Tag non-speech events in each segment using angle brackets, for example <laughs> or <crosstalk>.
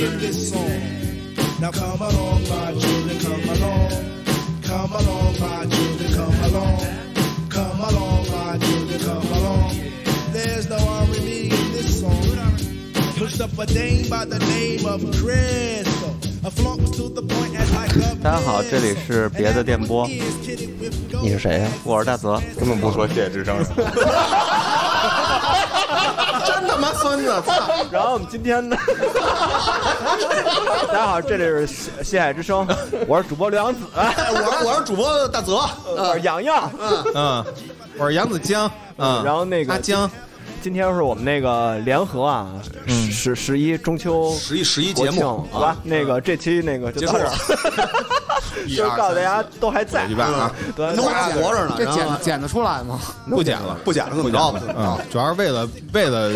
song. Now come along, my children, come along. Come along, my children, come along. Come along, my children, come along. There's no irony in this song pushed up a dame by the name of Crystal. A flunk was to the point as I got 大家好这里是别的电波你是谁呀、我是大泽，根本不说谢谢智商。真他妈孙子！操！然后我们今天 <laughs> 呢，大家好，这里是《西海之声》，我是主播刘洋子， <laughs> 哎，我是我是主播大泽，我是洋洋。嗯，我是杨子江。嗯，然后那个阿江，今天是我们那个联合啊，十十一中秋十一十一国节庆目好吧？那个这期那个就到这 <laughs> 儿，一就二告诉大三，家都还在一，半啊，都还都在还活着呢，这然后剪剪得出来吗？不剪了，不剪了怎么着吧？嗯，主要是为了为了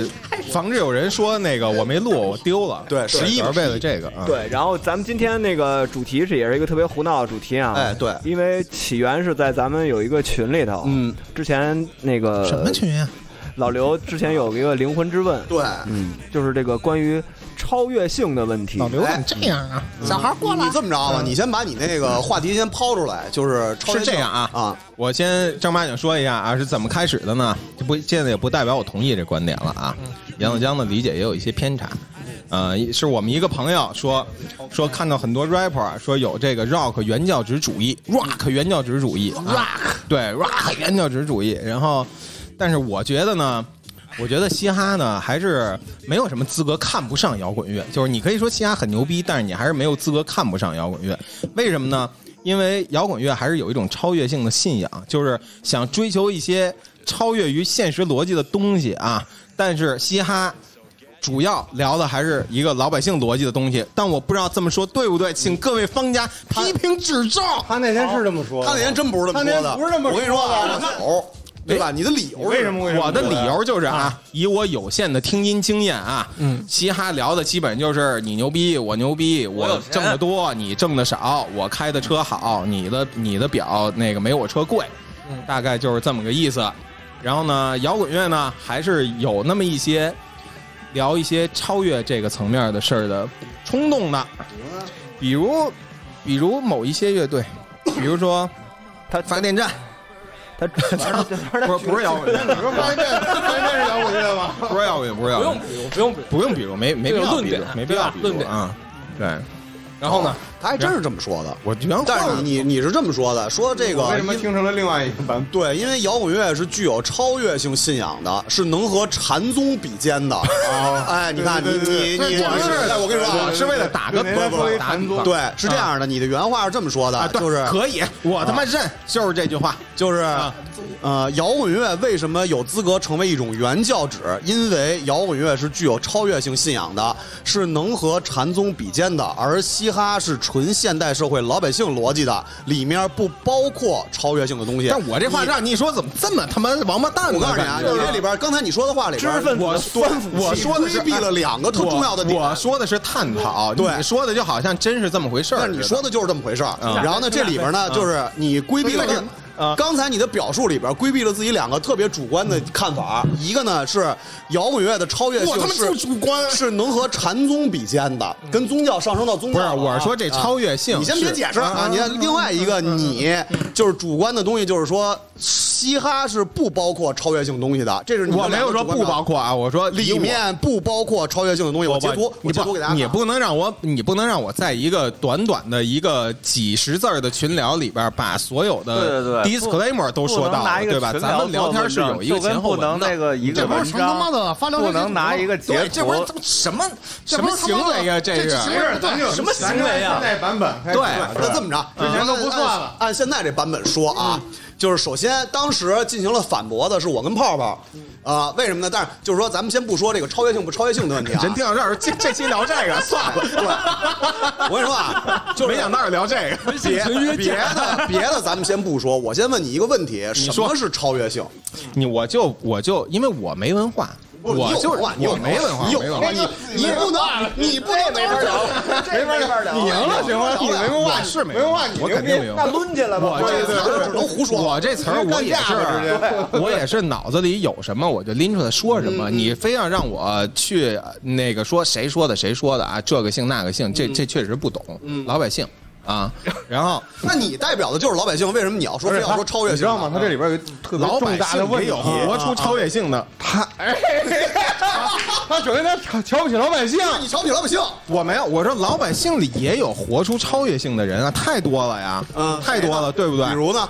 防止有人说那个我没录我丢了，对十一主嘛要是为了这个啊，对，然后咱们今天那个主题是也是一个特别胡闹的主题啊，哎对因为起源是在咱们有一个群里头，嗯，之前那个什么群啊呀？老刘之前有一个灵魂之问，嗯对，就是这个关于超越性的问题老。哎刘怎么这样啊？小孩过来你，这么着吧，你先把你那个话题先抛出来，就是超是人这样啊啊，我先正儿八经说一下啊，是怎么开始的呢？这不现在也不代表我同意这观点了啊。杨子江的理解也有一些偏差，呃，是我们一个朋友说说看到很多 rapper 啊说有这个 rock 原教旨主义，rock 原教旨主义、rock 对 rock 原教旨主义。然后，但是我觉得呢。我觉得嘻哈呢，还是没有什么资格看不上摇滚乐。就是你可以说嘻哈很牛逼，但是你还是没有资格看不上摇滚乐。为什么呢？因为摇滚乐还是有一种超越性的信仰，就是想追求一些超越于现实逻辑的东西啊。但是嘻哈主要聊的还是一个老百姓逻辑的东西，但我不知道这么说对不对，请各位方家批评指正。他那天是这么说的，他那天真不是这么说的，他那天不是这么我说跟的你说啊，我走，对吧？你的理由是为什么？为什么我的理由就是啊，以我有限的听音经验啊，嗯，嘻哈聊的基本就是你牛逼，我牛逼，我挣得多，你挣得少，我开的车好，你的你的表那个没我车贵，大概就是这么个意思。然后呢，摇滚乐呢还是有那么一些聊一些超越这个层面的事儿的冲动的，比如比如某一些乐队，比如说他发电站，他不是不是摇滚乐。你说发现发现是摇滚乐吗？不是要比，不是要比，不用比，不用比如，没没必要比如，没必要比如论点啊。对，然后呢，他还真是这么说的。我原但是话你你你是这么说的，说这个为什么听成了另外一个版对，因为摇滚乐是具有超越性信仰的，是能和禅宗比肩的。哎，你看你对你对你，对我是对对对我跟你说啊，对对对是为了打本？个那天说一打弹个奏，对，是这样的，你的原话是这么说的，对就是啊可以，我他妈认，就是这句话。就是啊，呃，摇滚乐为什么有资格成为一种原教旨？因为摇滚乐是具有超越性信仰的，是能和禅宗比肩的，而嘻哈是纯现代社会老百姓逻辑的，里面不包括超越性的东西。但我这话你，让你说，怎么这么他妈王八蛋呢？我告诉你啊，感觉你这里边刚才你说的话里边，我说我说的是规避了两个特重要的点我我说的是探讨，对你说的就好像真是这么回事儿但似的。你说的就是这么回事儿。嗯然后呢，这里边呢，就是你规避了对对刚啊刚才你的表述里边规避了自己两个特别主观的看法，一个呢是摇滚乐的超越我性他妈就是主观嗯是能和禅宗比肩的，跟宗教上升到宗不教是，了啊。我说这超越性，你先别是嗯解释啊！你看，另外一个你就是主观的东西，就是说嘻哈是不包括超越性东西的，这是你们我没有两个说主观不看法包括啊，我说以里我面不包括超越性的东西。我我截图，我你截图给大家不，看。啊你不能让我，你不能让我在一个短短的一个几十字儿的群聊里边，把所有的对对对 disclaimer 都说到不能拿了，一个对吧？群咱们聊天是有一做个文章前后就跟不能文的那个一个这不文是成他妈章，的发聊不天截图能吗拿一个截对，这不是图他。妈 <laughs> 什么这什不么是他行妈的啊为呀？啊这是行不是为，咱就对，什么行为啊？现在版本开始对那这么着，嗯之前都不算了按。按现在这版本说啊，嗯就是首先当时进行了反驳的是我跟泡泡，嗯啊，为什么呢？但是就是说，咱们先不说这个超越性不超越性的问题啊。 <laughs> 人听到这儿，这这期聊这 <laughs> 个算了，我跟你说啊，就是没想到是聊这个。别别的别的，咱们先不说，我先问你一个问题：什么是超越性？你我就我就因为我没文化，不是我你有就是文化你有我没文化你有没文化你你不能你不能没法聊，没法聊，你赢了行吗？你没文化我是没没文化你我牛肯定逼没文那化。抡起来吧，我不这是个咱们只能胡说我这词儿我也干架吧直是， <laughs> 我也是脑子里有什么我就拎出来说什么。你非要让我去那个说谁说的谁说的啊，这个姓那个姓，这这确实不懂，老百姓啊。然后那你代表的就是老百姓，为什么你要说非要说超越你性呢？知道 <laughs> 吗？他这里边有一个特别老百重大的姓问也题，啊有活出超越性的， <laughs> 他哎，他首先他瞧瞧不起老百姓，啊你瞧不起老百姓，我没有，我说老百姓里也有活出超越性的人啊，太多了呀，嗯太多了，对不对？比如呢？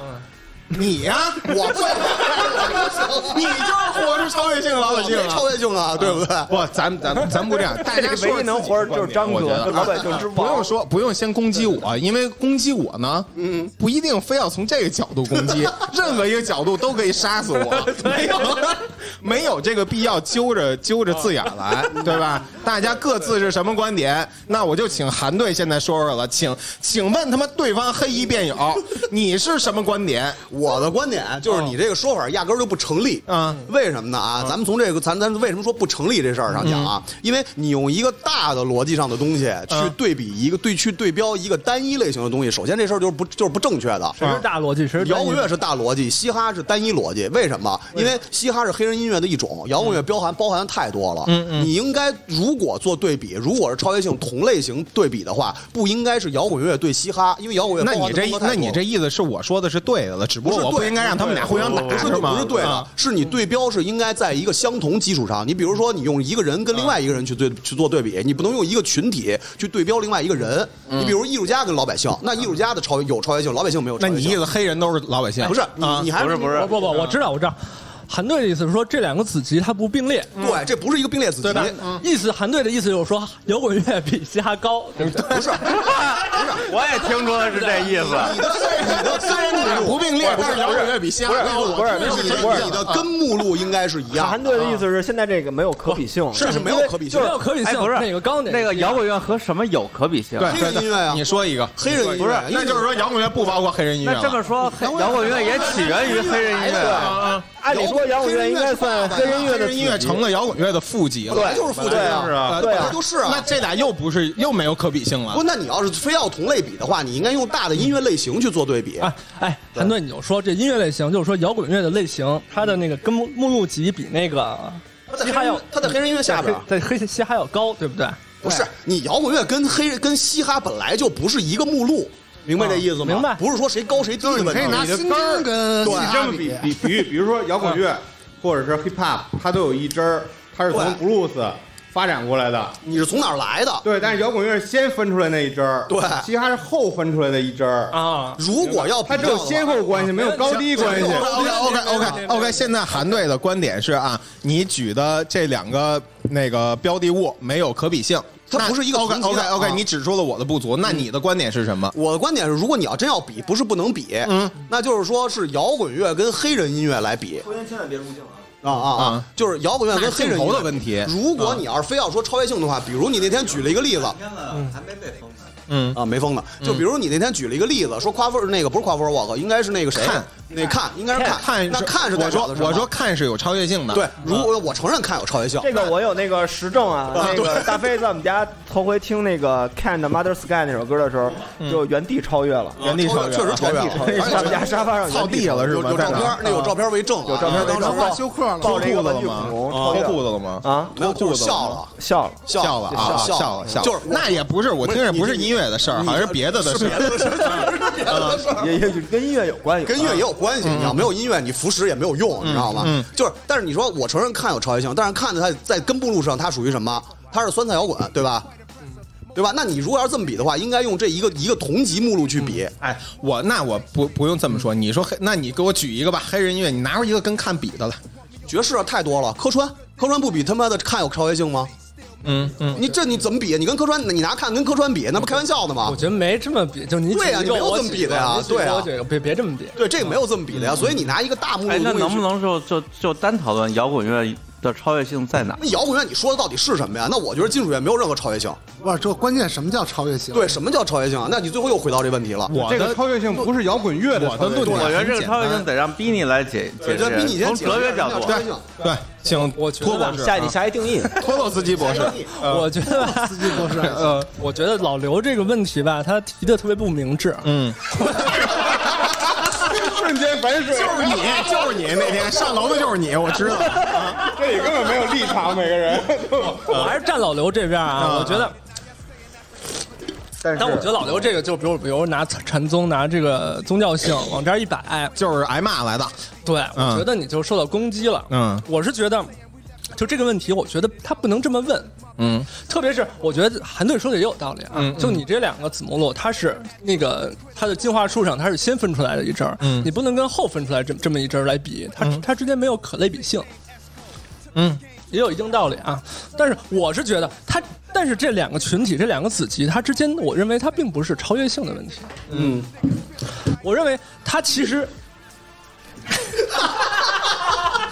你呀， <laughs> 我不行，你就是活着超越性的老百 <laughs> 姓啊超越性啊，对不对？不，咱咱咱不这样，大家 <laughs> 这说唯一能活着就是张我觉哥，得这老百姓之王。不用说，不用先攻击我，因为攻击我呢，嗯，不一定非要从这个角度 <laughs> 攻击，任何一个角度都可以杀死我，没有 <laughs> 没有这个必要揪着揪着字眼来，啊 <laughs> 对吧？大家各自是什么观点？那我就请韩队现在说说了，请请问他妈对方黑衣辩友， <laughs> 你是什么观点？我的观点就是你这个说法压根儿就不成立嗯为什么呢？啊，咱们从这个咱咱为什么说不成立这事儿上讲啊？因为你用一个大的逻辑上的东西去嗯对比一个对去对标一个单一类型的东西，首先这事儿就是不就是不正确的。谁是大逻辑？谁是摇滚乐乐？是大逻辑，嘻哈是单一逻辑。为什么？因为嘻哈是黑人音乐的一种，摇滚乐包含包含的太多了。嗯嗯，你应该如果做对比，如果是超越性同类型对比的话，不应该是摇滚乐对嘻哈，因为摇滚乐那包含你的这风格太那你多这意思是我说的是对的了，只不过是我不对应该让他们俩互相打，不是吗？不是对的啊，是你对标是应该在一个相同基础上。你比如说，你用一个人跟另外一个人去对去做对比，你不能用一个群体去对标另外一个人。你比如艺术家跟老百姓，那艺术家的超有超越性，老百姓没有超那越性。你意思黑人都是老百姓？不是你啊，你还是不嗯是不不不，我知道我知道，韩队的意思是说这两个子集它不并列，对，这不是一个并列子集，嗯意思韩队的意思就是说 <laughs> 摇滚乐比嘻哈 <laughs> 高，对不对？不是不是。我也听出来是这意思。 <laughs> 你的虽然你的虽然你不并列，但是摇滚乐比嘻哈高，不是你的根目录应该是一样韩的，队的意思是，现在这个没有可比性，这是没有可比性没的。有可比哎性，不是哪个高哪那个低摇滚乐和什么有可比性？对黑对人音乐对，啊你说一个黑人不是音乐，那就是说摇滚乐不包括黑人音乐那了。这么说，黑摇滚乐也起源于黑人音乐啊。按理说摇滚乐应该算黑人乐黑的人音乐子集成了摇滚乐的副级了。就是复制啊，呃对啊它就是啊那。这俩又不是又没有可比性了不，。那你要是非要同类比的话，你应该用大的音乐类型去做对比。哎哎，韩队，你就说这音乐类型，就是说摇滚乐的类型，它的那个跟目目录集比那个它在嘻黑哈人要乐，它在黑人音乐下边儿，在黑嘻哈要高，对不对？不是你摇滚乐跟黑跟嘻哈本来就不是一个目录，明白这意思吗？明白不是说谁高谁低的问题。你的根儿跟对啊你啊这么比比比喻，比如说摇滚乐或者是 hip hop，它都有一支儿，它是从对 blues 发展过来的。你是从哪儿来的？对，但是摇滚乐是先分出来那一支儿，对嘻哈是后分出来的一支儿，啊，如果要比它只有较的先话后关系，没有高低关系。 OK OK OK OK，现在韩队的观点是啊，你举的这两个那个标的物没有可比性，它不是一个 OK 同级 OK 的 OK，啊你指出了我的不足，那你的观点是什么？我的观点是，如果你要真要比，不是不能比，嗯，那就是说是摇滚乐跟黑人音乐来比。抽烟千万别入镜啊！啊啊啊！就是摇滚乐跟黑人音那是乐镜头的问题如果你要是非要说超越性的话，比如你那天举了一个例子，嗯，啊，没疯呢。就比如你那天举了一个例子，说夸分那个不是夸分 walk，应该是那个谁看，那看应该是看，看那看是代我说表的什么我说看是有超越性的，对，如果我承认看有超越性， <laughs> 这个我有那个实证啊，那个大飞在我们家头回听那个《看 n Mother Sky》那首歌的时候，嗯就原地超越了，原地超超越啊确实超越原地了，在我们家而且沙发上操原地地了是有吧？有照在哪片儿，那有照片为证啊，有照片为证当时抱休克了抱着一个裤子玩了具吗恐？龙超脱越裤子了吗？啊，没有脱裤就子是了笑吗了。笑了。笑了啊，笑笑了，笑了就是那也不是我听着不是音乐的事儿，好像是别的的事儿。嗯儿。也也跟音乐有关有关跟音乐也有关系，你要没有音乐，你服食也没有用，你知道嗯吗？就是，但是你说我承认看有超越性，但是看的它在根部路上，它属于什么？它是酸菜摇滚，对吧？对吧？那你如果要这么比的话，应该用这一个一个同级目录去比。 <laughs> 哎，我那我不不用这么说，你说黑，那你给我举一个吧，黑人音乐，你拿出一个跟看比的来。爵士啊太多了，科川，科川不比他妈的看有超越性吗？嗯嗯，你这你怎么比？你跟科川，你拿看跟科川比，那不开玩笑呢吗我？觉得没这么比，就你对啊举一个你没有我这么举比的呀一个你举一对啊个我举一个别别这么比。嗯对，这个没有这么比的呀。所以你拿一个大目录哎，的那东西去，能不能就就就单讨论摇滚乐的超越性在哪？那摇滚乐你说的到底是什么呀？那我觉得金属乐没有任何超越性。哇，这关键什么叫超越性？对，，什么叫超越性啊？那你最后又回到这问题了。我这个的超越性不是摇滚乐的我超的越论性点，我觉得这个超越性得让 Bini 来解解这比你释，先从解释哲学角什么度叫，超越性。对，请我觉得托博士下啊你下一定义，嗯托洛斯基博士，我觉得吧，司机博士，呃，我觉得老刘这个问题吧，他提的特别不明智。嗯，瞬间反水，就是你，就是你那天上楼的就是你，我知道。这里根本没有立场，每个 <laughs> 人。我还是站老刘这边啊，我觉得，但是但我觉得老刘这个就比如比如拿禅宗拿这个宗教性往这儿一摆，就是挨骂来的，对，嗯我觉得你就受到攻击了。嗯我是觉得，就这个问题，我觉得他不能这么问。嗯，特别是我觉得韩队说的也有道理啊，嗯就你这两个子目录，它是那个它的进化树上它是先分出来的一支儿，嗯你不能跟后分出来这这么一支儿来比，它、它之间没有可类比性，嗯，也有一定道理啊。但是我是觉得它，但是这两个群体这两个子集，它之间我认为它并不是超越性的问题，嗯，我认为它其实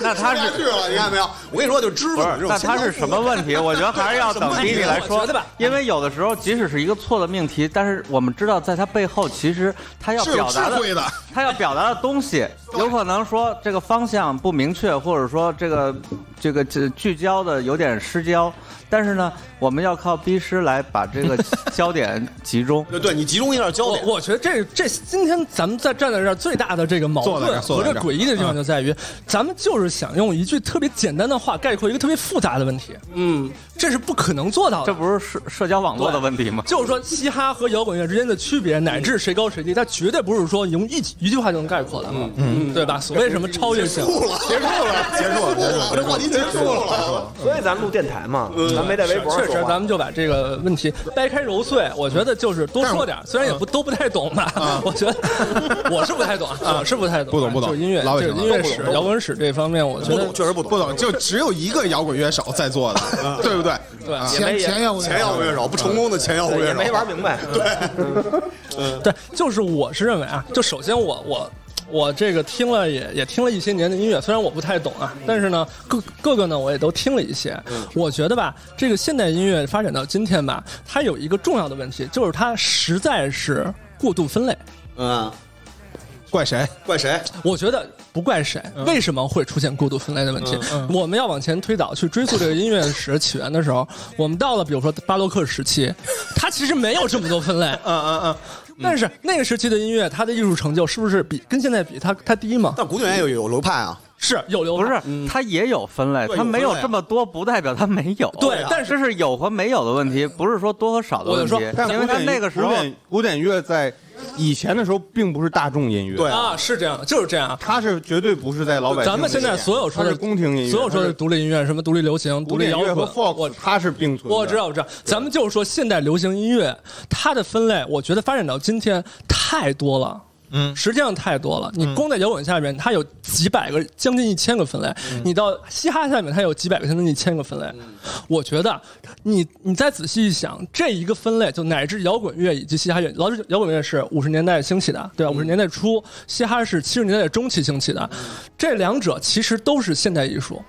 那他是去了，你看没有？我跟你说，就知不道是，那他是什么问题？我觉得还是要等 Bini 来我说觉得吧，因为有的时候即使是一个错的命题，但是我们知道在它背后其实他要是有表智达的慧的，他要表达的东西，有可能说这个方向不明确，或者说这个这个这聚焦的有点失焦。但是呢，我们要靠逼师来把这个焦点集中。对对，你集中一下焦我点。我觉得这这今天咱们在站在这儿最大的这个矛坐在这儿盾坐和在这这儿诡异的地方就在于，咱们就是想用一句特别简单的话概括一个特别复杂的问题，嗯，这是不可能做到这的。不是社社交网络的问题吗？就是说，嘻哈和摇滚乐之间的区别，乃至谁高谁低，它绝对不是说用一一句话就能概括的，嗯，对吧？所谓什么超越性，束了，结束了，结束了，这话题结束了。所以咱们录电台嘛，嗯咱没在微博上 <laughs> 确说实，咱话。们就把这个问题掰开揉碎。我觉得就是多说点儿，虽然也不都不太懂吧。 <laughs> 我觉得我是不太懂， <laughs> 我是不太懂，不懂不懂就是音乐，老百就姓啊是音乐史、摇滚史这方面，我觉不得懂，确实不懂，嗯不懂，就只有一个摇滚乐手在做的，对不对？啊对前前摇滚前摇滚乐手不成功的前摇滚乐也手没玩 <laughs> 明白，对，就是我是认为啊，就首先我我我这个听了也也听了一些年的音乐，虽然我不太懂啊，但是呢各各个呢我也都听了一些。我觉得吧，这个现代音乐发展到今天吧，它有一个重要的问题，就是它实在是过度分类。嗯，怪谁？怪谁？我觉得不怪谁，为什么会出现过度分类的问题？我们要往前推导，去追溯这个音乐史起源的时 <laughs> 候，我们到了比如说巴洛克时 <laughs> 期，它其实没有这么多分类， <laughs> 嗯嗯嗯。但是那个时期的音乐，它的艺术成就是不是比跟现在比，它它低吗？但古典乐有流派啊，是啊有流不派是，它也有分类，对它没有有分类啊这么多，不代表它没有。对啊但是这是有和没有的问题，不是说多和少的我问就题说。因为它那个时候古，典古典乐在以前的时候并不是大众音乐，对啊，是这样，就是这样。它是绝对不是在老百姓的咱眼们里。现在所有说它的是宫廷音乐，所有说它的是独立音乐，什么独立流行、独古立典摇乐滚和我 folk，它是并存的。我知道，我知道，咱们就是说现代流行音乐，它的分类，我觉得发展到今天太多了。嗯实际上太多了。你光在摇滚下面，它有几百个，将近一千个分类；嗯你到嘻哈下面，它有几百个，将近一千个分类。我觉得，你你再仔细一想，这一个分类，就乃至摇滚乐以及嘻哈乐，老摇滚乐是五十年代兴起的，对吧？五十年代初，嘻哈是七十年代中期兴起的，这两者其实都是现代艺术。嗯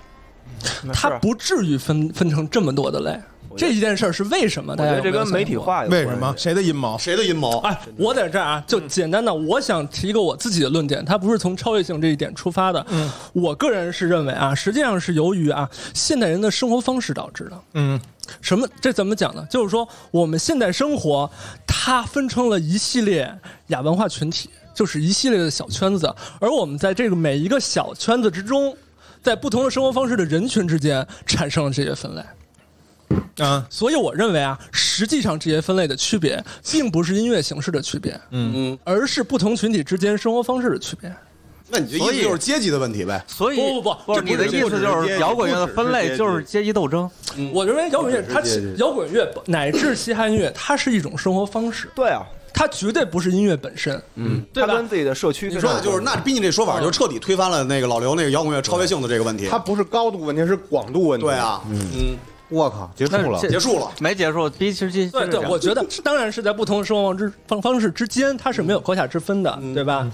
它不至于分分成这么多的类。这一件事儿是为什么？我大觉家得这有没有跟媒体化有嗯关为什么？？谁的阴 <laughs> 谋？谁的阴谋？哎，我在这儿啊，就简单的，我想提一个我自己的论点，它不是从超越性这一点出发的。嗯，我个人是认为啊，实际上是由于啊现代人的生活方式导致的。嗯，什么？这怎么讲呢？就是说我们现代生活它分成了一系列亚文化群体，就是一系列的小圈子，而我们在这个每一个小圈子之中，在不同的生活方式的人群之间产生了这些分类。啊，所以我认为啊，实际上这些分类的区别，并不是音乐形式的区别，嗯，而是不同群体之间生活方式的区别。那你这意思就是阶级的问题呗？所以不不不是这你不的是意思不就只是阶是级摇滚乐的不只是分阶类级就是阶级斗争。我认为摇滚乐，它阶级摇滚乐乃至嘻哈音乐，它是一种生活方式，对啊，它绝对不是音乐本身，嗯，对他吧跟？自己的社区你非常有关，嗯说的就是，那逼你这说法就彻底推翻了那个老刘那个摇滚乐超越性的这个问题它。不是高度问题，是广度问题。对，啊，我靠，结束但是了这。结束了。没结束，必须继续对对，我觉得当然是在不同的生活方式方方式之间，它是没有高下之分的，对吧？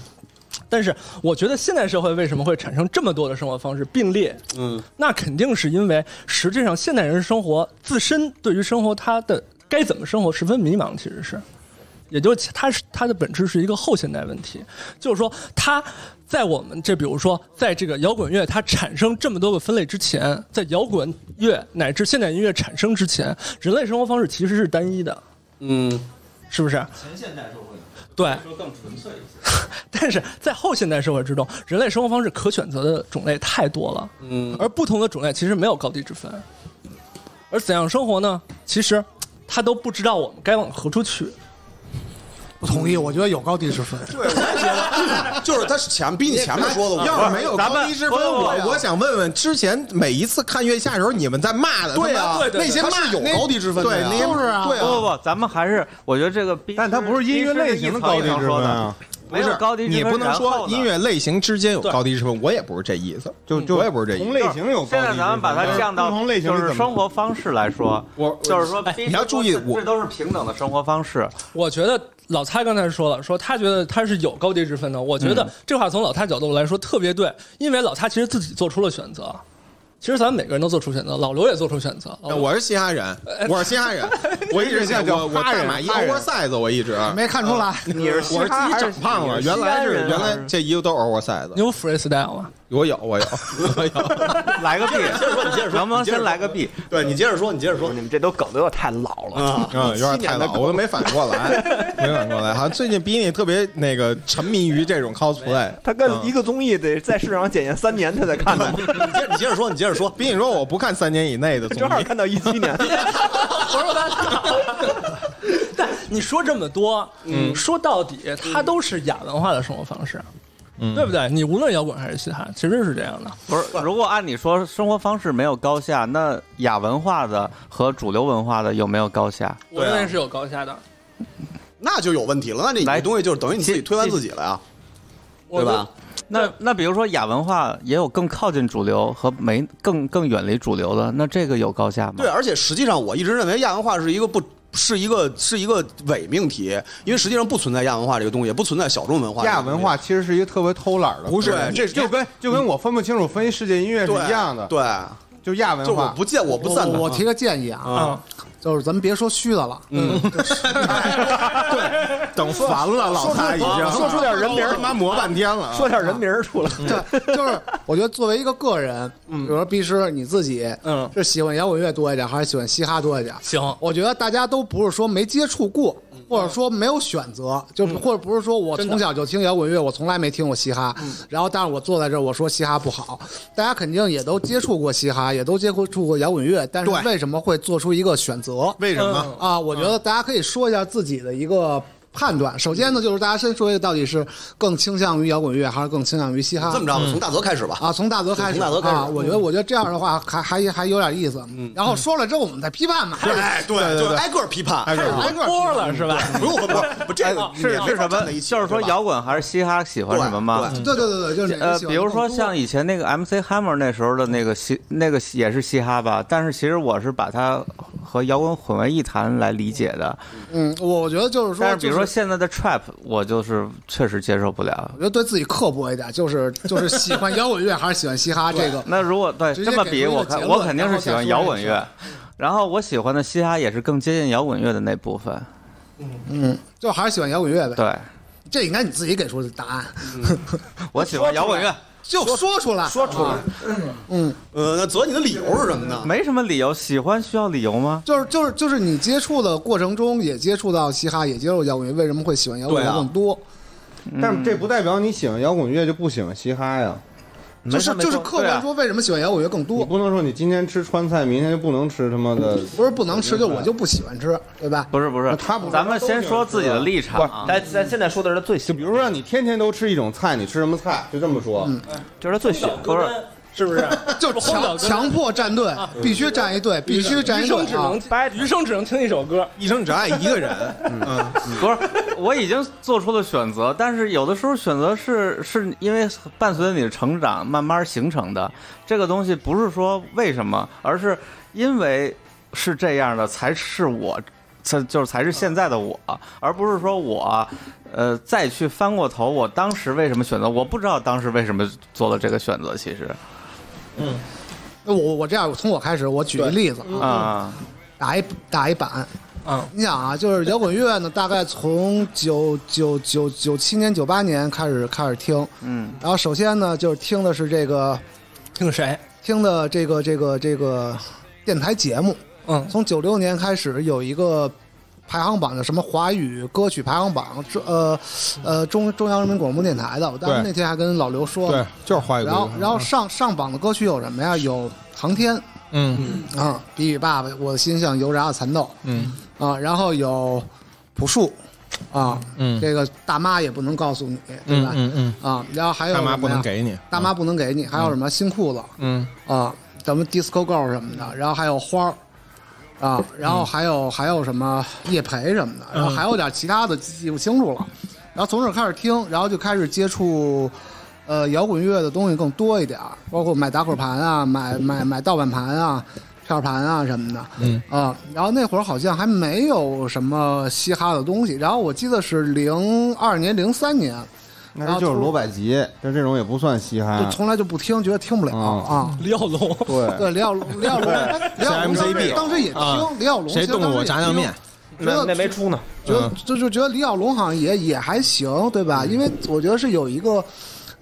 但是我觉得现代社会为什么会产生这么多的生活方式并列？嗯，那肯定是因为实际上现代人生活自身对于生活他的该怎么生活十分迷茫，其实是，也就是它是它的本质是一个后现代问题，就是说它在我们这，比如说在这个摇滚乐它产生这么多个分类之前，在摇滚乐乃至现代音乐产生之前，人类生活方式其实是单一的，嗯，是不是？前现代社会对，说更纯粹一些。 <laughs> 但是在后现代社会之中，人类生活方式可选择的种类太多了，嗯，而不同的种类其实没有高低之分。而怎样生活呢？其实他都不知道我们该往何处去。不同意，我觉得有高低之分。就是他前比你前面说的，我要是没有咱们高低之不分，不不我我想问问，之前每一次看月下的时候，你们在骂的，对啊他妈那些他骂是有那高低之分的对，呀那些就是啊对不不啊，不，咱们还是我觉得这个，但它不是音乐类型的高低之分啊，没有高低之分你不能然说后呢音乐类型之间有高低之分，我也不是这意思，就就我也不是这意同思。类型有高低之分，现啊在咱们把它降到不同类型就是是怎么？生活方式来说，我就是说哎，你要注意，我这都是平等的生活方式。我觉得老蔡刚才说了，说他觉得他是有高低之分的。我觉得这话从老蔡角度来说特别对，因为老蔡其实自己做出了选择。其实咱们每个人都做出选择，老刘也做出选择。老呃刘我是嘻哈人， <laughs> 我是嘻哈人，我一直现在叫我我哈大人马一哈人 oversize，我一直没看出啊来，你是嘻我是自哈己还长胖了，你是原来是西安人原还来是这衣服都是 oversize 你有 freestyle 啊吗？我有我有我有， <laughs> 来个 B，能不能先来个 B？对你接着说，你接着说你们这都梗的有点太老了。啊啊嗯，有点太老，我都没反应过 <laughs> 来，没反应过来。好像最近比你特别那个沉迷于这种 cosplay。他嗯跟一个综艺得在市场上检验三年，他才看的。你接你接着说，你接着说。比你说我不看三年以内的 <laughs> 综正好艺，看到一七年， <laughs> 嗯但你说这么多，嗯，说到底，它都是亚文化的生活方式，嗯，对不对？你无论摇滚还是嘻哈，其实是这样的。不 <laughs> 是，如果按你说生活方式没有高下，那亚文化的和主流文化的有没有高下？啊我认为是有高下的，那就有问题了，那这来你东西就是等于你自己推翻自己了呀，我对吧？？那那比如说亚文化也有更靠近主流和没更更远离主流的，那这个有高下吗？对，，啊而且实际上我一直认为亚文化是一个不。是一个是一个伪命题，因为实际上不存在亚文化这个东西，也不存在小众文化这个亚东西。文化其实是一个特别偷懒的，不是对这就跟就跟我分不清楚分析世界音乐是对一样的，，对，就亚就文我化。不见我不我赞我同。我提个建议啊，就是咱们别说虚的了，嗯，等烦了，老蔡已经说出点人名儿他妈磨半天了啊。说点人名儿出来。嗯对， <laughs> 就是我觉得作为一个个人，比如说毕师你自己，嗯是喜欢摇滚乐多一点，还是喜欢嘻哈多一点？行，我觉得大家都不是说没接触过，嗯或者说没有选择，就或者不是说我从小就听摇滚乐，我从来没听过嘻哈，嗯然后但是我坐在这儿我说嘻哈不好，大家肯定也都接触过嘻哈，也都接触过摇滚乐，但是对为什么会做出一个选择？为什么？啊，我觉得大家可以说一下自己的一个判断。首先呢，就是大家先说一个到底是更倾向于摇滚乐，还是更倾向于嘻哈？嗯这么着吧，从大泽开始吧。啊，从大泽开从始，大泽开始嗯啊，我觉得，我觉得这样的话还还还有点意思。然后说了之后，我们再批判嘛。哎，对，嗯就是挨个儿批判，挨个儿批判挨个儿播了是吧？不用不不，这个哎是是什么？就是说摇滚还是嘻哈喜欢什么吗？对对对嗯对，就是哪个呃，喜比欢如说更多像以前那个 MC Hammer 那时候的那个嘻，那个嘻也是嘻哈吧，但是其实我是把它和摇滚混为一谈来理解的。嗯，我觉得就是说，但是比如就说是现在的 Trap，我就是确实接受不了我。觉得对自己刻薄一点，就是就是喜欢摇滚乐还是喜欢嘻哈这 <laughs> 个，那如果对直接这么给比，出一个我结看论我肯定然是后喜再欢说摇一滚声乐，然后我喜欢的嘻哈也是更接近摇滚乐的那部分。就还是喜欢摇滚乐呗。 <laughs> 对，这应该你自己给出的答案，我喜欢摇滚乐，就说出来，啊嗯说出来。呃，那泽你的理由是什么呢？没什么理由，喜欢需要理由吗？就是就是就是你接触的过程中也接触到嘻哈，也接触摇滚乐，为什么会喜欢摇滚对乐啊更多？但是这不代表你喜欢摇滚乐就不喜欢嘻哈呀，就没是错没就是错客对啊观说为什么喜欢摇滚乐更你多，不能说你今天吃川菜，明天就不能吃他妈的。不是不能吃，就我就不喜欢吃，对吧？不是不是，那他不是咱们他都先喜欢说吃自己的的立场啊。咱咱现在说的是最喜就比如说让你天天都吃一种菜，你吃什么菜？就这么说。就是他最喜欢不是 <laughs> 是 <laughs> 不是？就荒岛强歌强迫站队，啊必须站一队，必须站余一队生只啊能！余生只能听一首歌。一生只爱一个人。不是，我已经做出了选择，但是有的时候选择是是因为伴随着你的成长慢慢形成的。这个东西不是说为什么，而是因为是这样的才是我这就是才是现在的我，而不是说我，呃，再去翻过头，我当时为什么选择？我不知道当时为什么做了这个选择，其实嗯，那我我这样，我从我开始，我举个例子啊，啊，打一打一板。嗯，你想啊，就是摇滚乐呢，大概从九九九九七年、九八年开始开始听，嗯，然后首先呢，就是听的是这个听谁？听的这个这个这个电台节目。嗯从九六年开始有一个排行榜的什么华语歌曲排行榜，中呃呃中中央人民广播电台的。我当时对那天还跟老刘说，对，嗯就是华语歌然曲后然后上上榜的歌曲有什么呀？有《航天》嗯啊，《比比爸爸》，我的心像油炸的蚕豆嗯啊，然后有朴树啊，嗯这个大妈也不能告诉你，对吧？嗯嗯啊，然后还有大妈什么不呀能，给你，大妈不能给你，还有什么新裤子嗯啊，咱们 disco girl 什么的，然后还有花儿。嗯啊，然后还有、还有什么叶培什么的，然后还有点其他的记不清楚了，然后从这儿开始听，然后就开始接触，呃，摇滚乐的东西更多一点儿，包括买打口盘啊，买买买盗版盘啊，票盘啊什么的，嗯啊，然后那会儿好像还没有什么嘻哈的东西，然后我记得是零二年、零三年，啊那这就是罗百吉，但这种也不算嘻哈就。从来就不听，觉得听不了啊哦。李小龙，对，对，李呃 <laughs> 小龙，李小龙，李小龙当时 CMCB 当时也啊听，李小龙谁动了我炸酱面？嗯其实当那时也听觉得那没出呢，觉得就就觉得李小龙好像也也还行，对吧？因为我觉得是有一个。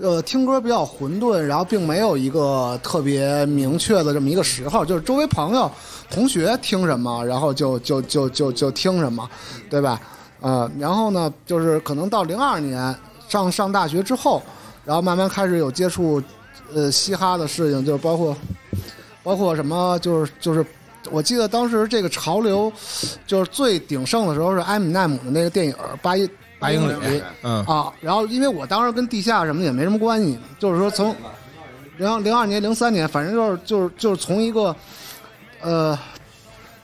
呃，听歌比较混沌，然后并没有一个特别明确的这么一个时候，就是周围朋友、同学听什么，然后就就就就就听什么，对吧？呃，然后呢，就是可能到零二年上上大学之后，然后慢慢开始有接触，呃，嘻哈的事情，就是包括包括什么，就是就是，我记得当时这个潮流就是最鼎盛的时候是埃米奈姆的那个电影《八一八英里里》嗯啊，然后因为我当时跟地下什么也没什么关系，就是说从零零二年、零三年，反正就是就是就是从一个呃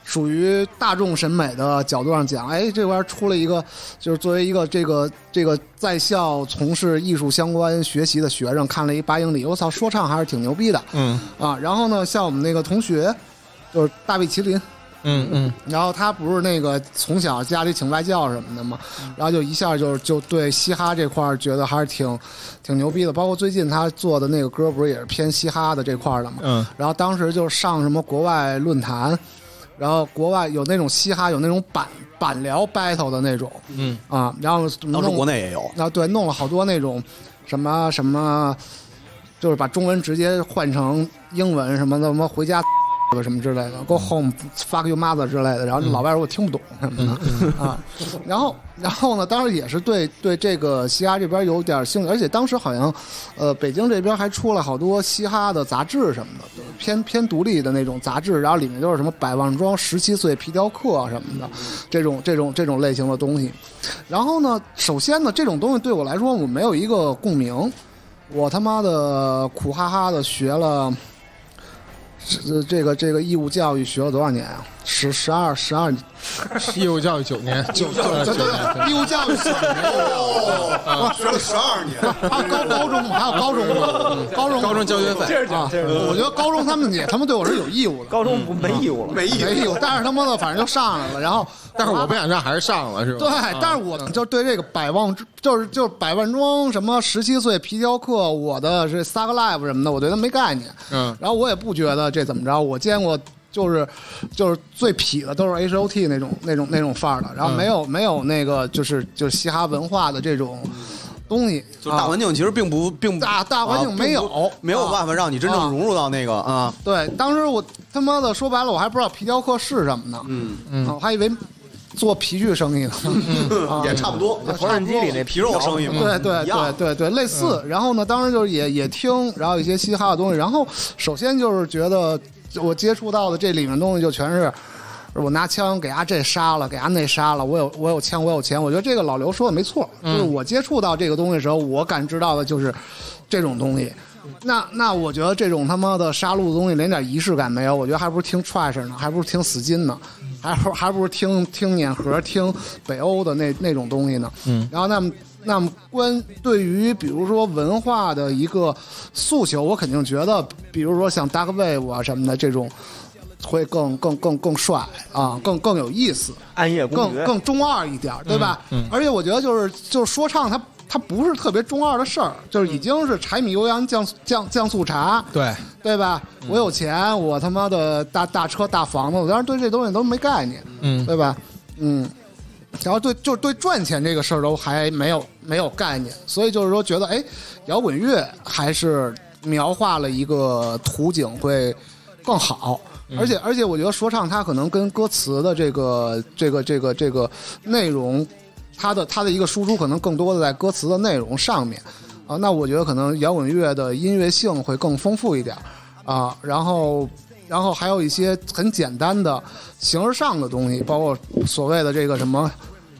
属于大众审美的角度上讲，哎，这边出了一个就是作为一个这个这个在校从事艺术相关学习的学生，看了一八英里，我操，说唱还是挺牛逼的嗯啊。然后呢，像我们那个同学就是大卫麒麟，嗯嗯然后他不是那个从小家里请外教什么的嘛，然后就一下就就对嘻哈这块儿觉得还是挺挺牛逼的。包括最近他做的那个歌，不是也是偏嘻哈的这块儿的嘛。嗯然后当时就上什么国外论坛，然后国外有那种嘻哈，有那种板板聊 battle 的那种嗯啊，然后弄当时国内也有，啊，对，弄了好多那种什么什么，就是把中文直接换成英文什么的，什么回家什么之类的，go home fuck your mother 之类的，然后老外说我听不懂什么的、啊，然后然后呢，当时也是对对这个嘻哈这边有点兴趣，而且当时好像呃北京这边还出了好多嘻哈的杂志什么的，就是偏偏独立的那种杂志，然后里面都是什么百万庄、十七岁皮条客啊什么的这种这种这种类型的东西。然后呢，首先呢，这种东西对我来说，我没有一个共鸣。我他妈的苦哈哈的学了，这这个这个义务教育学了多少年啊？十十二十二，义务教育九 <laughs> 年，九九对九对年，对，义务教育学哦，学了十二年，还有高高中还有高中吗？高中 <laughs> 高中交学费这是讲啊这是，我觉得高中他们也他妈对我是有义 <laughs> 务的，高中不没义务了，没意思。没义务，但是他妈的反正就上来了，然后但是我不想上，还是上了是吧？对，啊但是我就对这个百万就是就是百万庄什么十七岁皮雕刻，我的这 s u c Live 什么的，我对他没概念。嗯，然后我也不觉得这怎么着，我见过就是就是最痞的都是 H O T 那种那种那种范儿嗯的，然后没有、没有那个就是就是嘻哈文化的这种东西，就是大环境其实并不并不大大环境啊没有并不没有办法让你真正融入到那个啊，对，当时我他妈的说白了，我还不知道皮雕刻是什么呢，嗯啊我还以为做皮具生意呢，啊 <laughs> 也差不多，缝纫机里那皮肉生意嘛，对对一样对对对，类似。然后呢，当时就是也也听，然后一些嘻哈的东西。然后首先就是觉得我接触到的这里面的东西就全是。我拿枪给阿这杀了，给阿那杀了，我有我有枪，我有钱，我觉得这个老刘说的没错，就是我接触到这个东西的时候，我感知到的就是这种东西。那那我觉得这种他妈的杀戮的东西连点仪式感没有，我觉得还不如听 trash 呢，还不如听死金呢，还不还不如听听碾核、听北欧的那那种东西呢。嗯，然后那么那么关对于比如说文化的一个诉求，我肯定觉得，比如说像 dark wave 啊什么的这种。会更更更更帅啊，更更有意思，暗夜公更爵更中二一点儿，对吧？嗯嗯而且我觉得就是就是说唱它。它不是特别中二的事儿，就嗯是已经是柴米油盐酱酱酱醋茶，对，对吧？嗯我有钱，我他妈的大大车大房子，我当时对这东西都没概念，嗯对吧？嗯，然后对就是对赚钱这个事儿都还没有没有概念，所以就是说觉得哎，摇滚乐还是描画了一个图景会更好。嗯而且而且，我觉得说唱它可能跟歌词的这个这个这个这个内容，它的它的一个输出可能更多的在歌词的内容上面啊。那我觉得可能摇滚乐的音乐性会更丰富一点啊。然后然后还有一些很简单的形而上的东西，包括所谓的这个什么。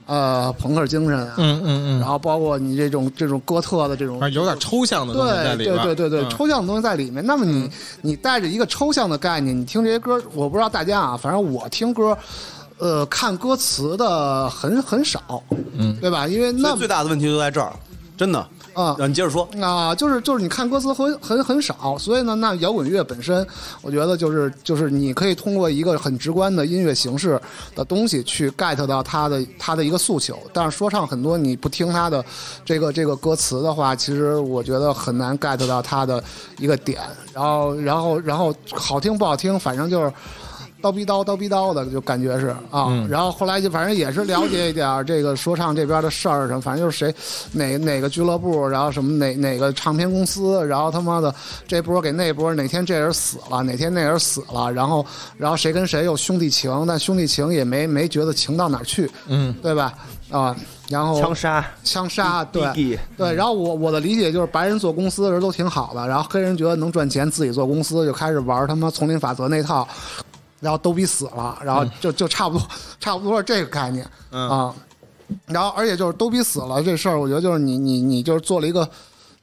呃，朋克精神啊，嗯嗯嗯然后包括你这种这种哥特的这种反正有点抽象的东西在里对边儿对对对对，嗯抽象的东西在里面。那么你、你带着一个抽象的概念，你听这些歌，我不知道大家啊，反正我听歌，呃，看歌词的很很少，嗯对吧？因为所那以最大的问题就在这儿，真的。啊，你接着说啊，就是就是你看歌词很很很少，所以呢，那摇滚乐本身，我觉得就是就是你可以通过一个很直观的音乐形式的东西去 get 到它的它的一个诉求。但是说唱很多你不听它的这个这个歌词的话，其实我觉得很难 get 到它的一个点。然后然后然后好听不好听，反正就是。叨逼叨叨逼叨的，就感觉是啊。嗯然后后来就反正也是了解一点儿这个说唱这边的事儿什么，反正就是谁哪哪个俱乐部，然后什么哪哪个唱片公司，然后他妈的这波给那波，哪天这人死了，哪天那人死了，然后然后谁跟谁有兄弟情，但兄弟情也没没觉得情到哪儿去，嗯对吧？啊，然后枪杀嗯枪杀， Biggie 对对。然后我我的理解就是，白人做公司的人都挺好的，然后黑人觉得能赚钱，自己做公司就开始玩他妈丛林法则那套，然后都逼死了，然后就就差不多 <laughs> 差不多是这个概念啊。然后而且就是都逼死了这事儿，我觉得就是你你你就是做了一个。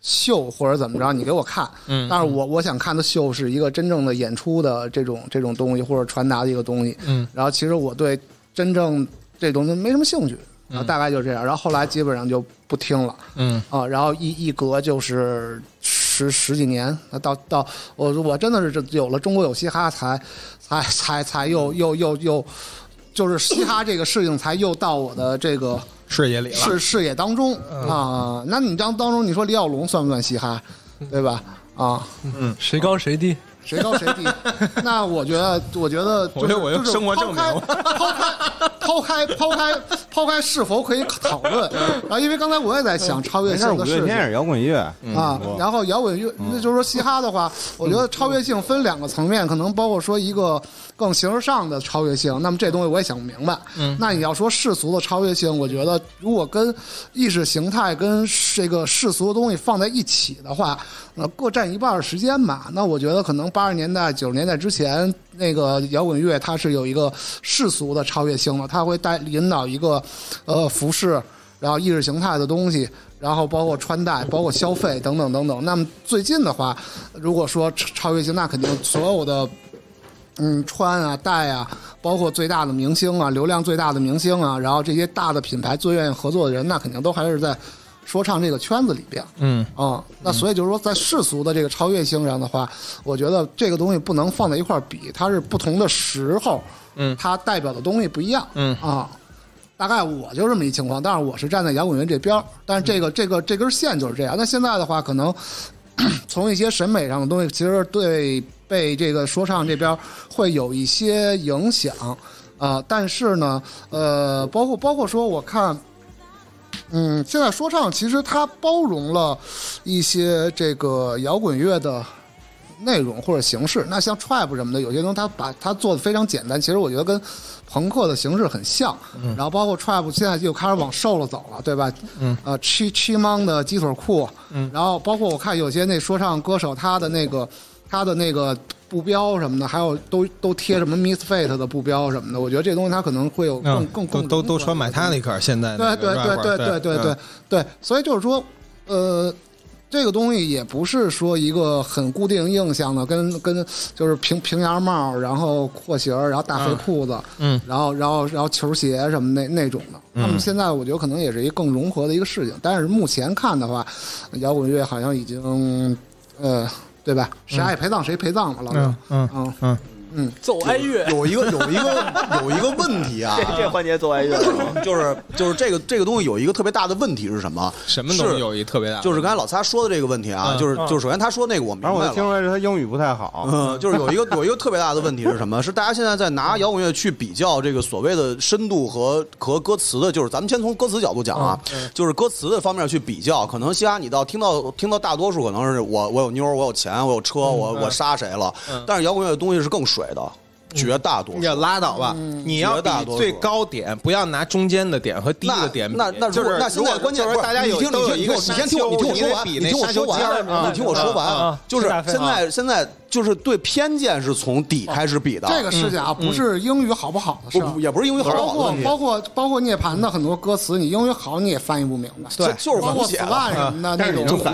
秀或者怎么着，你给我看，嗯但是我我想看的秀是一个真正的演出的这种这种东西，或者传达的一个东西，嗯然后其实我对真正这东西没什么兴趣，啊，嗯大概就是这样。然后后来基本上就不听了，嗯啊，然后一一隔就是十十几年，啊到到我我真的是这有了中国有嘻哈才才才才又又又又就是嘻哈这个事情才又到我的这个视野里了。视视野当中嗯啊。那你当当中你说李小龙算不算嘻哈，对吧？啊，嗯，谁高谁低，谁高谁 <laughs> 低？那我觉得，我觉得我觉就是得我用就是生活抛证明开抛开抛开抛开抛开是否可以讨论。嗯然后，因为刚才我也在想超越那是性五的月事天也是情。摇滚乐啊，然后摇滚乐，那就是说嘻哈的话，我觉得超越性分两个层面，可能包括说一个更形而上的超越性。那么这东西我也想不明白。嗯那你要说世俗的超越性，我觉得如果跟意识形态跟这个世俗的东西放在一起的话，呃，各占一半儿时间吧。那我觉得可能八十年代、九十年代之前，那个摇滚乐它是有一个世俗的超越性的，它会带引导一个呃服饰，然后意识形态的东西。然后包括穿戴、包括消费等等等等。那么最近的话，如果说超超越性，那肯定所有的嗯，穿啊、戴啊，包括最大的明星啊、流量最大的明星啊，然后这些大的品牌最愿意合作的人，那肯定都还是在说唱这个圈子里边。嗯啊、那所以就是说，在世俗的这个超越性上的话，我觉得这个东西不能放在一块儿比，它是不同的时候，嗯，它代表的东西不一样。嗯啊，大概我就这么一情况，但是我是站在摇滚乐这边儿，但是这个这个这根线就是这样。那现在的话，可能 <clears throat> 从一些审美上的东西，其实对被这个说唱这边儿会有一些影响啊、但是呢，呃，包括包括说，我看。嗯，现在说唱其实它包容了一些这个摇滚乐的内容或者形式。那像 trap 什么的，有些东西它把它做的非常简单，其实我觉得跟朋克的形式很像。嗯然后包括 trap 现在又开始往瘦了走了，对吧？嗯呃，七七芒的鸡腿裤，嗯然后包括我看有些那说唱歌手他的那个他的那个布标什么的，还有都都贴什么 misfit 的布标什么的，我觉得这东西它可能会有更、嗯更都更都都穿 Metallica 现在对那对个对 rapper，对对对对嗯对，所以就是说，呃，这个东西也不是说一个很固定印象的，跟跟就是平平檐帽，然后廓形儿，然后大肥裤子，嗯然后然后然后球鞋什么那那种的。嗯那么现在我觉得可能也是一个更融合的一个事情，但是目前看的话，摇滚乐好像已经呃，对吧？谁爱陪葬谁陪葬吧，老嗯哥。嗯嗯嗯嗯，走哀 <laughs> 乐有一个有一个有一个问题啊这， <laughs> 这环节走完乐了。就是就是这个这个东西有一个特别大的问题是什么？啊什么东西是有一特别大的？就是刚才老擦说的这个问题啊，嗯就是嗯就是首先他说那个我明反正我白就听了。出来是他英语不太好。嗯，就是有一个有一个特别大的问题是什么？是大家现在在拿摇滚乐去比较这个所谓的深度和和歌词的，就是咱们先从歌词角度讲啊，嗯就是歌词的方面去比较。可能西安你到听到听到大多数可能是我我有妞儿，我有钱，我有车，嗯我我杀谁了。但是摇滚乐的东西是更水的，绝大嗯多数你。也拉倒吧，你要绝大比多数最高点，不要拿中间的点和低的点比。那那那如就果是那现在如果关键就是大家你有听你都有听一你个听你先听我沙你听我丘说完，因你为比那听我沙说丘尖儿完，嘛你听我说啊啊完啊，就是是大飞现在现在就是对偏见是从底开始比的，嗯这个视角不是英语好不好的事不儿，不也不是因为好不包好的括问题，包括包括涅槃的很多歌词，你英语好你也翻译不明白，对就是包括混血 s 了啊 l a 什么的那种，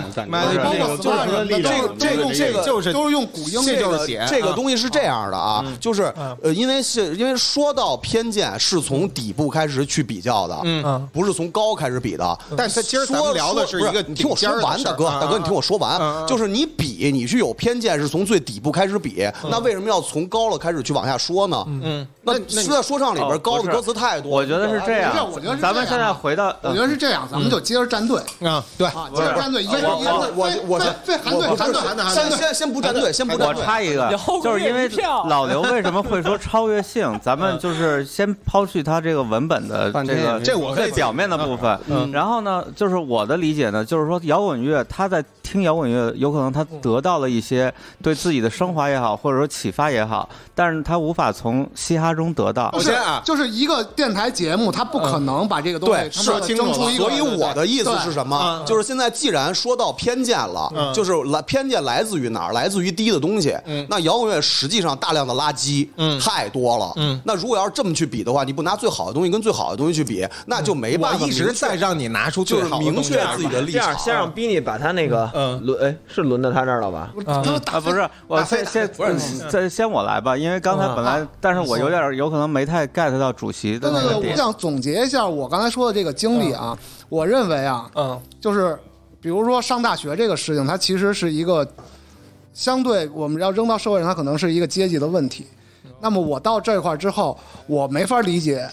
妈的这个包括 s l a 什么的这都个这个这个就是都是用古英这就语这是个写这个东西是这样的啊，就是呃，因为是因为说到偏见是从底部开始去比较的，嗯，不是从高开始比的。但是今儿咱们说聊的是说一个不你听我顶尖说儿的完，事大儿哥，啊大哥，你听我说啊啊完，就是你比你去有偏见是从最底部开始比，那为什么要从高了开始去往下说呢？嗯，那是在说唱里边哦高不的是歌词太多了，我觉得是这样不是我觉得是这样啊，咱们现在回到，嗯呃我觉得是这样，咱们就接着站队啊，对，啊，接着站队，一人一人我我我我对韩队我韩队韩队先先先不站队，先不站我队。插一个有，红就是因为也是票老刘为什么会说超越性，咱们就是先抛去他这个文本的半嗯这天也个嗯没这我可以最表面的部分，然后呢，就是我的理解呢，就是说摇滚乐他在听摇滚乐，有可能他得到了一些对自己的升华也好，或者说启发也好，但是他无法从嘻哈中得到不。是就是一个电台节目，他不可能把这个东西啊嗯对，是他妈的争出一个，所以我的意思是对什么？就是现在既然说到偏见了，就是来偏见来自于哪儿？来自于低的东西。那摇滚乐实际上大量的垃圾，太多了。那如果要是这么去比的话，你不拿最好的东西跟最好的东西去比，那就没我办法一明确。直在让你拿出就最是好的明东西确来自己的立这样，场。先让 Bini 把他那个嗯轮，哎，是轮到他这儿了吧？嗯啊，不是，我先先再先我来吧，因为刚才本来，但是我有点有可能没太 get 到主席的对嗯那对个对，我点。想总结一下我刚才说的这个经历啊，我认为啊，嗯，就是比如说上大学这个事情，它其实是一个相对我们要扔到社会上，它可能是一个阶级的问题。那么我到这块儿之后，我没法理解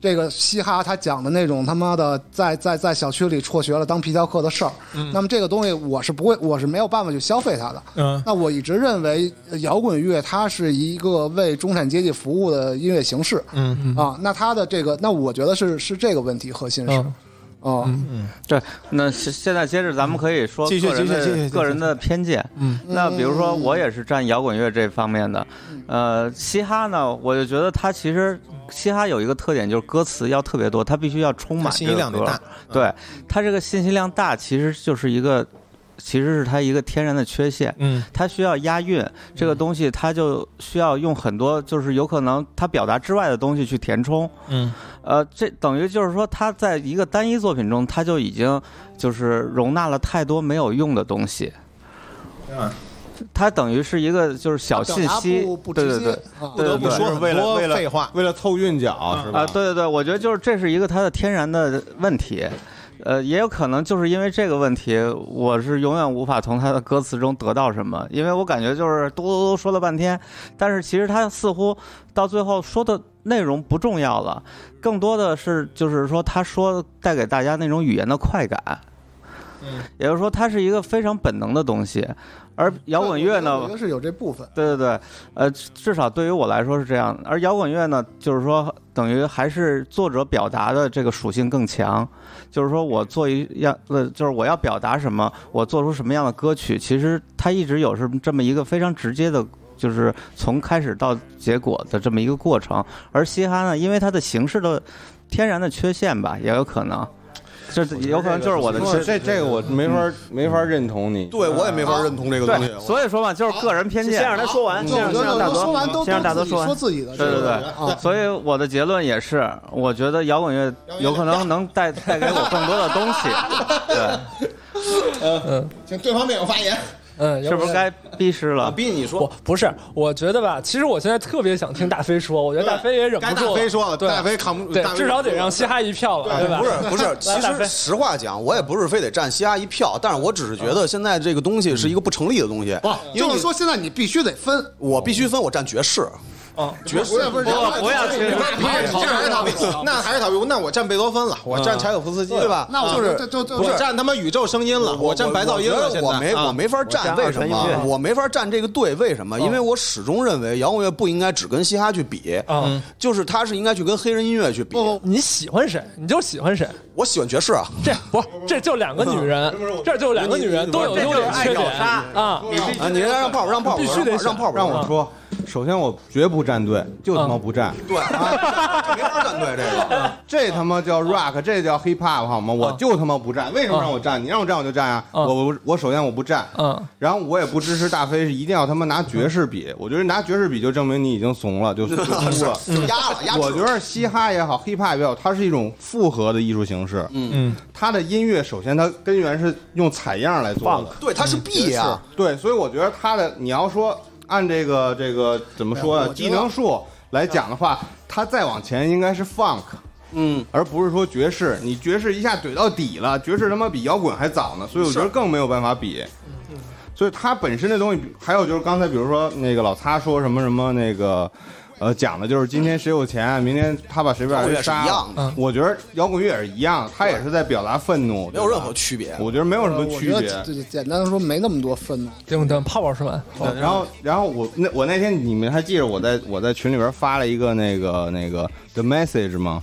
这个嘻哈他讲的那种他妈的在在在小区里辍学了当皮条客的事儿。那么这个东西我是不会，我是没有办法去消费它的。嗯那我一直认为呃摇滚乐它是一个为中产阶级服务的音乐形式。嗯啊，那它的这个，那我觉得是是这个问题核心是。嗯哦，对， <laughs> 那现现在接着咱们可以说继续个人继续继续继的续个人的偏见。嗯，那比如说我也是站摇滚乐这方面的，呃，嘻哈呢，我就觉得它其实嘻哈有一个特点就是歌词要特别多，它必须要充满它信息这个量得歌大。嗯对，它这个信息量大，其实就是一个。其实是它一个天然的缺陷，嗯，它需要押韵，这个东西它就需要用很多，就是有可能它表达之外的东西去填充，嗯，呃，这等于就是说，他在一个单一作品中，他就已经就是容纳了太多没有用的东西。嗯，他等于是一个就是小信息表达不不，对对直接对，啊对对不对说为很了多为了废话，为了凑韵脚是吧？啊，对对对，我觉得就是这是一个他的天然的问题。呃，也有可能就是因为这个问题，我是永远无法从他的歌词中得到什么，因为我感觉就是嘟嘟嘟说了半天，但是其实他似乎到最后说的内容不重要了，更多的是就是说他说带给大家那种语言的快感，嗯，也就是说它是一个非常本能的东西，而摇滚乐呢，我觉得是有这部分。对对对，呃，至少对于我来说是这样。而摇滚乐呢，就是说等于还是作者表达的这个属性更强，就是说我做一样，呃，就是我要表达什么，我做出什么样的歌曲，其实它一直有是这么一个非常直接的。就是从开始到结果的这么一个过程，而嘻哈呢，因为它的形式的天然的缺陷吧，也有可能，这有可能就是我的不是这这个我没法没法认同你。对我也没嗯法认同这个东西对，。所以说嘛，就是个人偏哦见。啊先让他说完，那先让我觉先让得大都哥说完都先让大都哥自己说说完。自己的，对对对啊，所以我的结论也是，我觉得摇滚乐有可能能带带给我更多的东西。对，请对方辩友发言。嗯，是不是该逼师了？啊逼你说我不是，我觉得吧，其实我现在特别想听大飞说，我觉得大飞也忍不该住大飞说了对，大飞扛不对大，飞至少得让嘻哈一票吧，对吧？啊不是 <laughs> 不是，来其大飞实实话讲，我也不是非得站嘻哈一票，但是我只是觉得现在这个东西是一个不成立的东西。嗯不，因为就你是说现在你必须得分，我必须分，我站爵士。哦，爵士不是不不要去还是还是逃避，那还是逃避。那我站贝多芬了，我站柴可夫斯基了，对吧那我嗯就是就就就我站他妈宇宙声音了，我站白噪音了。我觉现在得我没啊我没法我站，站为什二泉映么？月我没法站这个队，为什么？因哦为我始终认为摇滚乐不应该只跟嘻哈去比，嗯就是它是应该去跟黑人音乐去比。不不，你喜欢谁，你就喜欢谁。我喜欢爵士啊，这不是，这就两个女人，这就两个女人都有优点缺点啊。啊，你让让炮让炮必须得让让炮让我说，首先我绝不站队，就他妈不站。对啊，这没法站队这个。这他妈叫 rock，这叫 hip hop 好吗？我就他妈不站，为什么让我站？你让我站我就站啊！嗯我我我首先我不站，嗯，然后我也不支持大飞是一定要他妈拿爵士 <laughs> 比，我觉得拿爵士比就证明你已经怂了， <laughs> 就就输嗯了。就嗯压了压。我觉得嘻哈也好，hip hop 也好，它是一种复合的艺术形式。嗯嗯，它的音乐首先它根源是用采样来做的，对，它是 B 呀。对，所以我觉得它的你要说按这个这个怎么说哎啊我觉得技能树来讲的话，它再往前应该是 funk。嗯，而不是说爵士，你爵士一下怼到底了，爵士他妈比摇滚还早呢，所以我觉得更没有办法比。所以它本身这东西，还有就是刚才比如说那个老擦说什么什么那个，呃，讲的就是今天谁有钱，明天他把谁把摇滚乐是人杀一样的了。我觉得摇滚乐也是一样，它也是在表达愤怒，没有任何区别对吧。我觉得没有什么我区觉别得。这这简单的说没那么多分呢。等等，泡泡说完，对然后，然后我那我那天你们还记着我在我在群里边发了一个那个那个 The Message 吗？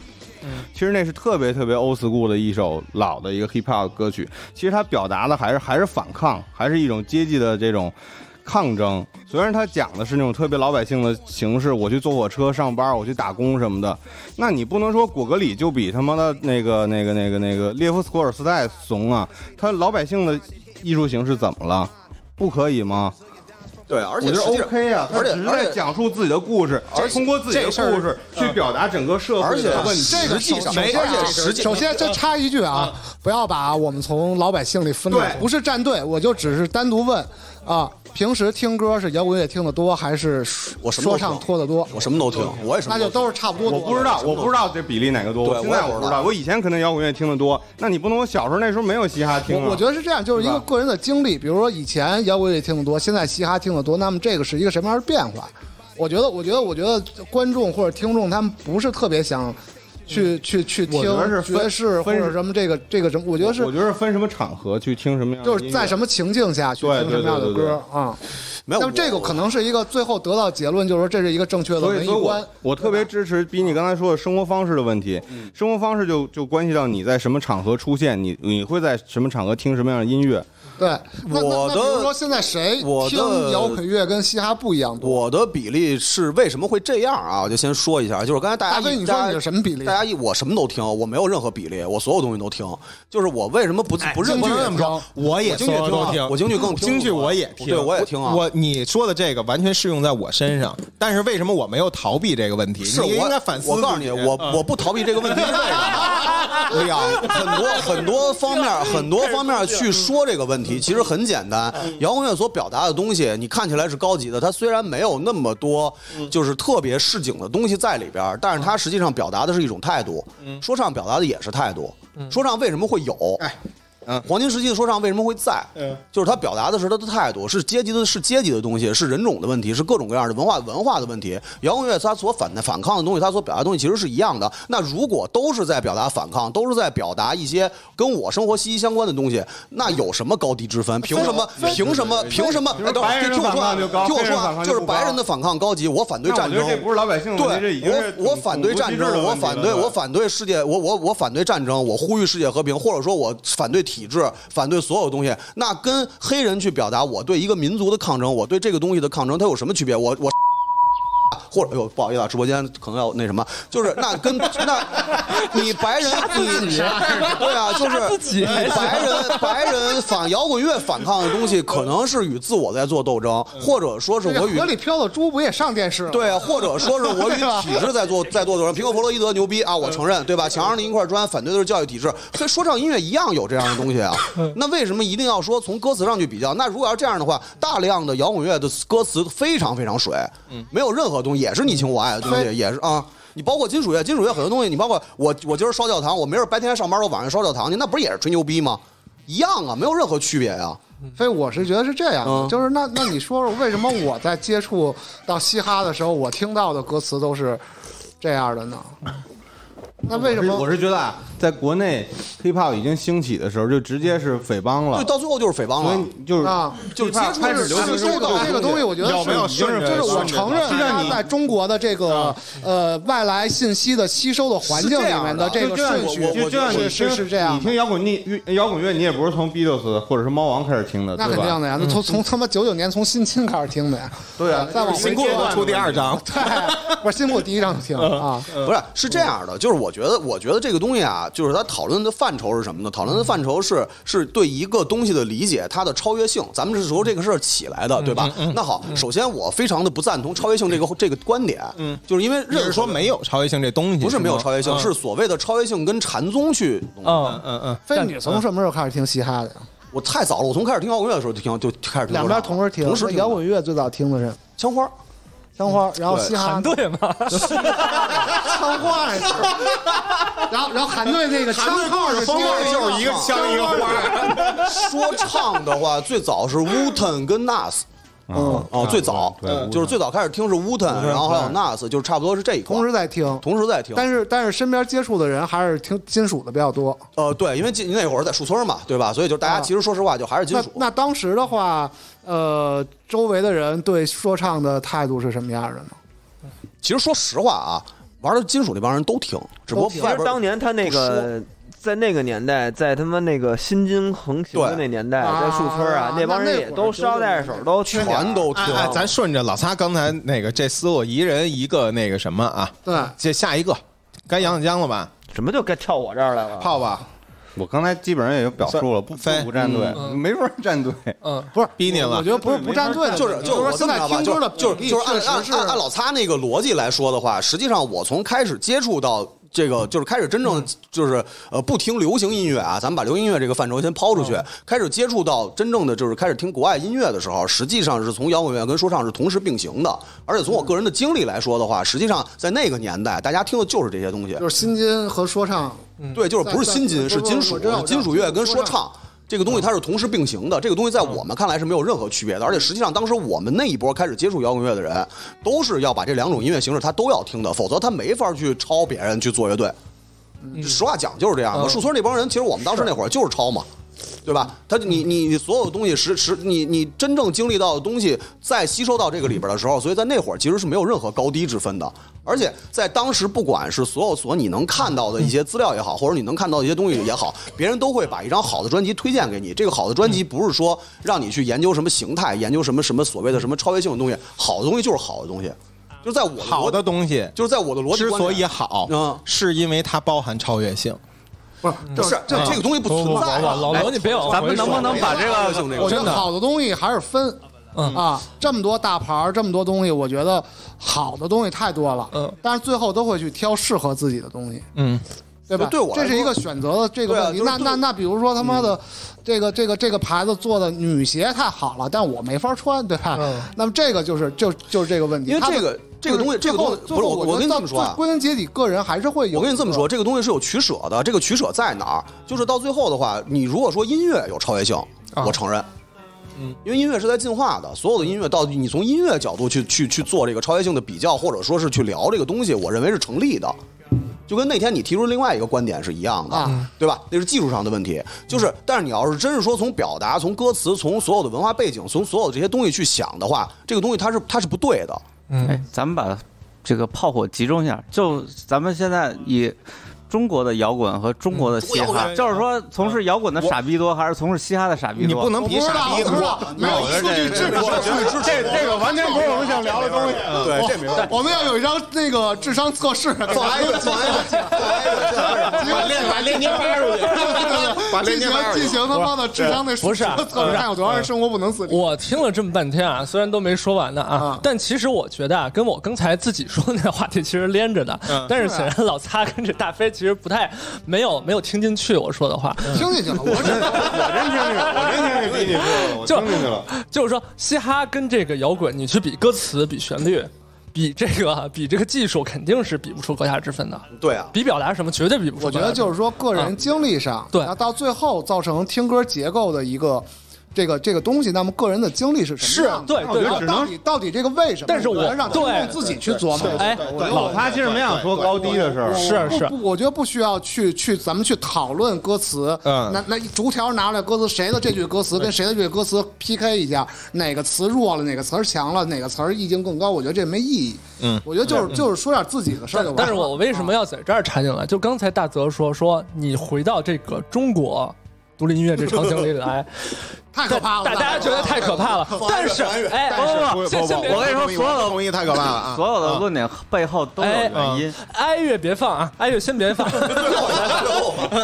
其实那是特别特别 old school 的一首老的一个 hip hop 歌曲，其实它表达的还是还是反抗，还是一种阶级的这种抗争。虽然它讲的是那种特别老百姓的形式，我去坐火车上班，我去打工什么的，那你不能说果戈里就比他妈的那个那个那个那个列夫·斯库尔斯泰怂啊？他老百姓的艺术形式怎么了？不可以吗？对，而我且觉得实际上 OK 啊，他而且只是而在且讲述自己的故事，而通过自己的故事去表达整个社而会且的问题。这个实际上，而且实际嗯啊首先，这插一句啊，不要把我们从老百姓里分出来，对不是站队，我就只是单独问啊，平时听歌是摇滚乐听得多，还是我什么说都唱听拖得多？我什么都听，我也什么那就都是差不多多我的。不知道，我不知道这比例哪个多。对我现在我也我不不知知道道，我以前可能摇滚乐听得多，那你不能我小时候那时候没有嘻哈听啊。我我觉得是这样，就是一个个人的经历。比如说以前摇滚乐听得多，现在嘻哈听得多，那么这个是一个什么样的变化？我觉得，我觉得，我觉得观众或者听众他们不是特别想去、去去嗯听我觉得是分爵士或分者什么这个这个什么，我觉得是我觉得分什么场合去听什么样的音就乐，是在什么情境下去对听什么样的对对对歌啊。没有但这个我可能是一个最后得到结论，就是说这是一个正确的所以，文所以艺我观。我特别支持比你刚才说的生活方式的问题。生活方式就就关系到你在什么场合出现，你你会在什么场合听什么样的音乐。对，那那我那的比如说现在谁我的听摇滚乐跟嘻哈不一样多？我的比例是为什么会这样啊？我就先说一下，就是刚才大家大飞，一你大说家你是什么比例？大家一我什么都听，我没有任何比例，我所有东西都听。就是我为什么不不认京不剧能这也么听说我也京剧所有听都啊听，我京剧更听京剧我也听，对我也听啊我你说的这个完全适用在我身上，但是为什么我没有逃避这个问题？是你应我该反思自我己。嗯告诉你，我我不逃避这个问题是为什么？两哎很多很多方面，很多方面去说这个问题，其实很简单。摇滚乐所表达的东西，你看起来是高级的，它虽然没有那么多就是特别市井的东西在里边儿，但是它实际上表达的是一种态度。说唱表达的也是态度。说唱为什么会有？哎嗯黄金时期的说唱为什么会在？就是他表达的是他的态度，是阶级的，是阶级的东西，是人种的问题，是各种各样的文化文化的问题。摇滚乐它所反的反抗的东西，它所表达的东西其实是一样的。那如果都是在表达反抗，都是在表达一些跟我生活息息相关的东西，那有什么高低之啊分？凭什么？凭什么？凭什么？哎等会儿白人听我说啊，反抗就高听我黑人说反啊，抗就就是不高白人的反抗高级，我反对那我战觉争得。这不是老百姓的问题，这已经对是，我我种反对战种争，族歧视的我问题了反对，我反对世界，我我我反对战争，我呼吁世界和平，或者说我反对体制，反对所有东西。那跟黑人去表达我对一个民族的抗争，我对这个东西的抗争，它有什么区别？我我或者哎呦不好意思啊，直播间可能要那什么，就是那跟那你白人你对啊，就是杀自己你白人白人反摇滚乐反抗的东西，可能是与自我在做斗争，或者说是这我与河里漂的猪不也上电视 <laughs> 了？对啊，或者说是我与 <laughs> 体制在做在做斗争。平克·弗洛伊德牛逼啊，嗯我承认，对吧？墙上的一块砖，反对的是教育体制。所以说唱音乐一样有这样的东西啊。嗯那为什么一定要说从歌词上去比较？那如果要这样的话，大量的摇滚乐的歌词非常非常水，嗯没有任何东西，也是你情我爱的东西，也是啊。你包括金属乐，金属乐很多东西，你包括我，我今儿烧教堂，我没事白天上班，我晚上烧教堂去，那不是也是吹牛逼吗？一样啊，没有任何区别啊。所以我是觉得是这样的，嗯就是那那你说说为什么我在接触到嘻哈的时候，我听到的歌词都是这样 <laughs> 的呢？那为什么我是觉得啊，在国内 hiphop 已经兴起的时候，就直接是匪帮了对，，到最后就是匪帮啊所了以。你就是啊？就是接触开的始是流行这这个个这个东西，我觉得有是没有就顺是着就是我顺着承认是让它你在中国的这个呃外来信息的吸收的环境里面的这就个啊这样顺序我我就像你是是听是这样你的。听摇滚乐摇滚乐，你也不是从 Beatles 或者是猫王开始听的，那对肯定吧？的呀，那从从他妈九九年从新青开始听的呀，嗯对啊呃再往回辛苦过我出第二张， <laughs> 对，我新我第一张就听嗯啊，不是，是这样的，就是我觉得，我觉得这个东西啊，就是它讨论的范畴是什么呢？讨论的范畴是是对一个东西的理解，它的超越性。咱们是从这个事儿起来的，对吧？那好，首先我非常的不赞同超越性这个这个观点，嗯，就是因为你任何是说没有超越性这东西？不是没有吗超越性，嗯是所谓的超越性跟禅宗去弄。嗯嗯嗯，飞女从什么时候开始听嘻哈的呀？我太早了，我从开始听摇滚乐的时候就听就开始听两说唱了边同时听，同时那听摇滚乐最早听的是枪花。枪花，然后嘻哈韩 <laughs> 队嘛，枪花也是，然后然后韩队那个枪炮是风格听就是一个枪一个花。说唱的话，最早是 Wooten 跟 Nas。啊嗯哦，最早对嗯就是最早开始听是 Wooten，然后还有 Nas，就是差不多是这一块。同时在听，同时在听，但是但是身边接触的人还是听金属的比较多。呃，对，因为进那会儿在树村嘛，对吧？所以就是大啊家其实说实话，就还是金那属。那当时的话，呃，周围的人对说唱的态度是什么样的呢？其实说实话啊，玩的金属那帮人都听，只不过都听外其边实当年他那个在那个年代，在他妈那个新金横行的那年代，对在树村啊啊，那帮那人那也会儿都就捎是带手都缺点儿全都听。哎，咱顺着老仨刚才那个这思路，一人一个那个什么啊？对，这下一个该杨子江了吧？什么就该跳我这儿来了。泡吧，我刚才基本上也有表述了，不飞不站队，嗯没法站队。嗯，不是逼你了我觉得不是不站队的，就是就是说我现在听歌的就是比例就是按确实按是按按老擦那个逻辑来说的话，实际上我从开始接触到这个，就是开始真嗯正就是呃不听流行音乐啊，咱们把流行音乐这个范畴先抛出去，嗯开始接触到真正的就是开始听国外音乐的时候，实际上是从摇滚乐跟说唱是同时并行的，而且从我个人的经历来说的话，实际上在那个年代，大家听的就是这些东西，就是新金和说唱对，就是不是在新在金，是不是金我属知道我，知道金属乐跟说说唱唱。这个东西它是同时并行的，这个东西在我们看来是没有任何区别的，而且实际上当时我们那一波开始接触摇滚乐的人，都是要把这两种音乐形式他都要听的，否则他没法去抄别人去做乐队。嗯实话讲就是这样的，嗯树村那帮人其实我们当时那会儿就是抄嘛，对吧？他你你你所有东西实实你你真正经历到的东西，再吸收到这个里边的时候，所以在那会儿其实是没有任何高低之分的。而且在当时，不管是所有所你能看到的一些资料也好，或者你能看到的一些东西也好，别人都会把一张好的专辑推荐给你。这个好的专辑不是说让你去研究什么形态，研究什么什么所谓的什么超越性的东西，好的东西就是好的东西，就是在我的好的逻，东西就是在我的逻辑之观所点以好，嗯是因为它包含超越性。不是不是这这个东西不存不不在不啊。老罗你别往咱回们能说不能把这超越个性这个我觉真的得好的东西还是分。嗯啊，这么多大牌儿，这么多东西，我觉得好的东西太多了。嗯，但是最后都会去挑适合自己的东西，嗯，对吧？对我来这说是一个选择的这个对啊问题。就是那那那，比如说他妈嗯的，这个这个这个牌子做的女鞋太好了，但我没法穿，对吧？嗯那么这个就是就就是这个问题。因为他这们个这个东西，这个最东后西不最是后我，觉我得跟你到这么说啊最，归根结底，个人还是会有。呃我跟你这么说，，这个东西是有取舍的。这个取舍在哪儿？就是到最后的话，你如果说音乐有超越性，啊我承认。嗯，因为音乐是在进化的，所有的音乐到你从音乐角度去去去做这个超越性的比较，或者说是去聊这个东西，我认为是成立的。就跟那天你提出另外一个观点是一样的，啊嗯对吧？那是技术上的问题，就是，但是你要是真是说从表达、从歌词、从所有的文化背景、从所有这些东西去想的话，这个东西它是它是不对的。哎，咱们把这个炮火集中一下，就咱们现在以中国的摇滚和中国的嘻中国摇哈，滚就是说从事摇滚的傻逼多，还是从事嘻哈的傻逼多？你不能我不比知傻道，逼我不知多道，，没有数据支持，这这个完全不是我们想聊的东西嗯。对我这没问题我们要有一张那个智商测试，给做大来一家个，做来一个，做来一个，把链把链接发出嗯去， <laughs> 把链进接行发出去进。行他妈的智商那不是啊测试，看有多少人生活不能自 <laughs> 理。我听了这么半天啊，虽然都没说完呢啊，但其实我觉得啊，跟我刚才自己说的那话题其实连着的。但嗯是啊显然老擦跟这大飞其实不太没有没有听进去我说的话，听进去了，我 <laughs> 这真听着，我真听着比你说，我就听进去了。就是说嘻哈跟这个摇滚，你去比歌词、比旋律、比这个 <laughs> 比这个技术，肯定是比不出高下之分的。对啊，比表达什么，绝对比不出我高下之觉分。得就是说个人经历上，啊对那到最后造成听歌结构的一个。这个这个东西，那么个人的经历是什么样的？是对然后对对到底到底这个为什么？但是我然后让听众对自己去琢磨。哎，老他其实没想说高低的事儿，是啊是不，不我觉得不需要去去咱们去讨论歌词。嗯那那逐条拿出来歌词，谁的这句歌词跟谁的这句歌词 PK 一下，哪个词弱了，哪个词儿强了，哪个词儿意境更高，我觉得这没意义。嗯，我觉得就是就是说点自己的事儿就但完了。但是我为什么要在这儿插进来？就刚才大泽说说你回到这个中国独立音乐这场景里来，太可怕了？大大家觉得太可怕了。但是，哎， <laughs> 不不不，先先别我跟你说，所有同的意太可怕了啊！所有的论点背后都有哎原因。哀乐别放啊，哀乐先别放，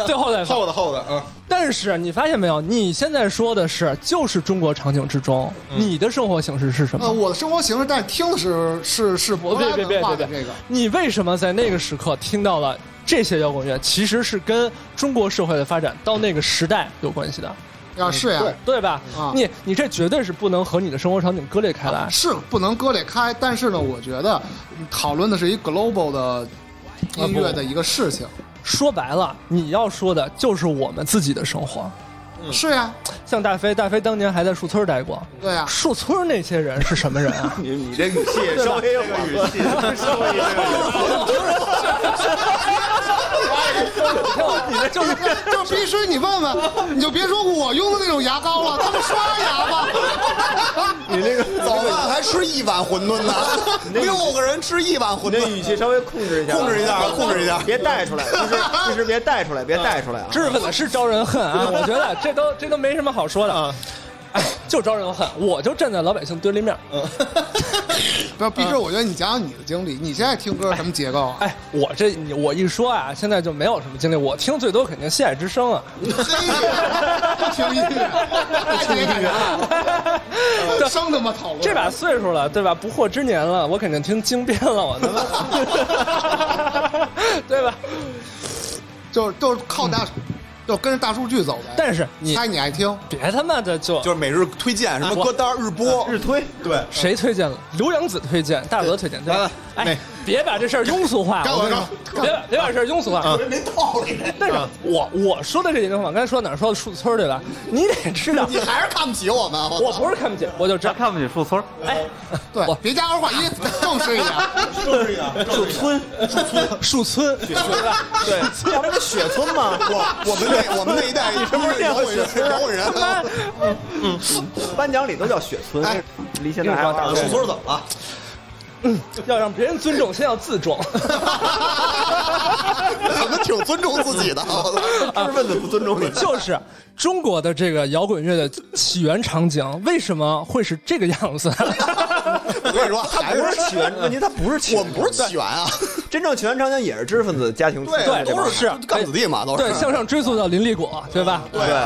最后再放。厚的厚的，嗯，但是你发现没有，你现在说的是就是中国场景之中，你的生活形式是什呃，么？我的生活形式，但是听的是是是我舶别来别别文化别的别这个。你为什么在那个时刻听到了这些摇滚乐？其实是跟中国社会的发展到那个时代有关系的。啊，是呀，对吧？啊你你这绝对是不能和你的生活场景割裂开来。是不能割裂开，但是呢，我觉得讨论的是一 global 的啊音乐的一个事情。说白了，你要说的就是我们自己的生活。嗯是呀，像大飞，大飞当年还在树村待过，对呀，树村那些人是什么人 <laughs> 啊？你你这语气稍微有点语气，稍微有点就是 <laughs> 就必须你问问，你就别说我用的那种牙膏了，他们刷牙吧。 <laughs> 你这个 <laughs> 早饭还吃一碗馄饨呢，六个人吃一碗馄你的语饨，气稍微控制一下，控制一下，啊控制一下。别带出来，就是就是别带出来，别带出来啊！知识分子是招人恨 <laughs> 啊！我觉得这都这都没什么好说啊的。哎，就招人恨，我就站在老百姓对立面。 <laughs> 不是，毕哥，我觉得你讲讲你的经历，你现在听歌什么结构 <laughs> 啊？哎，我这你我一说啊，现在就没有什么经历，我听最多肯定《西海之声》 <laughs> 啊。不听音乐，啊听音乐，生他妈讨论。这把岁数了，对吧？不惑之年了，我肯定听精编了，我他妈， <laughs> 对吧？就是就是靠大，就跟着大数据走呗。但是你猜你爱听，别他妈的就就是每日推荐什么歌单日播，日推，对，谁推荐了？刘洋子推荐，大鹅推荐，对吧？哎，别把这事儿庸俗化，我跟你说，别把别把这事儿庸俗化。没道理。但是我我说的这几句话，刚才说哪儿？说的树村儿对吧？你得知 <laughs> 道，你还是看不起我们，啊我我不是看不起，我就知他道。看不起树村儿，哎，对我，别加儿化音，正式一点。树村，树村，树村，对 <laughs> 吧？对，要不是雪村吗？我们那我们那一代是不是摇滚人？摇滚人，啊颁奖礼都叫雪村，离现在还有大树村怎么了？ <laughs> 嗯要让别人尊重，先要自 <laughs> 重。我们挺尊重自己的。啊知识分子不尊重你，就是中国的这个摇滚乐的起源场景，为什么会是这个样子？我跟你说，还不是呃是起源，问题它不是起我源，们不是起源啊，真正起源场景也是知识分嗯子家庭出身对，的，都吧是干子弟嘛，都是。对，向上追溯到林立果，对吧？哦对，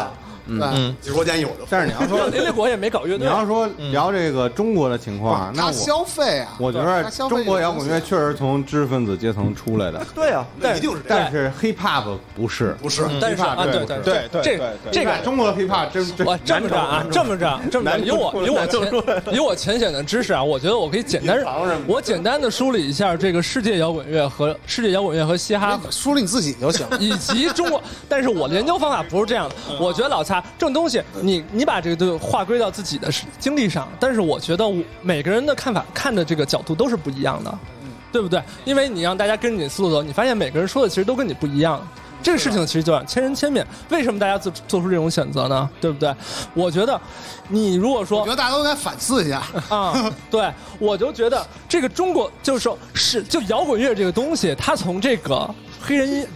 嗯对，直播间有的。但是你要说林立果也没搞乐你队，要说聊这个中国的情嗯况，那他我消费 <laughs> 啊，我觉他得消费中国摇滚乐确实从知识分子阶层出 <laughs> 来的，对啊，那一定是这样，但是 hip hop 不是，不是但是啊，对对对对这对对这个。中国的 hip hop 真真我这么着啊，这么着，这么着，以我以我 <laughs> 浅以我浅显的知识啊，我觉得我可以简单，我简单的梳理一下这个世界摇滚乐和世界摇滚乐和嘻哈梳理你自己就行。以及中国， <laughs> 但是我的研究方法不是这样的。嗯我觉得老擦这种东西，你你把这个都划归到自己的是经历上，但是我觉得我每个人的看法看的这个角度都是不一样的，嗯对不对？因为你让大家跟着你的思路走，你发现每个人说的其实都跟你不一嗯样。这个事情其实就让千人千面，为什么大家做做出这种选择呢？对不对？我觉得，你如果说我觉得大家都应该反思一下，啊，对，我就觉得这个中国就是说是就摇滚乐这个东西，它从这个黑人音，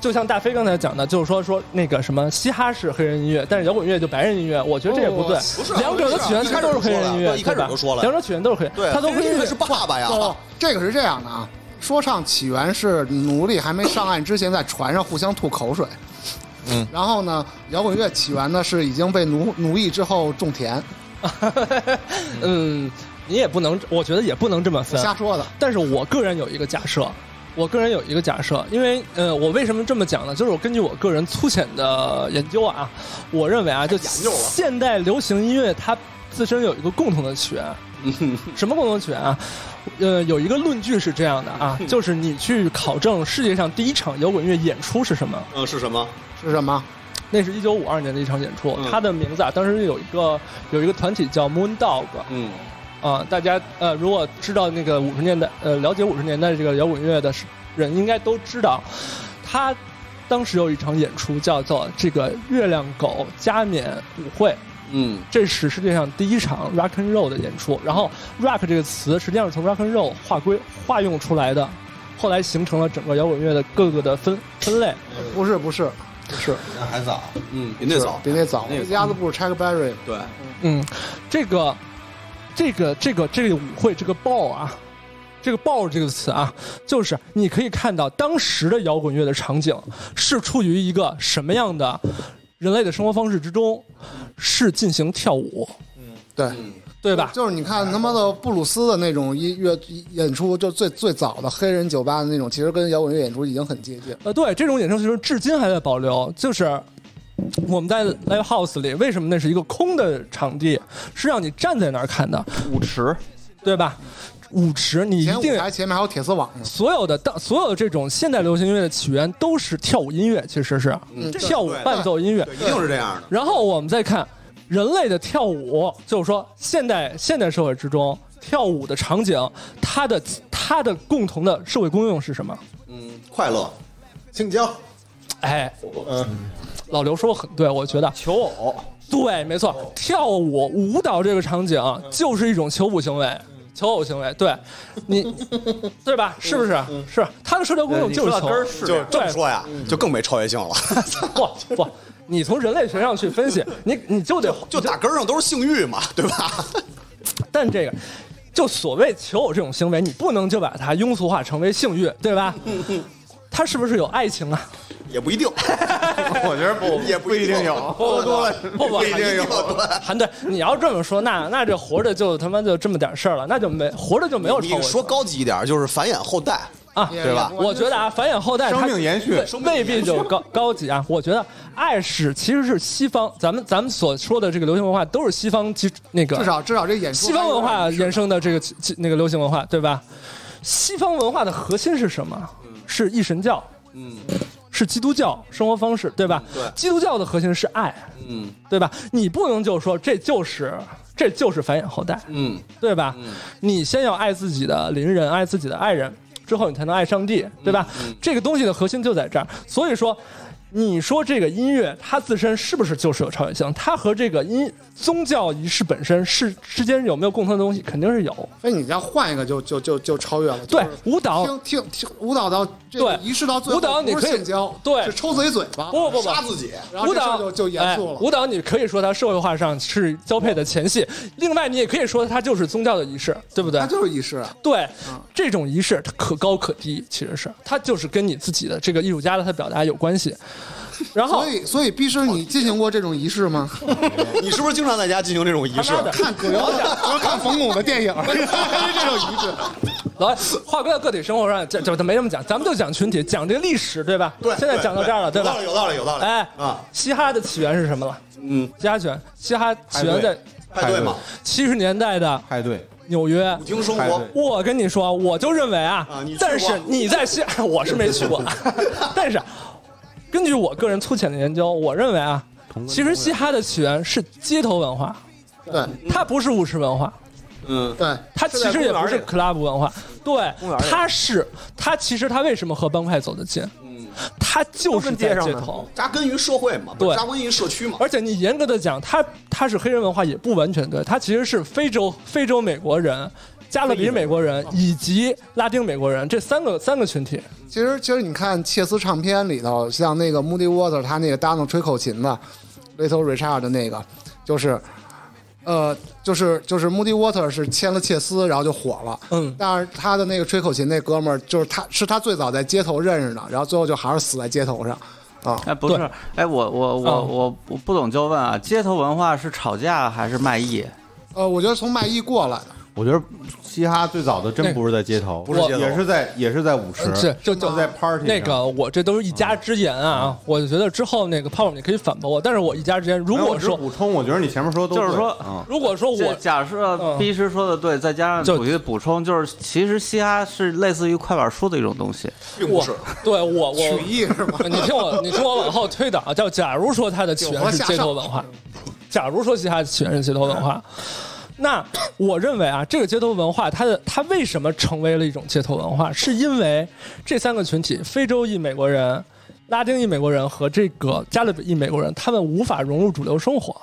就像大飞刚才讲的，就是说说那个什么嘻哈是黑人音乐，但是摇滚乐就白人音乐，我觉得这也不对，不哦是啊两者的起源它都是黑人音乐，一开始对吧就说了两者起源都是黑，对啊它都黑黑人人音乐乐是爸爸呀哦这个是这样的啊，说唱起源是奴隶还没上岸之前在船上互相吐口水。嗯，然后呢，摇滚乐起源呢是已经被奴奴役之后种田，嗯，你也不能，我觉得也不能这么分。瞎说的。但是我个人有一个假设，我个人有一个假设，因为呃，我为什么这么讲呢？就是我根据我个人粗浅的研究啊，我认为啊，就现代流行音乐它自身有一个共同的起源，什么共同起源啊？呃，有一个论据是这样的啊，就是你去考证世界上第一场摇滚乐演出是什么。嗯，是什么？是什么？那是一九五二年的一场演出，它的名字啊，当时有一个有一个团体叫 Moon Dog，嗯，啊，大家呃，如果知道那个五十年代，呃，了解五十年代这个摇滚乐的呃人，应该都知道，他当时有一场演出叫做这个月亮狗加冕舞会，嗯，这是世界上第一场 rock and roll 的演出。然后 rock 这个词实际上是从 rock and roll 划归化用出来的，后来形成了整个摇滚乐的各个的分分类。不是不是，是那还早，嗯，比那早，比那早那个。鸭子不是 Chuck Berry，对，嗯，这个，这个，这个，这个舞会，这个 ball 啊，这个 ball 这个词啊，就是你可以看到当时的摇滚乐的场景是处于一个什么样的人类的生活方式之中，是进行跳舞，对对吧？就是你看他妈的布鲁斯的那种音乐演出，就最最早的黑人酒吧的那种，其实跟摇滚乐演出已经很接近。呃，对，这种衍生形式至今还在保留，就是。我们在 live house 里，为什么那是一个空的场地？是让你站在那儿看的，舞池，对吧？舞池你一前定舞台前面还有铁丝网呢。所有的当所有的这种现代流行音乐的起源都是跳舞音乐，其实是、跳舞伴奏音乐。一定是这样的。然后我们再看人类的跳舞，就是说现代现代社会之中跳舞的场景，它的它的共同的社会功用是什么？嗯，快乐，青椒，哎，老刘说的很对，我觉得求偶，对，没错，跳舞舞蹈这个场景就是一种求舞行为。求偶行为，对你， <laughs> 对吧？是不是？是它的社交功啊用就是求偶。就是这么对说呀，就更没超越性了。 <laughs> <laughs> 不不，你从人类学上去分析，你你就得就打根儿上都是性欲嘛，对吧？但这个，就所谓求偶这种行为，你不能就把它庸俗化成为性欲，对 <laughs> 吧？它是不是有爱情啊？也不一定，我觉得不 <laughs> 也不一定有，不多了不不不一定有，韩队，啊你要这么说，那那这活着就他妈就这么点事儿了，那就没活着就没有你超过说高级一点，就是繁衍后代，啊，对吧？我觉得啊，繁衍后代它，生命延续对未必就高高级啊。我觉得爱是其实是西方，咱们咱们所说的这个流行文化都是西方基那个至少至少这演出西方文化衍生的这个这那个流行文化，对吧？西方文化的核心是什么？是一神教，是基督教生活方式，对吧？基督教的核心是爱，嗯对吧？你不能就说这就是这就是繁衍后代，嗯，对吧？你先要爱自己的邻人，爱自己的爱人，之后你才能爱上嗯帝，对吧？这个东西的核心就在这儿。所以说，你说这个音乐它自身是不是就是有超越性？它和这个音宗教仪式本身是之间有没有共同的东西？肯定是有。所哎以你要换一个就就就就超越了。就对是，舞蹈听听听舞蹈到这个哦对仪式到最后舞蹈你不是可以性交，对是抽自己嘴巴，不不不杀自己，然后舞这事蹈儿就就严肃了哎。舞蹈你可以说它社会化上是交配的前戏，另外你也可以说它就是宗教的仪式，对不对它？就是仪式，啊对，这种仪式它可高可低，其实是它就是跟你自己的这个艺术家的他表达有关系。然后所以所以必师，你进行过这种仪 <laughs> 式吗？你是不是经常在家进行这种仪式他妈？的看葛优的， <laughs> 我看冯巩的电影， <laughs> 这种仪式。来，话归到个体生活上，这这这没这么讲，咱们就讲群体，讲这历史，对吧？对，现在讲到这儿了，对有吧道？理，有道理，有道理。哎，啊，嘻哈的起源是什么了？嗯，嘻哈起源，嘻哈起源在派对嘛，七十年代的派对，纽约舞。厅生派活对，我跟你说，我就认为啊，啊你去过但是你在西， <laughs> 我是没去过，但是根据我个人粗浅的研究，我认为啊，其实嘻哈的起源是街头文化，对它不是舞池文化，嗯，对，它其实也不是 club 文化，对公园，里它是它其实它为什么和帮派走得近？它都就是在跟街街上头，扎根于社会嘛，对扎根于社区嘛。而且你严格的讲，它它是黑人文化也不完全对，它其实是非洲非洲美国人加勒比美国人以及拉丁美国人这三个三个群体。其实其实你看切斯唱片里头，像那个 Moody Water 他那个搭档吹口琴的 Little Richard 的那个，就是。呃，就是就是 Moody Water 是签了切斯，然后就火了。嗯，但是他的那个吹口琴那哥们儿，就是他是他最早在街头认识的，然后最后就还是死在街头上。啊，哎，不是，哎，我我我、嗯我我不懂就问啊，街头文化是吵架还是卖艺？呃，我觉得从卖艺过来的，我觉得嘻哈最早的真不是在街头，不是街头嗯也是在也是在舞池，是就就就在 party 那上个，我这都是一家之言啊！我觉得之后那个泡泡你可以反驳我，但是我一家之言，如没有果哎我只说补充，我觉得你前面说的都就是对说嗯，如果说我这假设嗯毕师说的对，再加上主席的补充，就是其实嘻哈是类似于快板书的一种东西。并不是，对我我曲艺是吗？你听我，你听我往后推导啊，叫假如说它的起源是街头文化，假如说嘻哈起源是街头文化，那我认为啊，这个街头文化它的它为什么成为了一种街头文化，是因为这三个群体——非洲裔美国人、拉丁裔美国人和这个加勒比裔美国人，他们无法融入主流生活。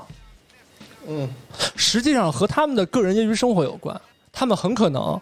嗯，实际上和他们的个人业余生活有关，他们很可能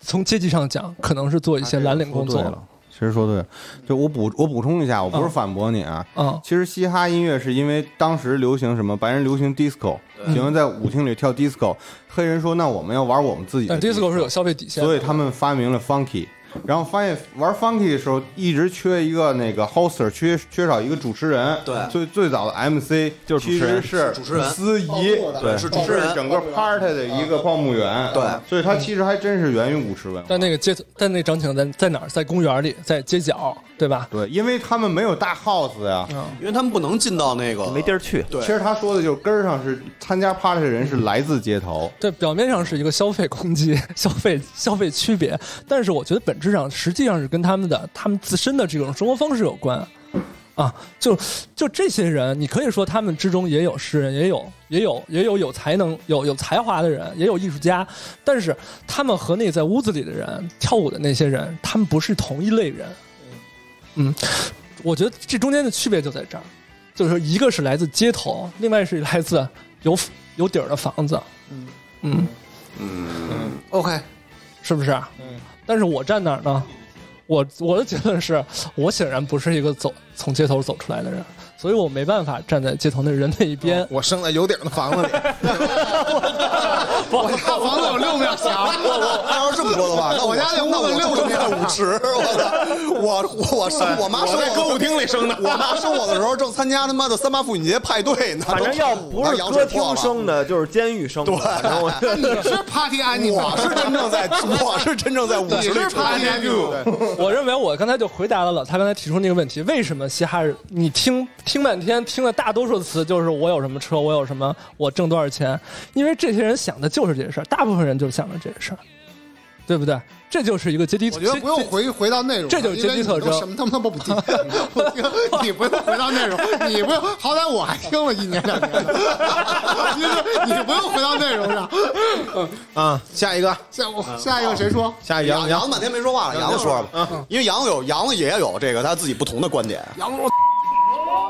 从阶级上讲，可能是做一些蓝领工说作对。了。其实说对了，就我补我补充一下，我不是嗯反驳你啊。嗯其实嘻哈音乐是因为当时流行什么，白人流行 disco，喜嗯欢在舞厅里跳 disco，黑人说那我们要玩我们自己的但 disco 是有消费底线的，所以他们发明了 funky。然后发现玩 funky 的时候，一直缺一个那个 hoster，缺缺少一个主持人。对最最早的 MC 就是主持其人实是主持人哦司仪报幕的，对，是主持人哦是整个 party 的一个报幕员。对，所以它其实还真是源于舞池文化。但那个街头，但那张景在在哪儿？在公园里，在街角，对吧？对，因为他们没有大 house 呀，嗯因为他们不能进到那个没地儿去。对其实他说的就是根儿上是参加 party 的人是来自街头，对，表面上是一个消费攻击、消费消费区别，但是我觉得本质上实际上是跟他们的他们自身的这种生活方式有关。啊，就就这些人，你可以说他们之中也有诗人，也有也有也有有才能、有有才华的人，也有艺术家，但是他们和那在屋子里的人跳舞的那些人，他们不是同一类人。嗯，我觉得这中间的区别就在这儿，就是说一个是来自街头，另外是来自有有底儿的房子。嗯嗯，嗯 OK，是不是？嗯。但是我站哪儿呢？我我的结论是我显然不是一个走从街头走出来的人，所以我没办法站在街头那人那一边。我生在有顶的房 <laughs> 子里，我家房子有六面墙。要是这么说 <laughs> 的话，那我家那那屋子我六就十生面在舞池，我操我我我哎生我妈生我我妈生我的时候正参加他妈的三八妇女节派对呢，反正要不是歌厅生嗯的，就是监狱生的。反正我 <laughs> 你是 Party Animal，我是真 <laughs> 正在，我是真正在舞池里你是 Party Animal， <laughs> 我认为我刚才就回答了老他刚才提出那个问题，为什么嘻哈人？你听听半天，听了大多数词就是我有什么车，我有什么，我挣多少钱？因为这些人想的就是这些事儿，大部分人就想着这些事儿，对不对？这就是一个阶梯。我觉得不用回回到内容了，啊这就是阶级特征因为你都什么他妈都不 <laughs> 听，不听你不用回到内容，你不用，好歹我还听了一 <laughs> 年两年，就是你不用回到内容上。嗯啊，下一个，下我下一个谁说？ <laughs> 下一个哎杨杨杨子半天没说话了，杨子说嗯吧，因为杨子有杨子也有这个他自己不同的观点。杨子说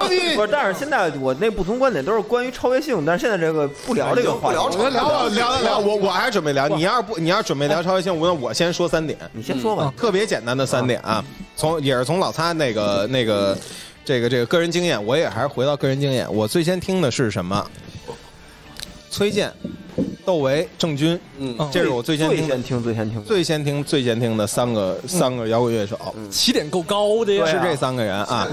不是，但是现在我那不同观点都是关于超越性，但是现在这个不聊这个话题，不聊聊聊聊，我我还是准备聊。你要是不，你要是准备聊超越性，我那我先说三点，你先说吧。特别简单的三点啊，从也是从老擦那个那个这个这个个人经验，我也还是回到个人经验。我最先听的是什么？崔健、窦唯、郑钧，嗯这是我最先最听的先。听，最先听。最先听、最先听的三个三个摇滚乐手，起点够高的呀，对是啊这三个人啊。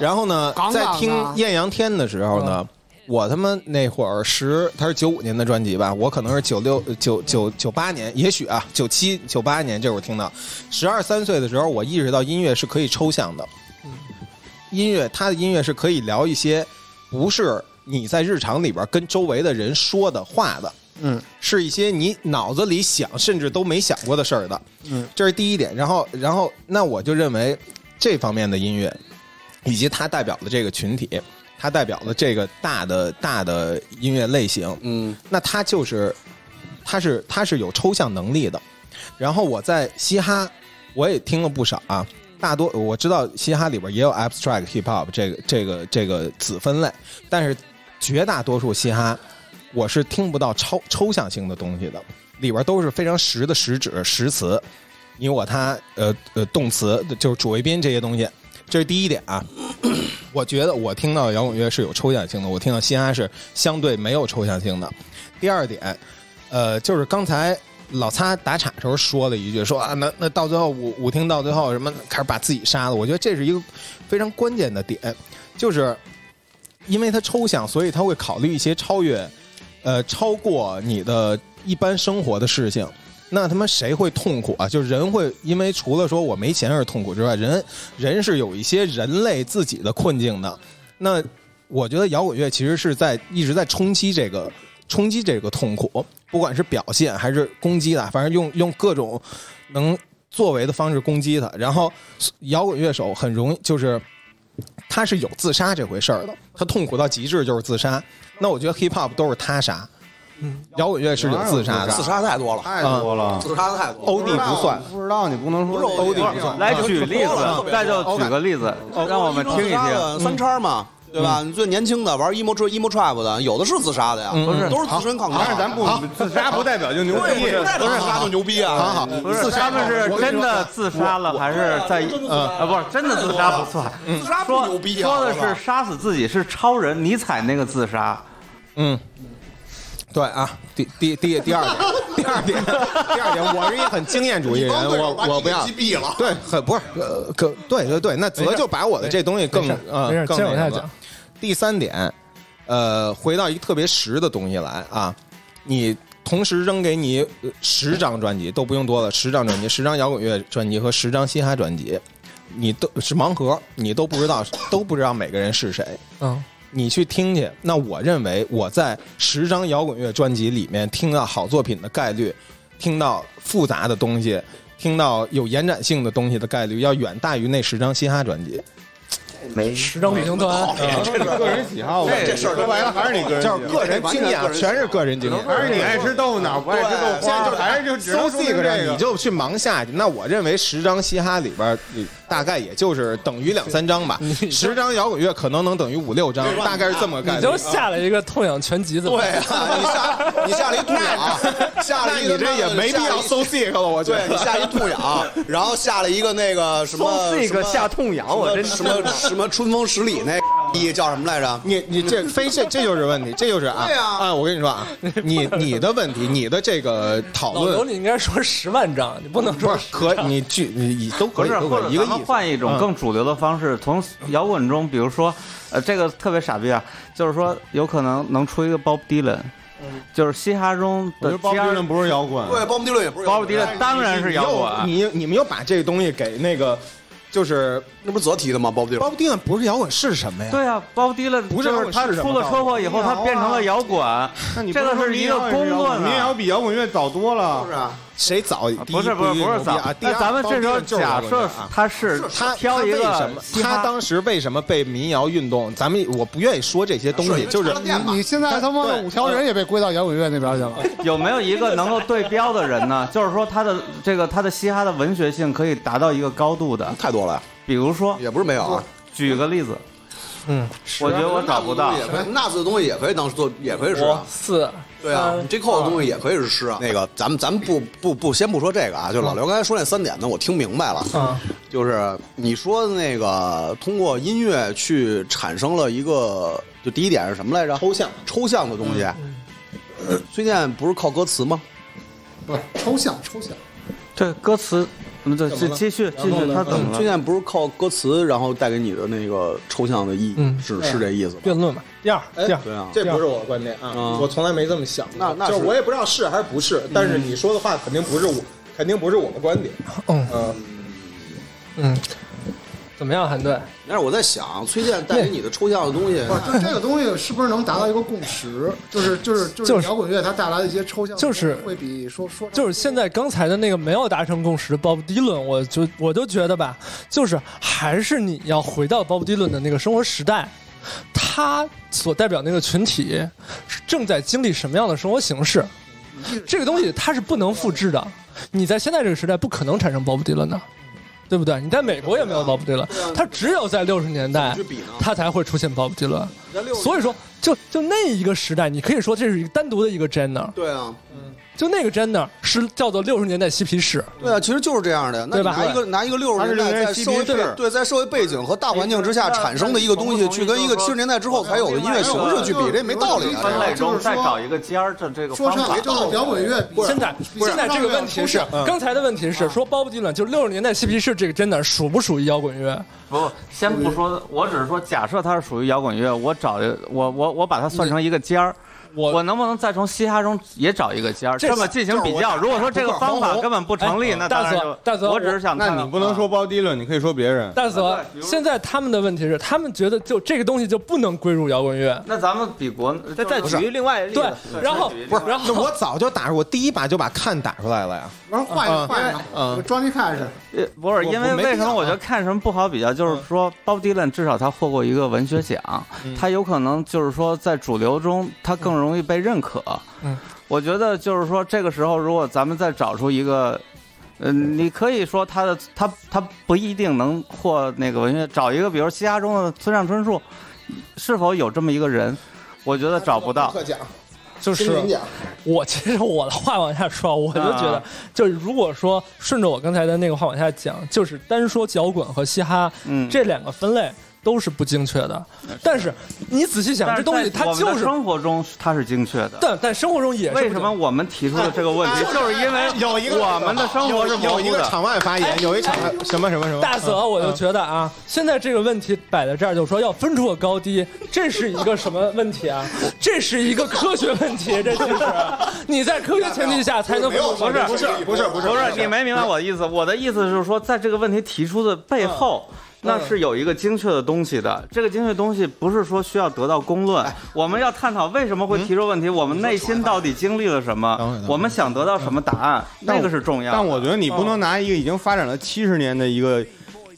然后呢杠，杠在的听《艳阳天》的时候呢，我他妈那会儿十，他是九五年的专辑吧，我可能是九六、九九九八年，也许啊，九七、九八年这会儿听到。十二三岁的时候，我意识到音乐是可以抽象的，音乐他的音乐是可以聊一些不是你在日常里边跟周围的人说的话的。嗯，是一些你脑子里想甚至都没想过的事儿的，嗯，这是第一点。然后，然后那我就认为这方面的音乐，以及它代表的这个群体，它代表的这个大的大的音乐类型，嗯，那它就是，它是它是有抽象能力的。然后我在嘻哈，我也听了不少啊。大多我知道嘻哈里边也有 abstract hip hop 这个这个这个子分类，但是绝大多数嘻哈我是听不到抽抽象性的东西的，里边都是非常实的实指实词，你我他呃呃动词就是主谓宾这些东西，这是第一点啊。我觉得我听到摇滚乐是有抽象性的，我听到嘻哈是相对没有抽象性的。第二点，呃，就是刚才老擦打岔时候说了一句，说啊，那那到最后舞舞厅啊到最后什么开始把自己杀了，我觉得这是一个非常关键的点，就是因为它抽象，所以他会考虑一些超越，呃，超过你的一般生活的事情。那他妈谁会痛苦啊？就是人会，因为除了说我没钱而痛苦之外，人人是有一些人类自己的困境的。那我觉得摇滚乐其实是在一直在冲击这个冲击这个痛苦，不管是表现还是攻击它，反正用用各种能作为的方式攻击它。然后摇滚乐手很容易就是他是有自杀这回事儿的，他痛苦到极致就是自杀。那我觉得 hip hop 都是他杀。摇滚乐是嗯有自杀的，啊自杀太多了，哎太多了，自杀太多了。嗯欧弟不算，不知道你不能说欧弟不算。啊来举例子，那就举个例子，哦让哦我们听一的听。三叉嘛，对吧？你最年轻的玩 emo tr- emo trap 的，有的是自杀的呀，不是都是自身抗争。但是咱不自杀不代表就牛逼，不是自杀就牛逼啊！好好，不是，他们是真的自杀了，还是在啊？不是真的自杀不算，自杀不嗯说牛逼啊！说的我告诉是你杀死自己，是超人尼采那个自杀。嗯，对啊，第第第第二点，第二点，第二点，我是一个很经验主义人，我我不要击毙了。对，很不是，呃，可对对对，那泽就把我的这东西更没事呃没事更接那着往下个了讲第三点，呃，回到一个特别实的东西来啊，你同时扔给你呃十张专辑都不用多了，十张专辑，十张摇滚乐专辑和十张嘻哈专辑，你都是盲盒，你都不知道都不知道每个人是谁，嗯，你去听去。那我认为我在十张摇滚乐专辑里面听到好作品的概率，听到复杂的东西，听到有延展性的东西的概率，要远大于那十张嘻哈专辑。十张旅行团，个人喜好吧，这事儿说白了还是你个人喜就好，是个人经验啊，全是个人经验。还是你爱吃豆腐脑，不爱吃豆对花，还是就只能搜说四明个这人，你个。就去盲下去。那我认为十张嘻哈里边，你大概也就是等于两三张 <laughs> 吧。十张摇滚乐可能能等于五六张，大概是这么个概你率就。下了一个痛痒全集，怎么啊对办？啊，你下你下了一兔啊痒，下 <laughs> 那了一你个这也没必要搜 sick 了，我觉对得你。下一兔痒，然后下了一个那个什么这个什么下痛痒，我真什么什么春风十里那一叫什么来着？你你这非这这就是问题，这就是啊对啊我跟你说啊，你你的问题，你的这个讨老刘，论你应该说十万张，你不能不说是可你去你你都不可以是，都或可者以一个咱意们思。嗯换一种更主流的方式，从摇滚中，比如说，呃，这个特别傻逼啊，就是说有可能能出一个 Bob Dylan，就是嘻哈中我的觉得包尖儿皮人不是摇滚，对，鲍勃迪伦也不是哎 Bob Dylan 当然是摇滚啊，你你们又把这个东西给那个，就是那不是泽提的吗？鲍勃迪伦包丁不是摇滚是什么呀？对啊，Bob Dylan 不是就摇是滚他是什出么了车祸以后，他变啊成了摇滚，那你不这能个说是一民个谣也是公摇滚论民谣啊。比摇滚乐早多了，是啊，谁早？第一不是不是一定不是牛逼早啊！，第那二咱们包这时候丁就是假摇滚乐设啊他是他挑一他为个什么嘻他哈当时为什么被民谣运动？咱们我不愿意说这些啊东西，就是你你现在他妈的五条人也被归到摇滚乐那边去了，有没有一个能够对标的人呢？就是说他的这个他的嘻哈的文学性可以达到一个高度的，太多了呀，比如说，也不是没有啊。举个例子，嗯，我觉得我找不到。纳子的东西也可以当做，也可以是啊五。四，对啊三，J Cole 的东西也可以是诗啊。那个，咱们咱们不不不，先不说这个啊，就老刘刚才说那三点呢，我听明白了。嗯，就是你说的那个通过音乐去产生了一个，就第一点是什么来着？抽象，抽象的东西。呃崔健不是靠歌词吗？不是抽象抽象，这歌词，嗯，对，继继续继续，他怎么崔了？健不是靠歌词，然后带给你的那个抽象的意义，嗯是是这意思吗？辩论嘛，第二，第二，对啊，这不是我的观点啊嗯，我从来没这么想过。那那是就是我也不知道是还是不嗯是，但是你说的话肯定不是我，肯定不是我的观点。嗯嗯，嗯，怎么样，韩队？但是我在想，崔健带给你的抽象的东西，不是就这个东西是不是能达到一个共识？就是就是就就是是摇滚乐它带来的一些抽象的东西，就是会比说说就是现在刚才的那个没有达成共识的 Bob Dylan，我就我就觉得吧，就是还是你要回到 Bob Dylan 的那个生活时代，他所代表那个群体是正在经历什么样的生活形式，这个东西它是不能复制的。你在现在这个时代不可能产生 Bob Dylan 的，对不对？你在美国也没有鲍勃迪伦对啊，他只有在六十年代怎么去比呢，他才会出现鲍勃迪伦。所以说，就就那一个时代，你可以说这是一个单独的一个 genre，对啊，就那个 genre 是叫做六十年代嬉皮士。对啊，其实就是这样的。那你嗯对吧哎拿一个拿一个六十年代在社会它是六十年代嬉皮士背对在社会背景和大环境之下产生的一个东西，去跟一个七十年代之后才有的音乐形式去比，这没道理啊！分类这个中再找一个尖儿的这个说方唱法也。就是摇滚乐比，现在现在这个问题是，刚才的问题是说鲍勃迪伦就是六十年代嬉皮士这个 genre 属不属于摇滚乐？不，先不说，我只是说，假设它是属于摇滚乐，我找我我我把它算成一个尖儿。我我能不能再从嘻哈中也找一个尖儿，这这么进行比较？如果说这个方法根本不成立，哎那大当然泽就大泽我只我是想看那看。你不能说包迪伦，你可以说别人。大泽，现在他们的问题是，他们觉得就这个东西就不能归入摇滚乐。那咱们比国，再再举一另外一例对子，，然后对不是，然那后我早就打，我第一把就把看打出来了呀。玩换啊一个换一个，Johnny Cash，呃不是，因为为什么我觉得看什么不好比较，就是说鲍迪伦至少他获过一个文学奖，他有可能就是说在主流中他更容易被认可。嗯，我觉得就是说这个时候，如果咱们再找出一个。嗯，你可以说他的他他不一定能获那个文学，找一个比如嘻哈中的村上春树，是否有这么一个人？我觉得找不到。特奖，就是奖，我其实我的话往下说，我就觉得啊，就是如果说顺着我刚才的那个话往下讲，就是单说摇滚和嘻哈嗯，这两个分类都是不精确的。但是你仔细想，但这是东西在它我们的就是，生活中它是精确的。但但生活中也是不为精什么我们提出的这个问题， <laughs> 就是因为有一个我们的生活是模糊有的哎一个场外发言，有一场外什么什么什么。大泽，嗯我就觉得啊，现在这个问题摆在这儿，就说要分出个高低，这是一个什么问题啊？这是一个科学问题，这其实你在科学前提下才能分出高低不是不是不不是你没明白我的意思，我的意思是说，在这个问题提出的背后。那是有一个精确的东西的，这个精确东西不是说需要得到公论，我们要探讨为什么会提出问题，我们内心到底经历了什么等会儿等会，儿我们想得到什么答案，但那个是重要的。但我觉得你不能拿一个已经发展了七十年的一个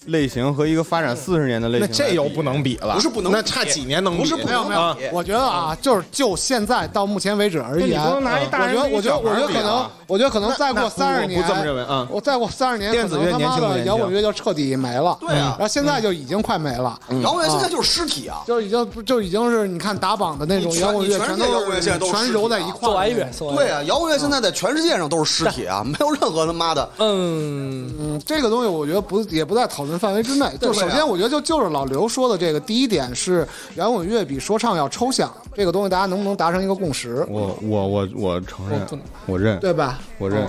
类型和一个发展四十年的类那型来比，这又不能比了，不是不能比那差几年能比？不是 <laughs> 不没有没有，我觉得啊，就是就现在到目前为止而那你啊言，不能拿一大我人觉得跟一我觉得小我孩觉得比可能啊，我觉得可能再那过我三十年，我不这么认为啊我再过三十年，电子乐可能他妈年轻不的年轻摇滚乐就彻底没了。对啊然后现在就已经快没了，嗯摇滚乐现在就是尸体啊！就已经就已经是你看打榜的那种你全摇滚乐，你全世界摇滚都乐现在都是全实体揉在的一块做儿完的一那种。遍，做完一对遍。啊，摇滚乐现在在全世界上都是尸体啊，没有任何他妈的嗯，嗯，这个东西我觉得不也不在讨论范围之内。就首先，我觉得就就是老刘说的这个第一点是摇滚乐比说唱要抽象，这个东西大家能不能达成一个共识，我我我我承认我不能，我认，对吧？我认。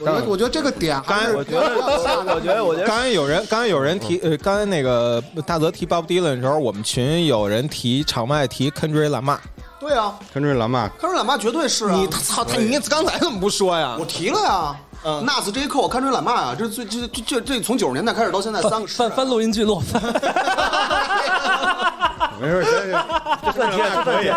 我觉得我觉得这个点还是哦刚才我比较大的我觉得，我觉 <laughs> 得刚才有人，刚才有人提，呃，刚才那个大泽提 Bob Dylan 的时候，我们群有人提场外提 Kendrick Lamar，对啊，跟着蓝马，看出来懒妈绝对是啊！你操他，你刚才怎么不说呀我？提了呀。嗯纳斯 J Cole、看出来懒妈呀，这最这这这这从九十年代开始到现在三个时翻翻 <laughs> 录音记录，翻没事，真是 <laughs> 问题是可以，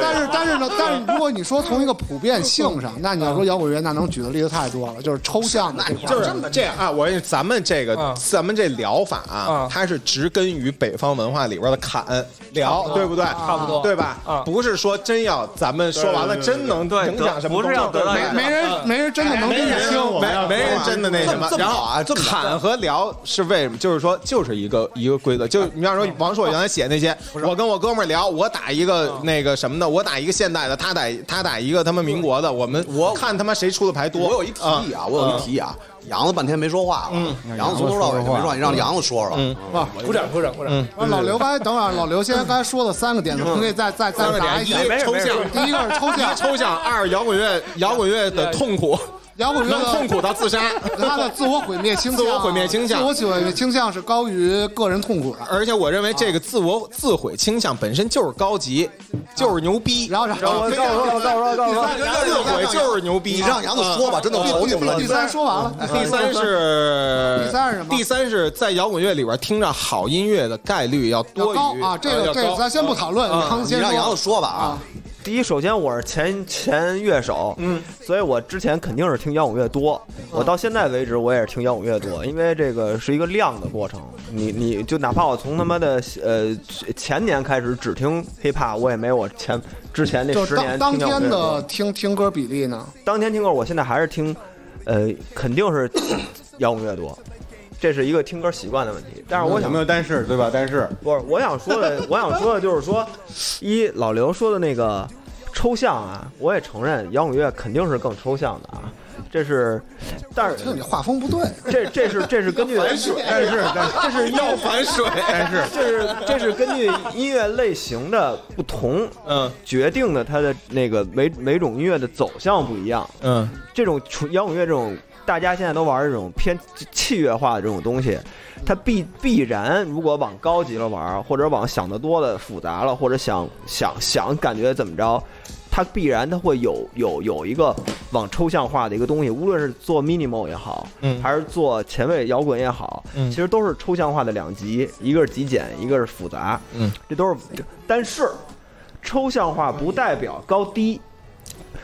但是但是 <laughs> 呢，但是如果你说从一个普遍性上，那你要说摇滚乐，那能举的例子太多了，就是抽象的这块儿。就是这样啊，我咱们这个、嗯咱们这疗法啊，嗯它是植根于北方文化里边的砍聊，对不对？差不多对吧？嗯不是说真要咱们说完了真能对影响什么不东是西，要得到一没个没人没人真的哎能听得清我们没没人真的那什么这么这。么然好后啊这么砍和聊是为什么？就是说，就是一个一个规则。啊就你比方说王朔原来写那些，我跟我哥们儿聊，我打一啊个那个什么的，我打一个现代的，他打他打一个他妈民国的，我们我看他妈谁出的牌多。我有一提议啊，我有一提议啊，杨子半天没说话了，杨子从头到尾就没说话，你让杨子说说吧。鼓掌鼓掌鼓掌。不是老刘刚才等会儿，老刘先刚才说了三个点，我们可以再再再答一下。一抽象，第一个是抽象，抽象；二摇滚乐，摇滚乐的痛苦，摇滚乐能的痛苦到自 <laughs> 杀。他的自我毁灭倾向，自我毁灭倾向自我毁灭倾向是高于个人痛苦的。而且我认为这个自我自毁倾向本身就是高级，就是牛逼。然后，然后啊告诉我，告诉我，告诉我，告诉我，自毁就是牛逼。你让杨子说吧，真的我投你们了。第你三说完了，第三是 <laughs> 第三是什么第三是在摇滚乐里边听着好音乐的概率要要多高于啊，这呃个要这个高嗯咱先不讨论，刚你先让杨说子。说吧啊，第一，首先我是前前乐手，嗯，所以我之前肯定是听摇滚乐多。嗯我到现在为止，我也是听摇滚乐多，因为这个是一个量的过程。你你就哪怕我从他妈的呃前年开始只听 hiphop，我也没我前之前那就十当年当听摇滚天乐多的听听歌比例呢？当天听歌，我现在还是听，呃，肯定是 <coughs> 摇滚乐多。这是一个听歌习惯的问题。但是我有想没有但是对吧？<laughs> 但是不是，我想说的，我想说的就是说， <laughs> 一老刘说的那个抽象啊，我也承认摇滚乐肯定是更抽象的啊，这是，但是就你画风不对，这这是这是根据，反水哎但是这是要 <laughs> 反 <laughs> 水但是这是这是根据音乐类型的不同，嗯，决定的它的那个每每种音乐的走向不一样，嗯，这种纯摇滚乐这种，大家现在都玩这种偏器乐化的这种东西，它必必然如果往高级了玩，或者往想得多的复杂了，或者想想想感觉怎么着。它必然它会有有有一个往抽象化的一个东西，无论是做 minimal 也好，嗯还是做前卫摇滚也好，嗯其实都是抽象化的两极，一个是极简，一个是复杂，嗯，这都是，但是抽象化不代表高低，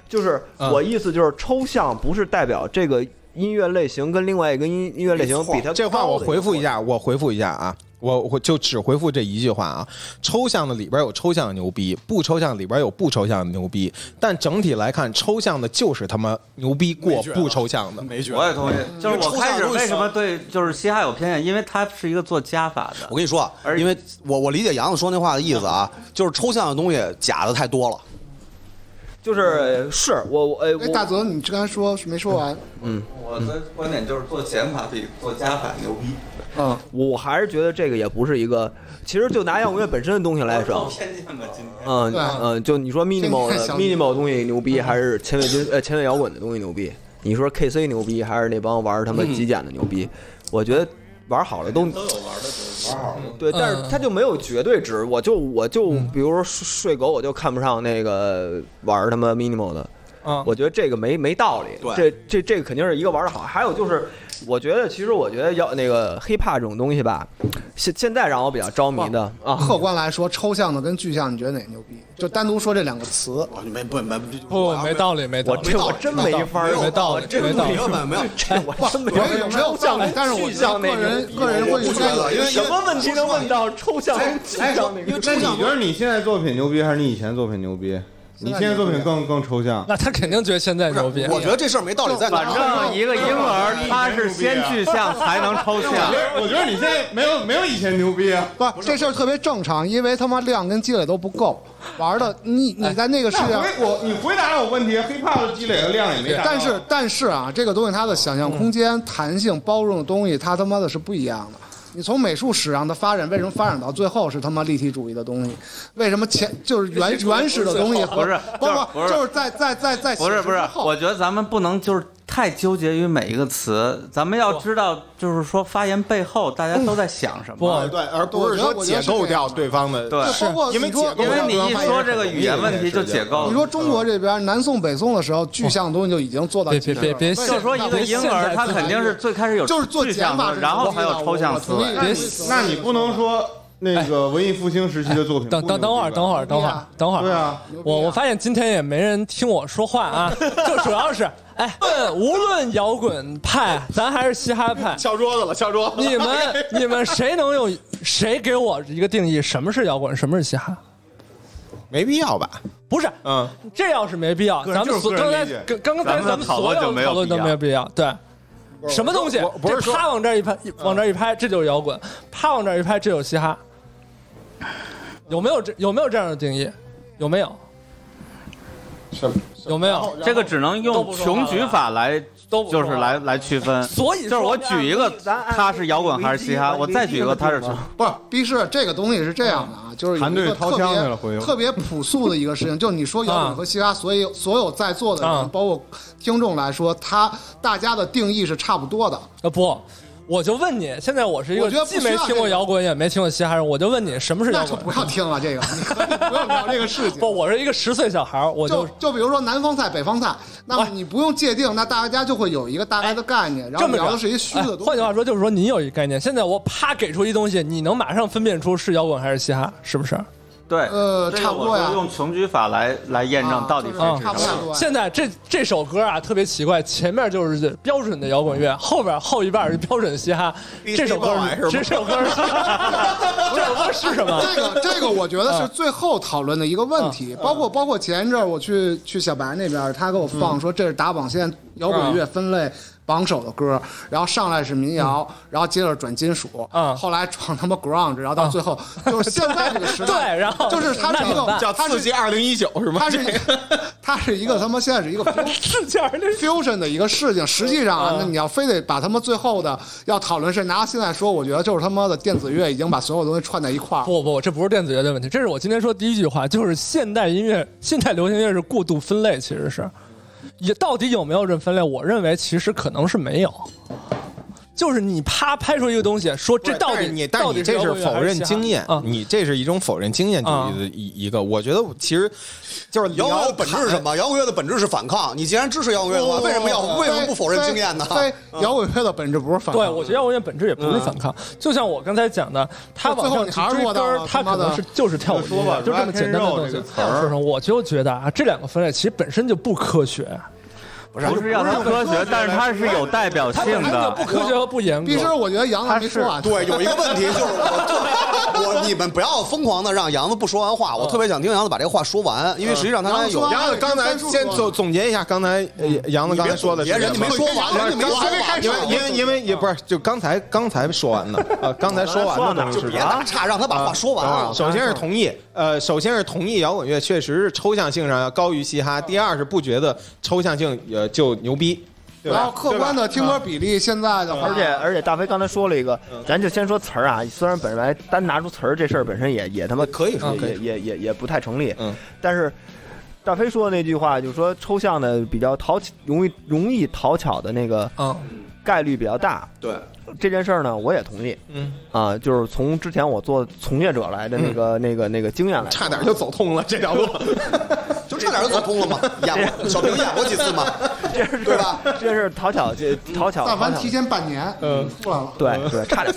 就是嗯我意思就是抽象不是代表这个音乐类型跟另外一个音音乐类型比它哎这话高我的回复一下，我回复一下啊，我我就只回复这一句话啊。抽象的里边有抽象的牛逼，不抽象里边有不抽象的牛逼，但整体来看，抽象的就是他妈牛逼过不抽象的。没觉我得。也同意，就是我开始为什么对就是嘻哈有偏见，因为它是一个做加法的我。跟你说啊，而因为我我理解杨子说那话的意思啊，就是抽象的东西假的太多了。就是是我我呃哎，我大泽，你刚才说没说完？我的观点就是做减法比做加法牛逼。嗯，我还是觉得这个也不是一个，其实就拿摇滚乐本身的东西来哦说，偏见吧，今天。嗯对啊嗯，就你说 minimal 现在的想 minimal 的东西牛逼，还是前卫金呃前卫摇滚的东西牛逼？你说 KC 牛逼，还是那帮玩儿他妈极简的牛逼？我觉得玩好了都都有玩的玩好了。对，但是他就没有绝对值。我就我就比如说睡睡狗，我就看不上那个玩儿他妈 minimal 的。嗯我觉得这个没没道理。对这这这个肯定是一个玩的好。还有就是，我觉得其实我觉得要那个 hiphop 这种东西吧，现现在让我比较着迷的啊，嗯客观来说，抽象的跟具象，你觉得哪个牛逼？就单独说这两个词，我没不没不，没道理，没道我理，这我真没法儿没道理，没哎没道理。有没有，这我真没没有没有道理，但是我具象个那人个人会不应觉该有得，因为什么问题能问到抽象跟具 <laughs> 哎象那个？因为抽那你象觉得你现在作品牛逼，还是你以前作品牛逼？你现在作品啊更更抽象。那他肯定觉得现在牛逼。我觉得这事儿没道理在哪反儿。正一个婴儿他是先具象才能抽象。我觉得你现在没有没有以前牛逼啊。不，这事儿特别正常，因为他妈量跟积累都不够，玩的你哎你在那个世界那。上回我你回答了我问题，hiphop 的积累的量也没达到但是但是啊，这个东西它的想象嗯空间、弹性、包容的东西，它他妈的是不一样的。你从美术史上的发展，为什么发展到最后是他妈立体主义的东西？为什么前就是原原始的东西和不是包不括是就是在在在在不是不是写之，后我觉得咱们不能就是太纠结于每一个词，咱们要知道，就是说发言背后大家都在想什么。对，而不是说解构掉对方的。对， <laughs> 就包括因为你说解构因为你一说这个语言问题就解构你了。说中国这边南宋北宋的时候，具象的东西就已经做到别极别致别了别，就说一个婴儿，他肯定是最开始有就是做具减象法的，是然后牛逼才的有抽象思别维。啊我同意那你不能说那个文艺复兴时期的作品不牛等逼吧。等等会儿，等会儿，等会儿，等会儿。对啊，我我发现今天也没人听我说话啊， <laughs> 就主要是，哎，无论摇滚派，咱还是嘻 <laughs> 哈派，敲桌子了，敲桌你们你们谁能用谁给我一个定义，什么是摇滚，什么是嘻哈？没必要吧？不是，嗯，这要是没必要，咱们所个刚人才理解刚刚才咱们的咱们讨所论有就的没有讨论都必要没有必要，对。什么东西？我不是这说啪往这儿一拍，一往这儿一拍，这就是摇滚；啪往这儿一拍，这就是嘻哈。有没有这有没有这样的定义？有没有？有没有？这个只能用穷举法来，都不说就是来来区分。所以就说是我举一个咱按，他是摇滚还是嘻哈，维基我再举一个，他是维基的地方不是，逼是这个东西是这样的啊，就是有一韩队个掏特枪去了回别头特别朴素的一个事情，就是你说摇啊滚和嘻哈，所以所有在座的啊人，包括听众来说，他大家的定义是差不多的。啊不，我就问你，现在我是一我觉个得既不需要没听过摇滚也没听过嘻哈人，我就问你什么是那摇就滚？不要听了， <laughs> 这个你可以不要聊这个事情。不，我是一个十岁小孩儿，我就就就比如说南方菜、北方菜，那么哎你不用界定，那大家就会有一个大概的概念，然这后么着聊的是一虚的哎东换句西。话说，就是说你有一概念，现在我啪给出一东西，你能马上分辨出是摇滚还是嘻哈，是不是？对，呃这个差不多呀我就用穷举法来来验证啊到底就是是谁啊是差不什太么。多。现在这这首歌啊特别奇怪，前面就是标准的摇滚乐，后边后一半是标准嘻哈。嗯这首歌是这首歌是这首歌是 <laughs> 什么？这个这个，我觉得嗯是最后讨论的一个问题，包括包括前一阵儿我去去小白那边儿，他给我放说这是打榜现在摇滚乐分类榜首的歌，然后上来是民谣，嗯然后接着转金属，后来闯他妈 grunge，然后到最后就是现在这个时代，嗯 <laughs> 对然后就是它是一那怎么个 <laughs> 办叫它刺是激二零一九啊是吗？它是一个它是一个他妈现在是一个自家人 fusion 的一个事情。实际上嗯啊，那你要非得把他们最后的要讨论是拿到现在说，我觉得就是他妈的电子乐已经把所有东西串在一块儿。不不，这不是电子乐的问题，这是我今天说的第一句话，就是现代音乐、现代流行乐是过度分类，其实是也到底有没有这分类？我认为其实可能是没有，就是你啪拍出一个东西，说这到但底是你，但是到你底这摇是啊滚乐否还是认嘻哈经验啊，？你这是一种否认经验主义的一一个。我觉得其实就是摇滚乐聊的本质是什么？摇滚乐的本质是反抗。你既然支持摇滚乐的话，为什么要为什么不否认经验呢？嗯哦对，对摇滚乐的本质不是反对，抗。我觉得摇滚乐本质也不是反抗，就像我刚才讲的，他最往后上你去还是追落根到儿了，他他妈可能的是就是跳舞就音说吧乐，就这么 rock and 简单的 roll 东西这个。词但我儿说实话我就觉得啊，这两个分类其实本身就不科学，不是要它科学，但是它是有代表它本性身就不的。科学和不严格。毕生，我觉得杨子没说完。对，有一个问题就是我特我你们不要疯狂的让杨子不说完话，我特别想听杨子把这个话说完，因为实际上他还杨子说有完杨子刚才先总总结一下刚才呃杨子刚才说的是别什人么你没说完，人家没说完，因为因为因为也不是，就刚才刚才说完的啊，刚才说完的东西是别打岔，让他把话说完啊，啊。首先是同意，呃，首先是同意摇滚乐确实是抽象性上要高于嘻哈。第二是不觉得抽象性呃就牛逼，对然后吧？客观的嗯听歌比例，现在的话，而且而且，大飞刚才说了一个，咱就先说词儿啊。虽然本来单拿出词儿这事儿本身也也他妈可以说也可以也也也也不太成立。嗯，但是大飞说的那句话，就是说抽象的比较讨巧容易容易讨巧的那个嗯，概率比较大。对这件事儿呢，我也同意。嗯啊，就是从之前我做从业者来的那个那个那个经验来说，差点就走通了这条路。就差点就走通了嘛，演过小明演过几次嘛，这是对吧？这是讨巧，这讨巧，但讨凡巧提前半年，嗯，出来了。对对，差点。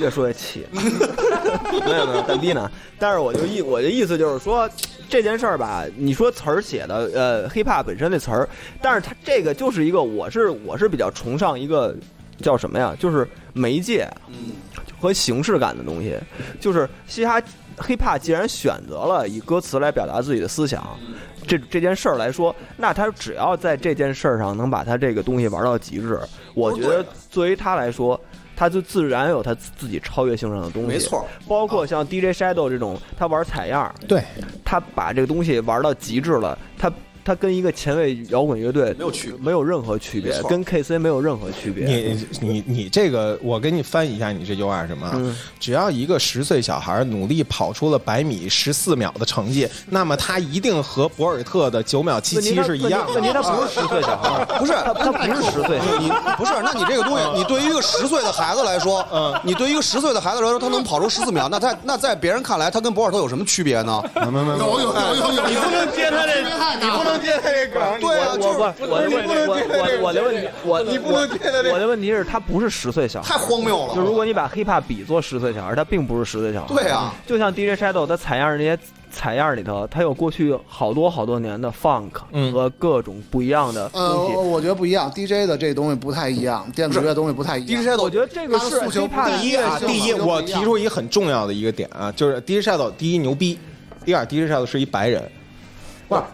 越说越气，没有没有，蛋逼呢。但是我就意我的意思就是说，这件事儿吧，你说词儿写的，呃，hiphop 本身的词儿，但是它这个就是一个，我是我是比较崇尚一个叫什么呀，就是媒介嗯和形式感的东西。就是嘻哈 hiphop 既然选择了以歌词来表达自己的思想，嗯这这件事儿来说，那他只要在这件事儿上能把他这个东西玩到极致，我觉得作为他来说，他就自然有他自自己超越性上的东西。没错，啊包括像 DJ Shadow 这种，他玩采样儿，对他把这个东西玩到极致了，他。他跟一个前卫摇滚乐队没有区别没有任何区别没，错跟 KC 没有任何区别。你你你这个，我给你翻译一下你这句话是什么啊？只要一个十岁小孩努力跑出了百米十四秒的成绩，那么他一定和博尔特的九秒七问题七他是一样问题的。他不是十岁小孩儿，不是他他不是十岁小孩儿，你不是，那你这个东西，你对于一个十岁的孩子来说，你对于一个十岁的孩子来说，他能跑出十四秒，那在那在别人看来，他跟博尔特有什么区别呢？有有有有有，你不能接他这，你不能接对啊，我就是我我的问题，我我我的问题，我你不能我的问题是，他不是十岁小孩太。荒谬就如了。果你把 hiphop 比作十岁小孩，他并不是十岁小孩。对啊，就像 DJ Shadow 他采样那些采样里头，他有过去好多好多年的 funk 和各种不一样的呃，东西。我觉得不一样，DJ 的这东西不太一样，电子乐东西不太一 DJ 样。 Shadow，我觉得这个他是的诉求不 hiphop 一第一啊，对第一，对对我对提出一个很重要的一个点啊，就是 DJ Shadow 第一牛逼，第二 DJ Shadow 是一白人，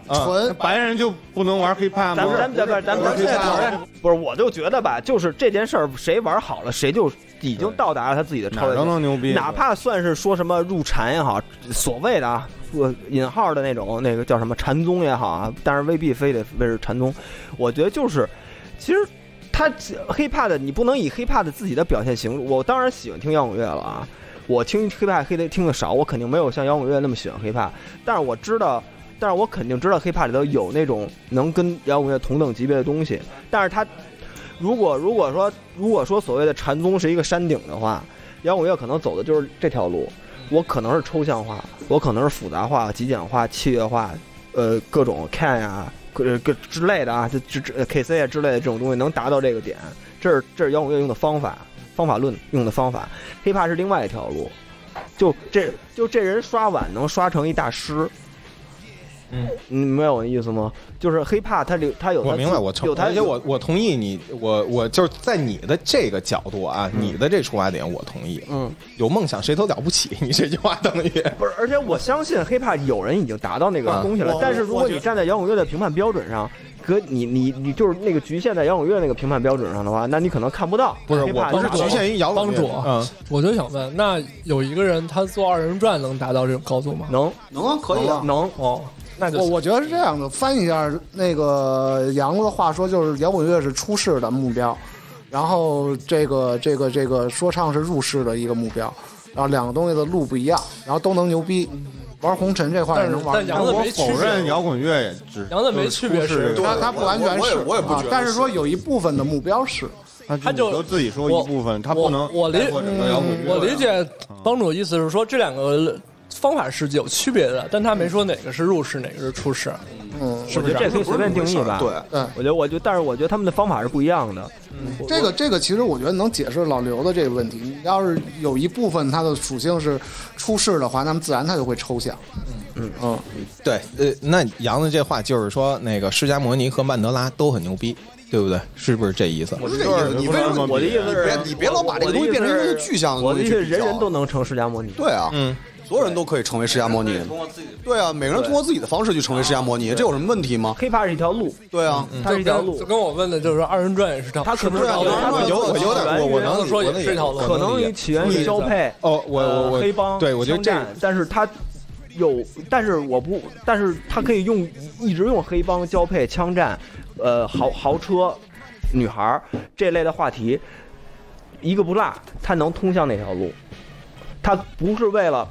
纯白人就不能玩 hiphop 咱们吗？咱们咱们咱们咱们啊不是，我就觉得吧，就是这件事儿，谁玩好了，谁就已经到达了他自己的哪超儿越都性。能牛逼，哪怕算是说什么入禅也好，所谓的啊，呃，引号的那种那个叫什么禅宗也好啊，但是未必非得非是禅宗。我觉得就是，其实他 hiphop 的，你不能以 hiphop 的自己的表现形式。我当然喜欢听摇滚乐了啊，我听 hiphop 黑的听的少，我肯定没有像摇滚乐那么喜欢 hiphop，但是我知道。但是我肯定知道 hiphop 里头有那种能跟摇滚乐同等级别的东西，但是它如果如果说如果说所谓的禅宗是一个山顶的话，摇滚乐可能走的就是这条路。我可能是抽象化，我可能是复杂化、极简化、器乐化，呃，各种 can 啊，各各之类的啊，这这这 KC 啊之类的这种东西能达到这个点，这是这是摇滚乐用的方法，方法论用的方法。hiphop 是另外一条路，就这就这人刷碗能刷成一大师，嗯，你明白我的意思吗？就是 hiphop 它里它有它我明白，自我承有，它而且有我我同意你，我我就是在你的这个角度啊，你的这出发点我同意。嗯，有梦想谁都了不起，你这句话等于不是，而且我相信 hiphop 有人已经达到那个啊东西了，我但是如果你站在摇滚乐的评判标准上，和你你你就是那个局限在摇滚乐那个评判标准上的话，那你可能看不到 hiphop 不达是到。我不是局限于摇滚帮乐主，嗯，我就想问，那有一个人他做二人转能达到这种高度吗？嗯能能啊，可以啊。能哦，那嗯就我行我觉得是这样的，翻译一下那个杨子的话说，就是摇滚乐是出世的目标，然后这个这个这个说唱是入世的一个目标，然后两个东西的路不一样，然后都能牛逼。玩红尘这块但也是能但玩杨成。子我没区否认别，摇滚乐也只杨子没区别是他他不完全我我也是，我也不啊觉得但是是说有一部分的目标是，他就都自己说我一部分，他不能我我理嗯概括整个摇滚乐我理解帮主的意思是说，这两个方法是有区别的，但他没说哪个是入世，哪个是出世，嗯，是不我是觉得这这样？可以随便定义吧。对，啊对。我觉得我就，但是我觉得他们的方法是不一样的。我这个这个其实我觉得能解释老刘的这个问题。你要是有一部分它的属性是出世的话，那么自然它就会抽象。嗯嗯，对，呃，那杨子这话就是说，那个释迦摩尼和曼德拉都很牛逼，对不对？是不是这意思？不是这意思，你为什么？我的意思你别是，你别老把这个我的东西意思变成一个是具象的我东的意西思，去比较人人都能成释迦摩尼。对啊，嗯，所有人都可以成为释迦摩尼。通过自己对啊，每个人通过自己的方式去成为释迦摩尼，这有什么问题吗？黑怕是一条路，对啊，它是一条路就，跟我问的就是说二人转也是条，它是可不能是是道路？对啊我有我有点我我能说我也能是一条路嗯我可能理解能起源于交配。哦，我我呃我黑帮对，我觉得这枪战但是它有，但是我不，但是它可以用一直用黑帮交配、枪战，呃，豪豪车、女孩儿这类的话题，一个不落，它能通向那条路。它不是为了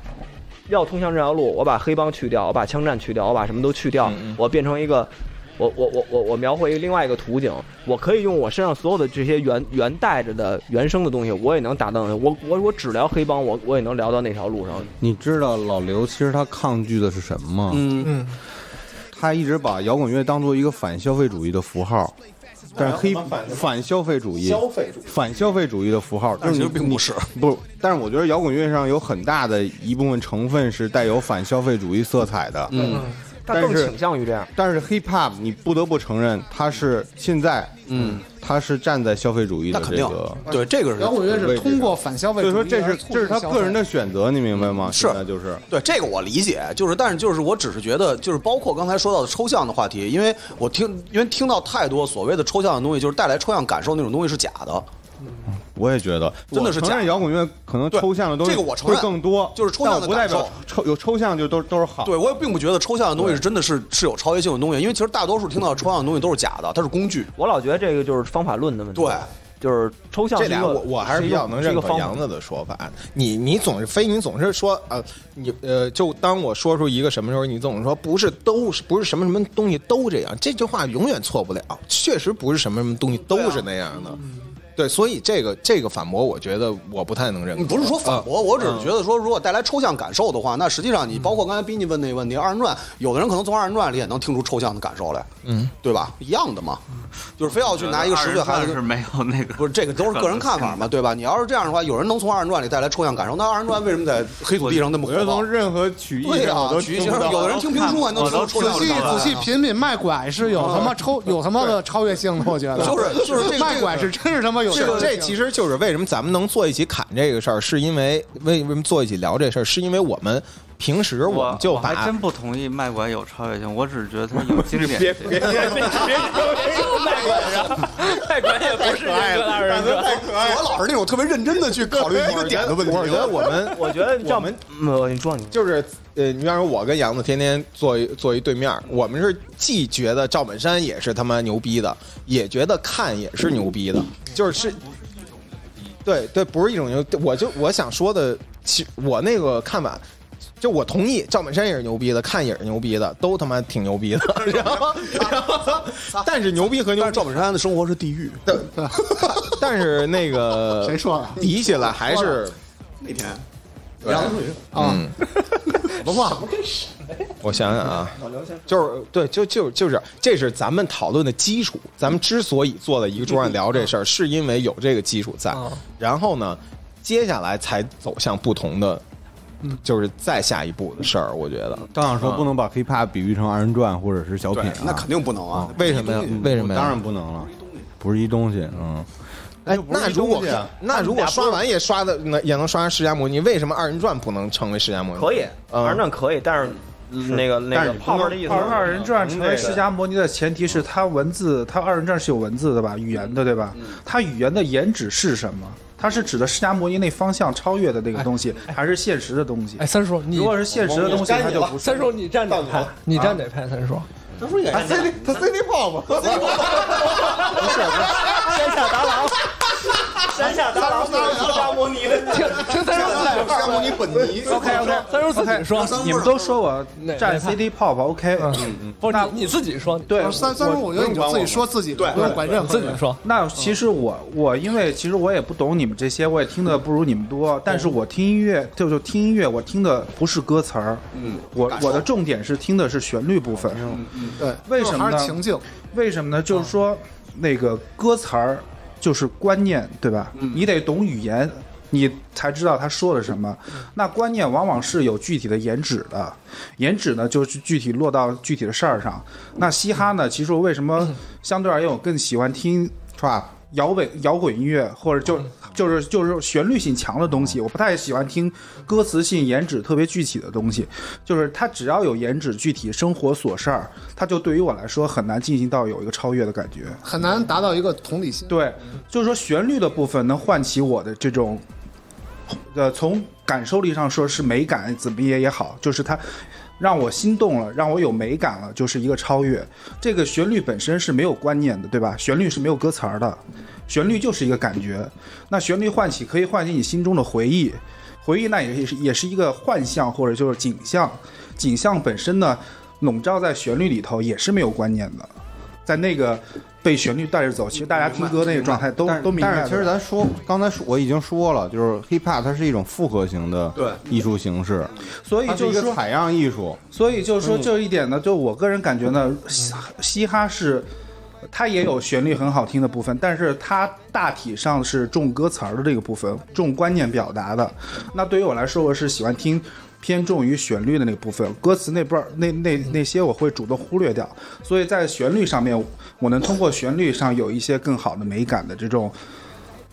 要通向这条路，我把黑帮去掉，我把枪战去掉，我把什么都去掉，嗯嗯我变成一个。我我我我我描绘一个另外一个图景，我可以用我身上所有的这些原原带着的原生的东西，我也能达到。我我我只聊黑帮，我我也能聊到那条路上。你知道老刘其实他抗拒的是什么吗？嗯，嗯，他一直把摇滚乐当做一个反消费主义的符号，但是黑反消费主义，消费主义反消费主义的符号，就但是其你实并不是。不，但是我觉得摇滚乐上有很大的一部分成分是带有反消费主义色彩的，嗯，他更但是倾向于这样。但是 hip hop 你不得不承认，它是现在，嗯，它是站在消费主义那的肯这定个，，对这个是摇滚乐是通过反消费所主以义说这来是促这是进消他费个人的选择，你明白吗？是现在就是对这个我理解，就是但是就是我只是觉得，就是包括刚才说到的抽象的话题，因为我听因为听到太多所谓的抽象的东西，就是带来抽象感受那种东西是假的，我也觉得，真的是我承认假的摇滚乐可能对抽象的东西这个我承认会更多，就是抽象的但我不代表感抽有抽象就都都是好。对，我也并不觉得抽象的东西是真的是是有超越性的东西，因为其实大多数听到的抽象的东西都是假的，它是工具。我老觉得这个就是方法论的问题。对，就是抽象这是一俩个我我还是是比一个较能认是一个可方法杨子的说法。啊你你总是非你总是说呃你呃就当我说出一个什么时候，你总是说不是都是不是什么什么东西都这样，这句话永远错不了。确实不是什么什么东西都是那样的。对，所以这个这个反驳，我觉得我不太能认可。你不是说反嗯驳，我只是觉得说，如果带来抽象感受的话，那实际上你包括刚才斌你问那个问题，二人转，有的人可能从二人转里也能听出抽象的感受来，嗯，对吧？一样的嘛，就是非要去拿一个十岁孩子是没有那个，不是这个都是个人看法嘛，对吧？你要是这样的话，有人能从二人转里带来抽象感受，那二人 <laughs> 转为什么在黑土地上那么我觉得火爆从？任何曲艺对啊啊上我呀都，曲听艺不到有的人听评书还能我听都出听抽不象感到仔受细来仔细品品卖拐是有他妈抽有他妈的超越性的，我觉得就是就是这个卖拐是真是他妈有这超越这性其实就是为什么咱们能坐一起侃这个事儿，是因为为为什么坐一起聊这事儿，是因为我们平时我们就我还把真不同意卖拐有超越性，我只是觉得它有经典性。卖拐上，卖拐也不是人格二人转。我老是那种特别认真的去考虑哎一个点的问题。我觉得我们我觉得我叫们嗯我你说你就是呃，你比方说我跟杨子天天坐一坐一对面儿，我们是既觉得赵本山也是他妈牛逼的，也觉得看也是牛逼的，就是是，对对，不是一种牛，我就我想说的，其我那个看法。就我同意，赵本山也是牛逼的，看也是牛逼的，都他妈挺牛逼的。 <laughs> 然后，然后，但是牛逼和牛但是逼赵，本山的生活是地狱，但是那个谁说的比起来还是那天对啊？嗯，我忘了。我想想啊，就是对，就就就是，这是咱们讨论的基础。咱们之所以坐在一个桌上聊这事儿，是因为有这个基础在嗯。然后呢，接下来才走向不同的就是再下一步的事儿。我觉得张老师说嗯不能把 hiphop 比喻成二人转或者是小品、啊，那肯定不能哎啊！为什么呀？为什么当呀？当然然不能了，不是一东西。嗯，哎，那如果那如果刷说完也刷的那也能刷成释迦摩尼，为什么二人转不能成为释迦摩尼？可以，嗯反正可以，但是那个那但个是你不泡泡能的意思泡是，泡二人转成为那个释迦摩尼的前提是它文字，它二人转是有文字的吧，语言的对吧？它语言的言指是什么？它是指的释迦摩尼那方向超越的那个东西，还是现实的东西？哎，三叔，你如果是现实的东西，它就不是。三叔，你站哪派？你站哪派？三叔，啊他说也他 CD 他 CD pop，他 CD pop，不是山下达郎，山下达郎三是释迦摩尼的，听听三叔自 <laughs> 己释迦摩尼本尼 OK OK，三叔自己说，你们都说我哪哪站派 CD pop OK，不是你你自己说，嗯对，三三叔，我觉得你就自己说自己的，不用管任你何自人己。说，那其实我我因为其实我也不懂你们这些，我也听的不如你们多，但是我听音乐就就听音乐，我听的不是歌词儿，嗯，我感受我的重点是听的是旋律部分，对，为什么呢还是情境？嗯为什么呢？就是说那个歌词儿就是观念，对吧？嗯你得懂语言。你才知道他说的什么，嗯那观念往往是有具体的言指的，言指呢就是具体落到具体的事儿上。那嘻哈呢，其实我为什么嗯相对而言我更喜欢听 trap 摇滚摇滚音乐，或者就嗯就是就是旋律性强的东西，我不太喜欢听歌词性言指特别具体的东西。就是它只要有言指具体生活琐事儿，它就对于我来说很难进行到有一个超越的感觉。很难达到一个同理心。对，就是说旋律的部分能唤起我的这种，呃，从感受力上说是美感，怎么也也好，就是它让我心动了，让我有美感了，就是一个超越。这个旋律本身是没有观念的，对吧？旋律是没有歌词儿的，旋律就是一个感觉。那旋律唤起可以唤起你心中的回忆，回忆那也是也是一个幻象或者就是景象，景象本身呢笼罩在旋律里头也是没有观念的，在那个被旋律带着走，其实大家听歌那个状态都但是都明白但的。是其实咱说，刚才说我已经说了，就是 hiphop 它是一种复合型的对艺术形式，所以它是就一是个说，采样艺术。所以就是嗯说这一点呢，就我个人感觉呢，嘻嘻哈是。它也有旋律很好听的部分，但是它大体上是重歌词儿的这个部分，重观念表达的。那对于我来说，我是喜欢听偏重于旋律的那部分，歌词那半儿那那那些我会主动忽略掉。所以在旋律上面，我能通过旋律上有一些更好的美感的这种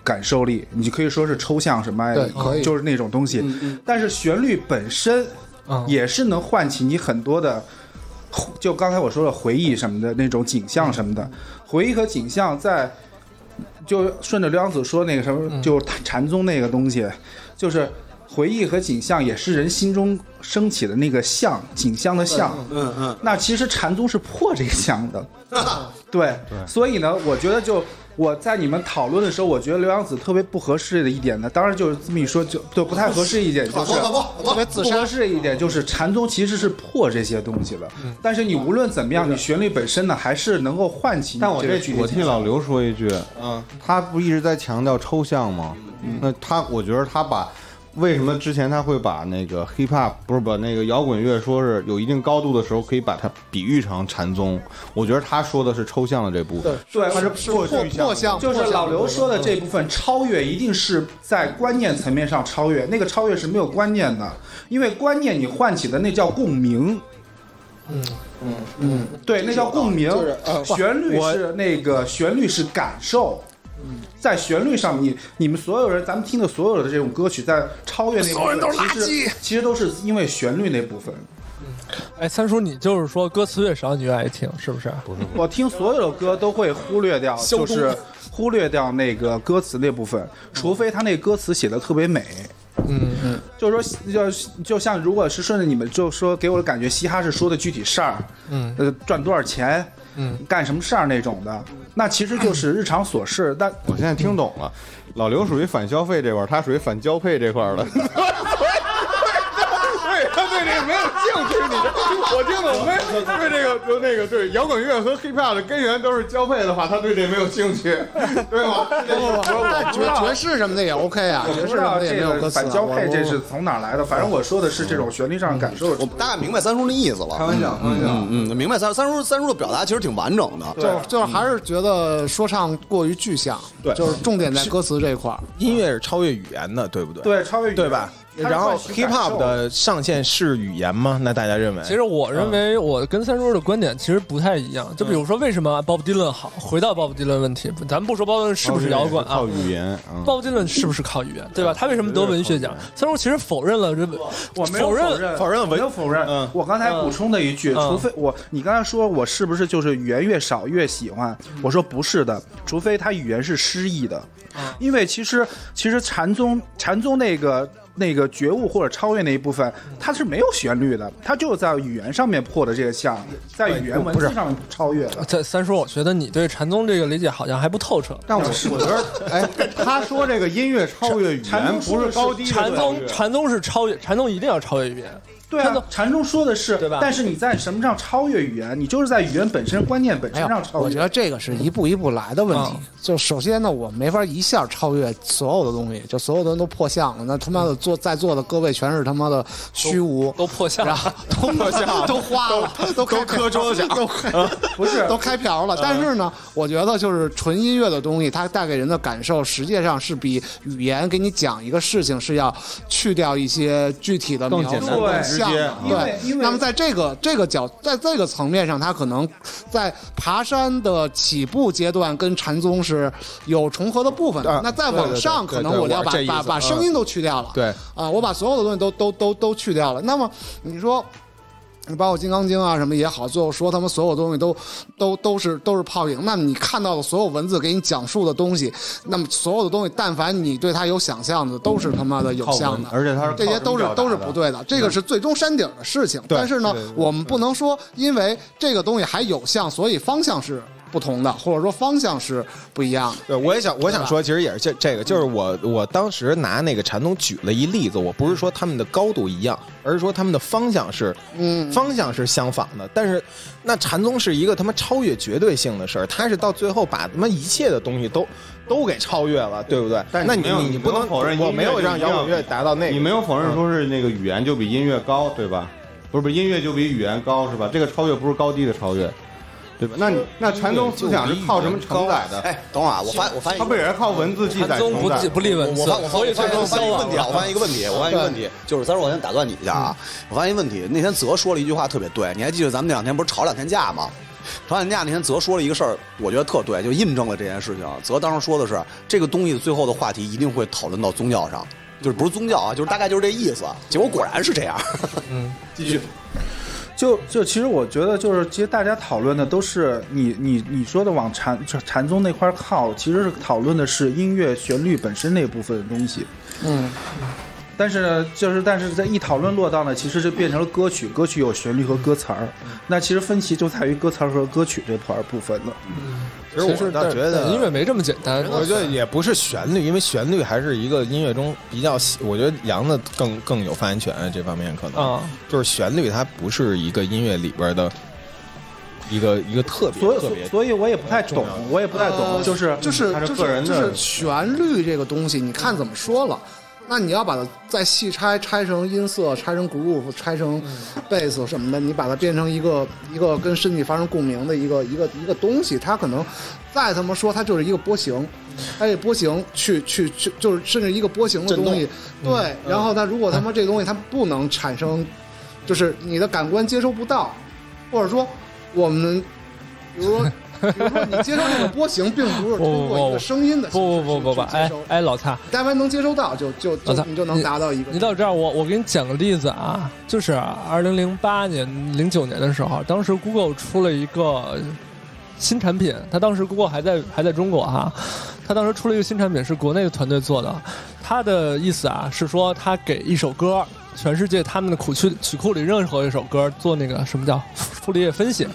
感受力，你可以说是抽象什么，对可以嗯就是那种东西。但是旋律本身嗯也是能唤起你很多的，就刚才我说的回忆什么的那种景象什么的，回忆和景象在。就顺着刘洋子说那个什么，就禅宗那个东西，就是回忆和景象，也是人心中升起的那个像景象的像。嗯嗯，那其实禅宗是破这个像 <laughs> 的，对，所以呢，我觉得就我在你们讨论的时候，我觉得刘洋子特别不合适的一点呢，当然就是这么一说就就不太合适一点，就是好吧好吧特别自不合杀，适一点就是禅宗其实是破这些东西的，嗯但是你无论怎么样，你旋律本身呢还是能够唤起你但我这个具体我景替象老刘说一句，嗯，他不一直在强调抽象吗？那他，我觉得他把为什么之前他会把那个 hip hop 不是把那个摇滚乐说是有一定高度的时候，可以把它比喻成禅宗。我觉得他说的是抽象的这部分。对，它是破破相，就是老刘说的这部分超越，一定是在观念层面上超越。那个超越是没有观念的，因为观念你唤起的那叫共鸣。嗯嗯嗯，对，那叫共鸣。呃旋律是那个旋律是感受。在旋律上，你你们所有人，咱们听的所有的这种歌曲，在超越那部分，所有人都是垃圾，其实都是因为旋律那部分。哎，三叔，你就是说歌词越少你越爱听，是不是？我听所有的歌都会忽略掉，消就冬是忽略掉那个歌词那部分，除非他那歌词写的特别美。嗯嗯，就是说，就就像如果是顺着你们就说给我的感觉，嘻哈是说的具体事儿，嗯，呃，赚多少钱，嗯，干什么事儿那种的，那其实就是日常琐事。但我现在听懂了，老刘属于反消费这块儿，他属于 <laughs> 反交配这块儿了。对，他对这个没有兴趣，你知道吗？我听懂没？对这个，就那个，对摇滚乐和 hiphop 的根源都是交配的话，他对这没有兴趣，对吗？不不不但爵爵士什么的也 OK 啊，爵士不知什么道的也这没有个歌词啊。嗯反交我配这是从哪儿来的，反正我说的是这种旋律上的感受。我大概明白三叔的意思了。开玩笑，开玩笑。嗯嗯，明白三三叔三叔的表达其实挺完整的。就就是还是觉得说唱过于具象，对就是重点在歌词这一块儿。音乐是超越语言的，对不对？对，超越对吧？它是然后唤醒 hip 感受 hop 的上限是语言吗？那大家认为？其实我认为我跟三叔的观点其实不太一样，就比如说为什么 Bob Dylan 好？回到 Bob Dylan 问题，咱们不说 Bob Dylan 是不是摇滚啊？靠语言啊，鲍勃迪伦是不是靠语言，对吧？他为什么得文学奖？三叔其实否认了这，我没有认嗯呃认，否否认没有文否认。嗯我刚才补充的一句，嗯除非我，你刚才说我是不是就是语言越少越喜欢？我说不是的，除非他语言是诗意的，因为其实其实禅宗禅宗那个。那个觉悟或者超越那一部分，它是没有旋律的，它就在语言上面破的这个项，在语言文字上超越的。这嗯三叔，我觉得你对禅宗这个理解好像还不透彻。但我我觉得，哎，他说这个音乐超越语言，不是高低的禅超越宗，禅宗是超越，禅宗一定要超越语言。对啊，禅宗说的是，对吧但是你在什么上超越语言？你就是在语言本身、观念本没身有上，超哎我越嗯觉。得这个是一步一步来的问题。就首先呢，我没法一下超越所有的东西，就所有的人都破相了。那他妈的坐在座的各位全是他妈的虚无，都破相然后都破相 <laughs> 都花了，都都磕桌 <laughs> 子，都嗯不是嗯都开瓢了。但是呢，我觉得就是纯音乐的东西，它带给人的感受，实际上是比语言给你讲一个事情是要去掉一些具体的更描述简单更和直像接的因为对，因为那么在这个这个角，在这个层面上，它可能在爬山的起步阶段跟禅宗是有重合的部分的。啊那再往上，对可对对对能我要我把这意思把把嗯声音都去掉了。对，啊，我把所有的东西都都都都去掉了。那么你说。包括《金刚经》啊什么也好，最后说他们所有东西都都都是都是泡影。那你看到的所有文字给你讲述的东西，那么所有的东西，但凡你对它有想象的，都是他妈的有象的，而且他是靠这些都是什么表达的都是不对的，这个是最终山顶的事情。对但是呢对对，对我们不能说因为这个东西还有像，所以方向是不同的，或者说方向是不一样的。对，我也想，我想说，其实也是这这个，就是我我当时拿那个禅宗举了一例子，我不是说他们的高度一样，而是说他们的方向是，嗯，方向是相仿的。但是，那禅宗是一个他妈超越绝对性的事儿，他是到最后把他妈一切的东西都都给超越了，对不对？但那你没有你你不没有能否认我音没乐有就让一摇样滚乐达到那个，你没有否认说是那个语言就比音乐高，对吧？不是，不是音乐就比语言高，是吧？这个超越不是高低的超越，对吧？那你那禅宗思想是靠什么承载的？哎，等会儿啊，我发我发现一它个不也是靠文字记载禅宗承不载？不立文我字发我，发我所以最发现终我发现消一个亡问题啊，我 <laughs> 发现一个问题，我发现一个问题，就是三叔，我先打断你一下啊，嗯我发现一个问题，那天泽说了一句话特别对，你还记得咱们那两天不是吵两天架吗？吵两天架那天泽说了一个事儿，我觉得特对，就印证了这件事情。泽当时说的是，这个东西最后的话题一定会讨论到宗教上。就是不是宗教啊，就是大概就是这意思。结果果然是这样。就就其实我觉得就是，其实大家讨论的都是你你你说的往禅禅宗那块儿靠，其实是讨论的是音乐旋律本身那部分的东西。嗯，但是呢，就是但是在一讨论落到呢，其实就变成了歌曲，歌曲有旋律和歌词儿。嗯那其实分歧就在于歌词儿和歌曲这块儿部分了。其实我倒觉得音乐没这么简单。我觉得也不是旋律，因为旋律还是一个音乐中比较喜，我觉得杨子更更有发言权这方面可能，啊就是旋律它不是一个音乐里边的一个一个特别所以特所别以所以我也不太懂，我也不太懂，就是就是他就是是个人的就是旋律这个东西，你看怎么说了。那你要把它再细拆，拆成音色，拆成 groove，拆成贝斯什么的，你把它变成一个一个跟身体发生共鸣的一个一个一个东西，它可能再他妈说它就是一个波形，它这波形去去去就是甚至一个波形的东西，对。嗯然后它如果他妈这东西它不能产生，就是你的感官接收不到，或者说我们比如说，比如说你接收这个波形，并不是通过一个声音的形式不不不不不，去去接哎收，哎，老蔡，但凡能接收到，就就老就蔡你就能达到一个啊你。到这儿，我我给你讲个例子啊，就是二零零八年、零九年的时候，当时 Google 出了一个新产品，它当时 Google 还在还在中国哈、它当时出了一个新产品，是国内的团队做的，它的意思啊是说，它给一首歌，全世界他们的曲库曲库里任何一首歌做那个什么叫傅里叶分析，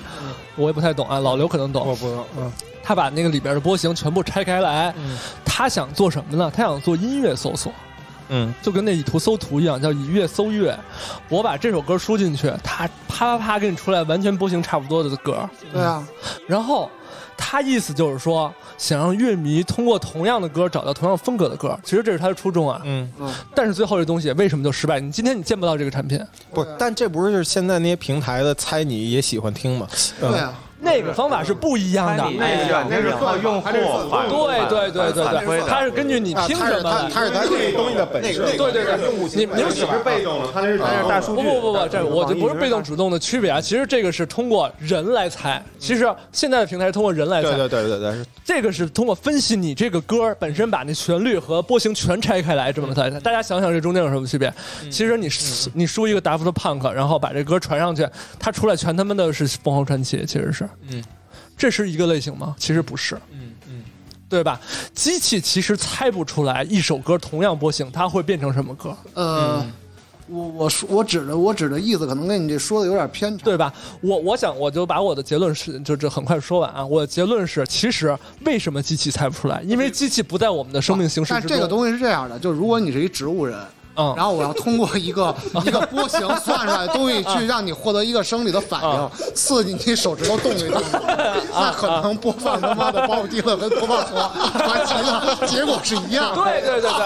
我也不太懂啊，老刘可能懂，嗯我不懂，嗯，他把那个里边的波形全部拆开来，他想做什么呢？他想做音乐搜索。嗯，就跟那以图搜图一样，叫以乐搜乐。我把这首歌输进去，它啪啪啪给你出来完全波形差不多的歌。对啊，然后他意思就是说，想让乐迷通过同样的歌找到同样风格的歌，其实这是他的初衷啊。嗯嗯，但是最后这东西为什么就失败？你今天你见不到这个产品，不啊是，但这不是现在那些平台的猜你也喜欢听吗？嗯对啊，那个方法是不一样的。哎那是靠用户反对对对对对，他是根据你 <laughs> 听什么来。是咱这东西的本质，对对对，你你们喜欢被动的，他那嗯是那是大数哦不据。不不不，这我就不是被动主动的区别啊。其实这个是通过人来猜，其实现在的平台是通过人来猜，对对对对对，是这个是通过分析你这个歌本身，把那旋律和波形全拆开来这么猜。大家想想这中间有什么区别？嗯其实你输你输一个 Daft Punk，然后把这歌传上去，它出来全他妈的是凤凰传奇，其实是，嗯，这是一个类型吗？其实不是，嗯嗯，对吧？机器其实猜不出来一首歌同样波形它会变成什么歌。呃，嗯我我说我指的我指的意思可能跟你这说的有点偏差。对吧？我我想我就把我的结论是，就这很快说完啊。我的结论是，其实为什么机器猜不出来？因为机器不在我们的生命形式啊但之中。这个东西是这样的，就如果你是一植物人，嗯然后我要通过 <laughs> 一个一个波形算出来的东西去让你获得一个生理的反嗯应，刺激你手指头动一 <laughs> 动，那可能播放他妈的包袱低了跟播放错传奇的结果是一样的。对对对啊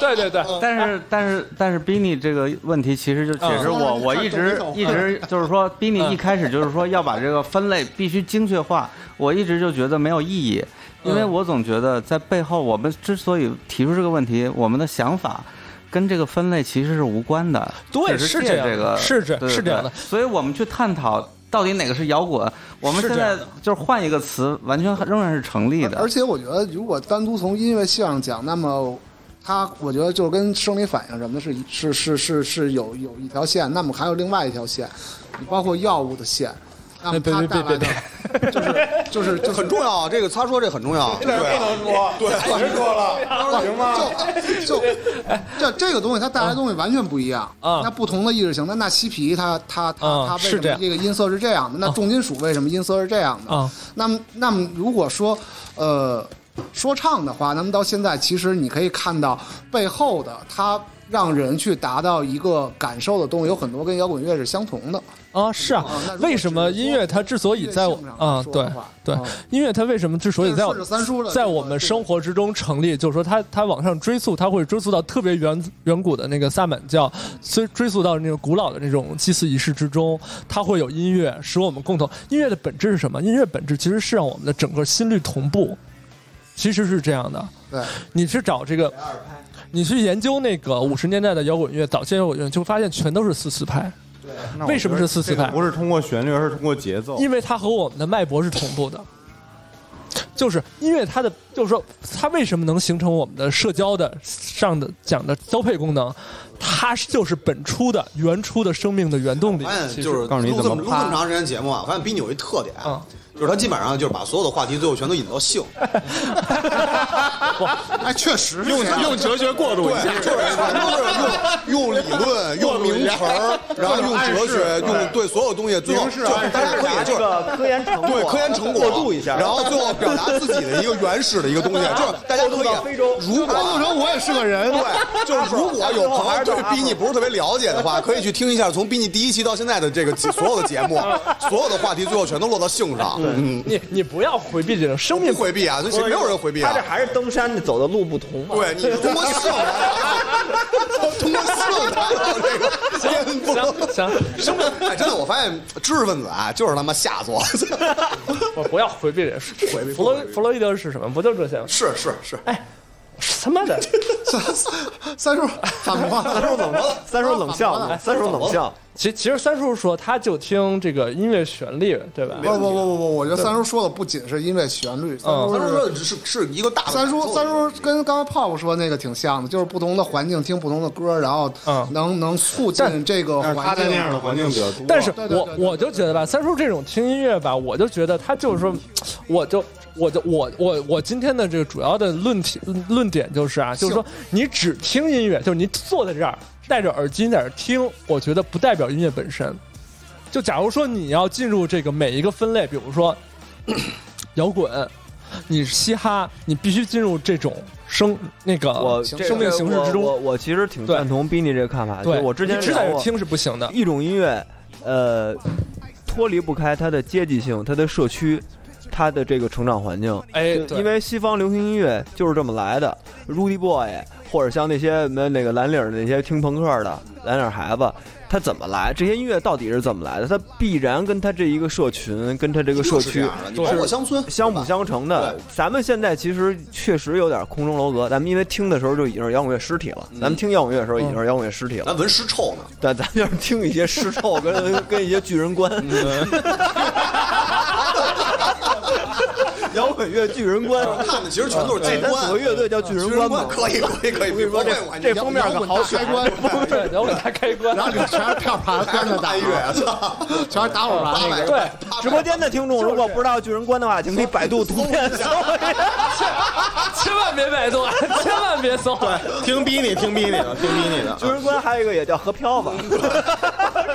对对对对，但是但是但是 b i n i 这个问题其实就解释我，嗯我一直一直嗯就是说 b i n i 一开始就是说要把这个分类必须精确化，我一直就觉得没有意义，因为我总觉得在背后我们之所以提出这个问题，我们的想法。跟这个分类其实是无关的，对只是借这样的这个是这对是这样对的所以我们去探讨到底哪个是摇滚，我们是现这在样的就是换一个词，完全仍然是成立的而。且我觉得，如果单独从音乐性上讲，那么它我觉得就是跟生理反应什么的是一是是是是有有一条线，那么还有另外一条线，你包括药物的线，那么它带来的就是就是就是很重要啊，这个他说这很重要，对啊，说，对，谁说了？行吗？就这这个东西，它带来的东西完全不一样啊那不同的意识形态，那嬉皮它它它啊它为是什么这样这个音色是这样的？那重金属为什么音色是这样的？啊那么那么如果说呃说唱的话，那么到现在其实你可以看到背后的它。让人去达到一个感受的东西，有很多跟摇滚乐是相同的。啊是啊啊那如，果为什么音乐它之所以在我音乐性上啊来说对的话对啊，音乐它为什么之所以在我这是四十三叔的这个在我们生活之中成立，就是说它它往上追溯，它会追溯到特别远远古的那个萨满教，嗯追追溯到那种古老的那种祭祀仪式之中，它会有音乐使我们共同。音乐的本质是什么？音乐本质其实是让我们的整个心率同步，其实是这样的。对，你去找这个，你去研究那个五十年代的摇滚乐，早期摇滚乐，就会发现全都是四四拍。为什么是四四拍？不是通过旋律，而是通过节奏。因为它和我们的脉搏是同步的，就是因为它的，就是说它为什么能形成我们的社交的上的讲的交配功能，它是就是本初的原初的生命的原动力发，其现实就是告诉你录这怎么么录啪这么长时间节目啊，发现比你有一特点嗯，就是他基本上就是把所有的话题最后全都引到 <laughs> 性，哎，确实是用这样。用哲学过渡一下，啊就是反正就是 <laughs> 用用理论、用名词儿，然后用哲学，用对所有东西，最后就是大家可以就是个科研成果，对科研成过果渡一下，然后最后表达自己的一个原始的一个 <laughs> 东西，就是大家可以非洲啊如果我说我也是个人，对，就 <laughs> 是如果有朋友对比你不是特别了解的话，可以去听一下从比你第一期到现在的这个所有的节 <laughs> 目，所有的话题最后全都落到性上，嗯，你你不要回避这种生命不回避啊，这谁没有人回避他啊这。还是登山的走的路不同嘛。对，你通过性来，通过性达到 <laughs> 这个颠想簸。想生命，哎，真的，我发现知识分子啊，就是他妈下作。 <laughs> 我不要回避这回避种。不 <laughs> 弗洛回避弗洛伊德是什么？不就这些吗？是是是，哎他妈的，三叔反驳，三叔怎么了？三叔冷笑啊呢，三叔冷笑，其其实三叔说他就听这个音乐旋律，对吧？不不不不不，我觉得三叔说的不仅是因为旋律，三叔他是。说是是一个大的嗯三叔，感受三叔跟刚才泡泡说那个挺像的，就是不同的环境听不同的歌，然后嗯能能促进这个但是他环在那境。样的环境比较多。但是对对我对对我就觉得吧，三叔这种听音乐吧，我就觉得他就是说，我就我就我我我今天的这个主要的论题论点就是啊，就是说你只听音乐，就是你坐在这儿戴着耳机在这儿听，我觉得不代表音乐本身。就假如说你要进入这个每一个分类，比如说摇滚，你是嘻哈，你必须进入这种生那个我这啊生命形式之中。我我我其实挺赞同 Bini 这个看法。对就我之前你只在这聊过听是不行的一种音乐，呃，脱离不开它的阶级性、它的社区、它的这个成长环境。哎就对因为西方流行音乐就是这么来的，Rudy Boy 或者像那些什么那个蓝领儿的那些听朋克的蓝领儿孩子。他怎么来？这些音乐到底是怎么来的？他必然跟他这一个社群，跟他这个社就是这区样的你包括乡村啊相辅相成的。咱们现在其实确实有点空中楼阁，咱们因为听的时候就已经是摇滚乐尸体了，咱们听摇滚乐的时候已经是摇滚乐尸体了，咱闻尸臭呢。但咱就是听一些尸臭 <laughs> 跟跟一些巨人观， <laughs> 摇滚乐巨人观，看的其实全都 <laughs> 是哎巨人观咱组个乐队叫巨人观嘛，可以可以可以，我跟你说这这封面可好选， <laughs> 对，摇滚大开关，然后里面全是跳盘跟着打，全是打火盘那个。对，直播间的听众如果不知道巨人观的话，请可以百度图片搜一下，千万别百 <laughs> 度，千万别搜。对，听逼你，听逼你的，听逼你的。巨人观还有一个也叫河漂吧，嗯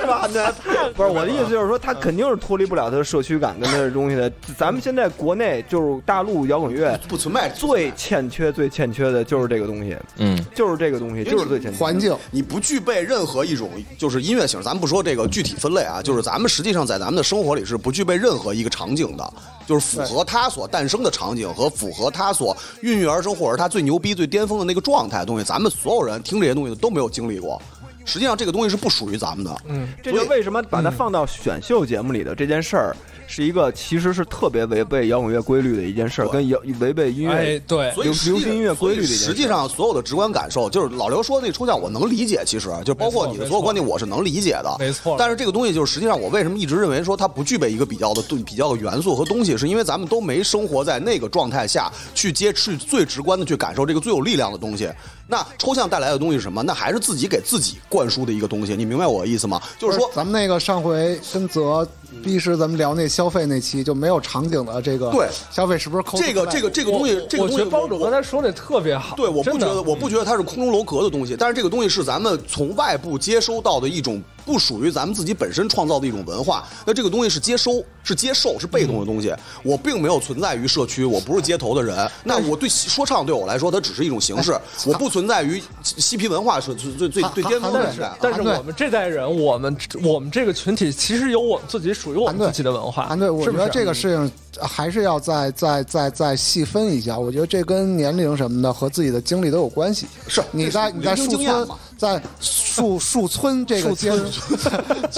<laughs> 是 <laughs> 吧？那太不是我的意思，就是说他肯定是脱离不了他的社区感跟他的东西的。咱们现在国内就是大陆摇滚乐不存在，最欠缺、最欠缺的就是这个东西，嗯，就是这个东西，就是最欠缺。环境，你不具备任何一种就是音乐形式，咱们不说这个具体分类啊，就是咱们实际上在咱们的生活里是不具备任何一个场景的，就是符合它所诞生的场景和符合它所孕育而生或者它最牛逼、最巅峰的那个状态的东西，咱们所有人听这些东西都没有经历过。实际上，这个东西是不属于咱们的。嗯，这就为什么把它放到选秀节目里的这件事儿，是一个其实是特别违背摇滚乐规律的一件事儿，跟摇违背音乐哎哎所流流以实际行音乐规律的一件事实儿。际上所有的直观感受，就是老刘说的那抽象，我能理解。其实就包括你的所有观点，我是能理解的。没错但是这个东西就是，实际上我为什么一直认为说它不具备一个比较的对比较的元素和东西，是因为咱们都没生活在那个状态下去接去最直观的去感受这个最有力量的东西。那抽象带来的东西是什么？那还是自己给自己灌输的一个东西。你明白我的意思吗？就是说，咱们那个上回跟泽逼师咱们聊那消费那期就没有场景的这个对消费是不是抠出来的？我我觉得帮主刚才说那特别好，对，我不真觉的得，我不觉得它是空中楼阁的东西，但是这个东西是咱们从外部接收到的一种不属于咱们自己本身创造的一种文化。那这个东西是接收，是接受，是被动的东西。我并没有存在于社区，我不是街头的人。那我对说唱对我来说，它只是一种形式，我不存在于嬉嬉皮文化是最最最最巅峰的但时是代。啊但是我们这代人，我们我们这个群体其实有我们自己属于我们自己的文化。啊，对，我是觉不是得这个事情还是要再再再再细分一下。我觉得这跟年龄什么的和自己的经历都有关系。是你在你在人生树经验村嘛，在树树村这个阶段，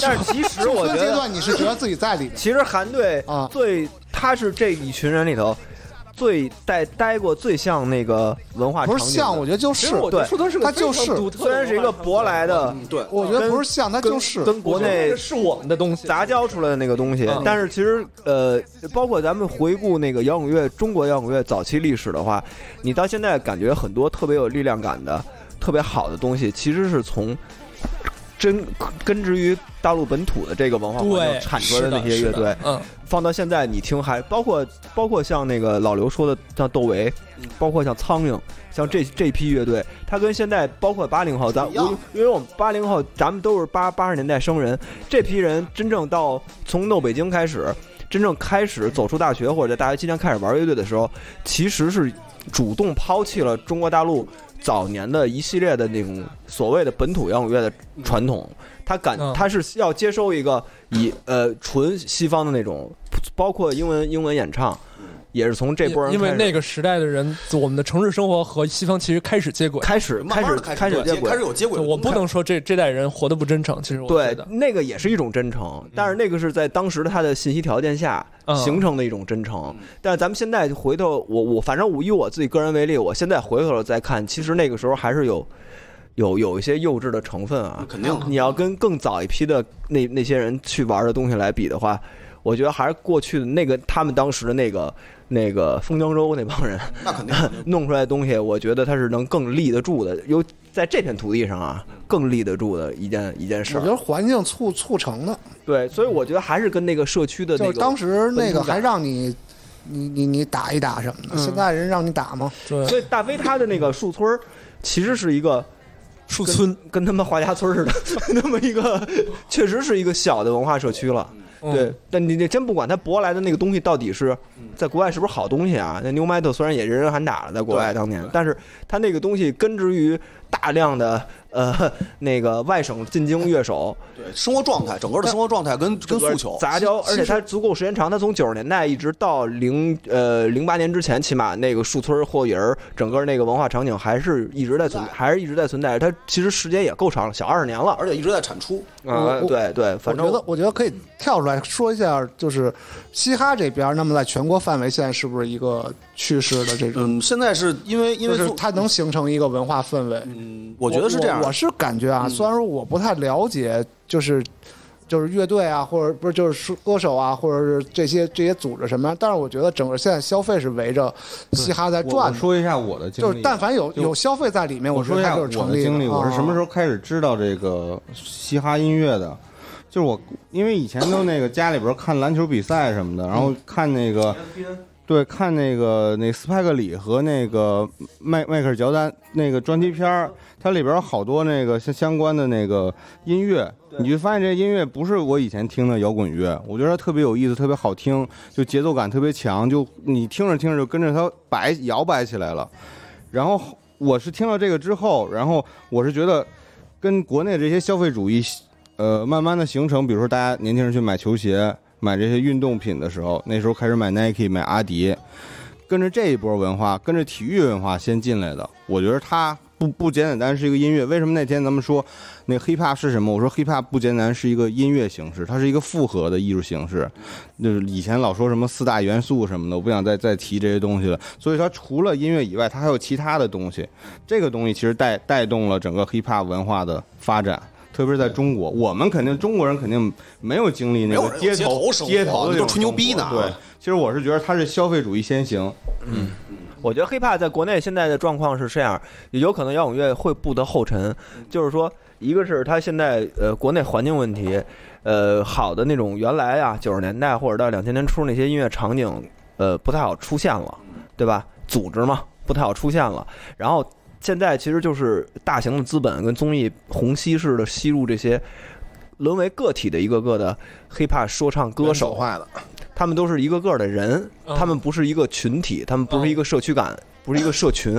但是其实我觉 <laughs> 树村阶得段你是觉得自己在里面。其实韩队啊最他是这一群人里头最待待过最像那个文化不是场景的像我觉得就是其实我觉得树墩是个它就是非常独特的虽然是一个舶来的，对，我觉得不是像它跟就是跟国我觉内得嗯是我们的东西啊杂交出来的那个东西嗯。但是其实呃，包括咱们回顾那个摇滚乐中国摇滚乐早期历史的话，你到现在感觉很多特别有力量感的、特别好的东西，其实是从。真根植于大陆本土的这个文化环对境产出来是的那些乐是队的，嗯，放到现在你听还包括包括像那个老刘说的，像窦唯，包括像苍蝇，像这这批乐队，它跟现在包括八零后，咱我因为我们八零后，咱们都是八八十年代生人，这批人真正到从闹北京开始，真正开始走出大学或者在大学期间开始玩乐队的时候，其实是主动抛弃了中国大陆早年的一系列的那种所谓的本土摇滚乐的传统。他敢，他是要接收一个以呃纯西方的那种，包括英文英文演唱，也是从这波人因为开始那个时代的人，我们的城市生活和西方其实开始接轨，开始开始开始接轨，对我不能说这这代人活得不真诚，其实我觉对得，那个也是一种真诚，但是那个是在当时的他的信息条件下嗯形成的一种真诚。但是咱们现在回头，我我反正我以我自己个人为例，我现在回头再看，其实那个时候还是有。有有一些幼稚的成分啊，肯定。你要跟更早一批的那那些人去玩的东西来比的话，我觉得还是过去的那个他们当时的那个那个封江州那帮人，那肯定 <laughs> 弄出来的东西，我觉得它是能更立得住的，尤在这片土地上啊，更立得住的一件一件事我儿觉。得环境促促成的，对，所以我觉得还是跟那个社区的那就个是当时那本土个感还让你你你你打一打什么的，嗯现在人让你打吗？所以大飞他的那个树村儿其实是一个树村 <laughs> 跟，跟他们华家村儿似的，那么一个确实是一个小的文化社区了。嗯对，但你你真不管它舶来的那个东西到底是在国外是不是好东西啊？那 New Metal 虽然也人人喊打了，在国外当年，但是它那个东西根植于大量的呃那个外省进京乐手对生活状态，整个的生活状态跟跟诉求杂交，其而实且它足够时间长，它从九十年代一直到零呃零八年之前，起码那个树村或人儿整个那个文化场景还是一直在存，还是一直在存在。它其实时间也够长了，小二十年了，而且一直在产出啊、我对对，反正我觉得我觉得可以跳出来说一下，就是嘻哈这边，那么在全国范围现在是不是一个趋势的这种？嗯，现在是因为因为就是做它能形成一个文化氛围。嗯，我觉得是这样我是感觉啊，虽然说我不太了解，就是就是乐队啊，或者不是就是说歌手啊，或者是这些这些组织什么，但是我觉得整个现在消费是围着嘻哈在我转的。说一下我的经历，就是但凡有就有消费在里面，我觉说得一它下就我是成立的的。哦经历，我是什么时候？候开始知道这个嘻哈音乐的？就是我，因为以前都那个家里边看篮球比赛什么的，然后嗯看那个，对，看那个那斯派克里和那个迈迈克尔乔丹那个专题片儿，它里边有好多那个相相关的那个音乐，你就发现这音乐不是我以前听的摇滚乐，我觉得它特别有意思，特别好听，就节奏感特别强，就你听着听着就跟着它摆摇摆起来了。然后我是听了这个之后，然后我是觉得跟国内这些消费主义，呃，慢慢的形成，比如说大家年轻人去买球鞋、买这些运动品的时候，那时候开始买 Nike、买阿迪，跟着这一波文化，跟着体育文化先进来的。我觉得它不不简简单是一个音乐。为什么那天咱们说那 hiphop 是什么？我说 hiphop 不简单是一个音乐形式，它是一个复合的艺术形式。就是以前老说什么四大元素什么的，我不想再再提这些东西了。所以它除了音乐以外，它还有其他的东西。这个东西其实带带动了整个 hiphop 文化的发展。特别是在中国，我们肯定中国人肯定没有经历那没有个人街有头街头生活街头的那都这种吹牛逼呢生活对，其实我是觉得它是消费主义先行，嗯，我觉得 hiphop 在国内现在的状况是这样，有可能摇滚乐会步得后尘，嗯就是说，一个是它现在呃国内环境问题，呃好的那种原来啊九十年代或者到两千年初那些音乐场景，呃不太好出现了，嗯对吧？组织嘛不太好出现了，然后现在其实就是大型的资本跟综艺虹吸式的吸入这些沦为个体的一个个的 hiphop 说唱歌手化的，嗯他们都是一个个的人，他们不是一个群体，他们不是一个社区感，不是一个社群，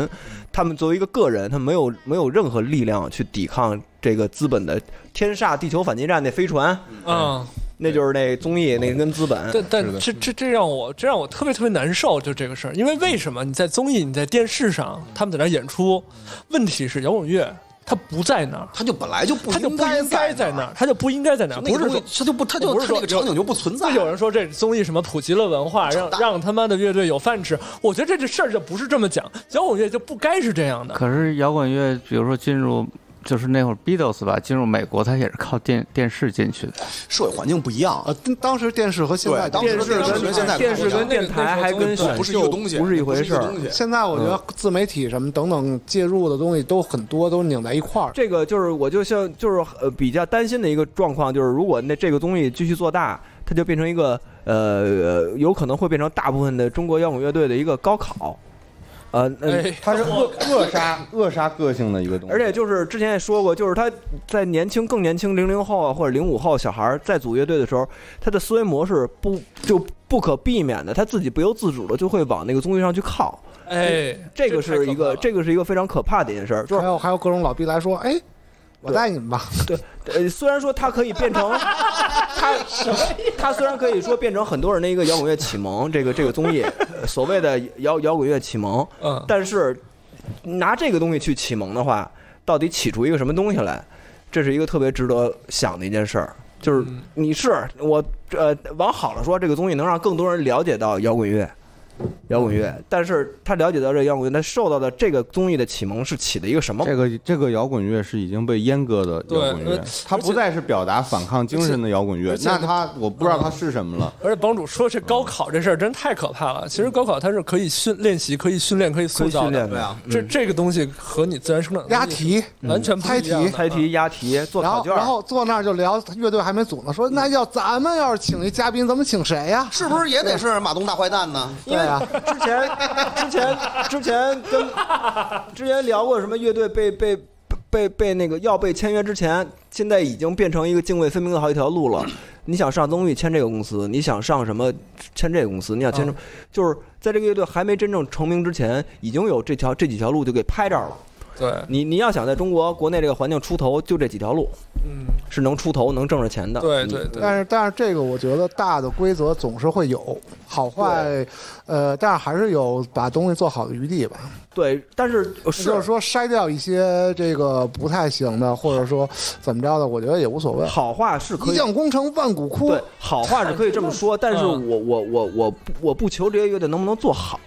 他们作为一个个人，他没有没有任何力量去抵抗这个资本的天煞地球反击战那飞船，嗯，那就是那综艺那跟资本，但但这这这让我这让我特别特别难受，就这个事儿，因为为什么你在综艺、你在电视上，他们在那儿演出，问题是摇滚乐它不在那儿，它就本来就不它就不应该在那儿，它就不应该在那儿，那个不是东西说它就不它就我不是它说这个场景就不存在就有人说这综艺什么普及了文化，让让他妈的乐队有饭吃，我觉得这这事儿就不是这么讲，摇滚乐就不该是这样的。可是摇滚乐，比如说进入，就是那会儿 Beatles 吧，进入美国，它也是靠电电视进去的。社会环境不一样呃啊，当当时电视和现对在当时的电视跟现在电视跟电台还跟选秀不是一个东西不是一回事儿不是一个东西现在我觉嗯得自媒体什么等等介入的东西都很多，都拧在一块儿。这个就是我就像就是呃比较担心的一个状况，就是如果那这个东西继续做大，它就变成一个呃有可能会变成大部分的中国摇滚乐队的一个高考，呃，哎那哎它是扼扼杀扼杀个性的一个东西。而且就是之前也说过，就是他在年轻更年轻零零后啊或者零五后小孩儿在组乐队的时候，他的思维模式不就不可避免的，他自己不由自主的就会往那个综艺上去靠。哎，这个是一个这个是一个非常可怕的一件事儿，就是还有还有各种老逼来说，哎，我带你们吧。对，呃，虽然说它可以变成，它它虽然可以说变成很多人的一个摇滚乐启蒙，这个这个综艺呃所谓的摇摇滚乐启蒙，嗯，但是拿这个东西去启蒙的话，到底起出一个什么东西来，这是一个特别值得想的一件事儿。就是你是我呃，往好了说，这个综艺能让更多人了解到摇滚乐，摇滚乐，但是他了解到这个摇滚乐，他受到的这个综艺的启蒙是起的一个什么？这个这个摇滚乐是已经被阉割的摇滚对乐呃，它不再是表达反抗精神的摇滚乐而，且那它我不知道它是什么了。而且帮主说这高考这事儿真太可怕了。其实高考它是可以训练习、可以训练、可以塑造可以训的。练的对啊这这个东西和你自然生长的押东西嗯题完全不猜一样题的。猜题、押题、做然考后卷，嗯然后坐那儿就聊，乐队还没组呢，说那要咱们要是请一嘉宾，咱们请谁呀？是不是也得是马东大坏蛋呢？对啊，之前之前之前 <laughs> 跟之前聊过什么乐队被被 <laughs> 被被那个要被签约之前，现在已经变成一个泾渭分明的好几条路了。你想上综艺签这个公司，你想上什么签这个公司，你想签什么，嗯就是在这个乐队还没真正成名之前，已经有这条这几条路就给拍这儿了。对你，你要想在中国国内这个环境出头，就这几条路，嗯，是能出头、能挣着钱的。嗯但是但是这个我觉得大的规则总是会有好坏，呃，但是还是有把东西做好的余地吧。对，但是就是说筛掉一些这个不太行的，或者说怎么着的，我觉得也无所谓。好话是可以一将功成万骨枯。对，好话是可以这么说，但是我嗯我我我不我不求这些乐队能不能做好，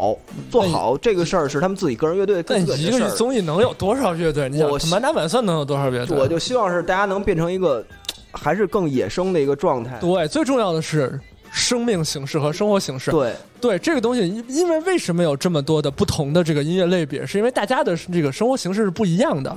做好这个事儿是他们自己个人乐队但跟自己一的事个儿。综艺能有多少乐队？你想我满打满算能有多少乐队？我就希望是大家能变成一个还是更野生的一个状态。对，最重要的是生命形式和生活形式。对对，这个东西，因因为为什么有这么多的不同的这个音乐类别，是因为大家的这个生活形式是不一样的。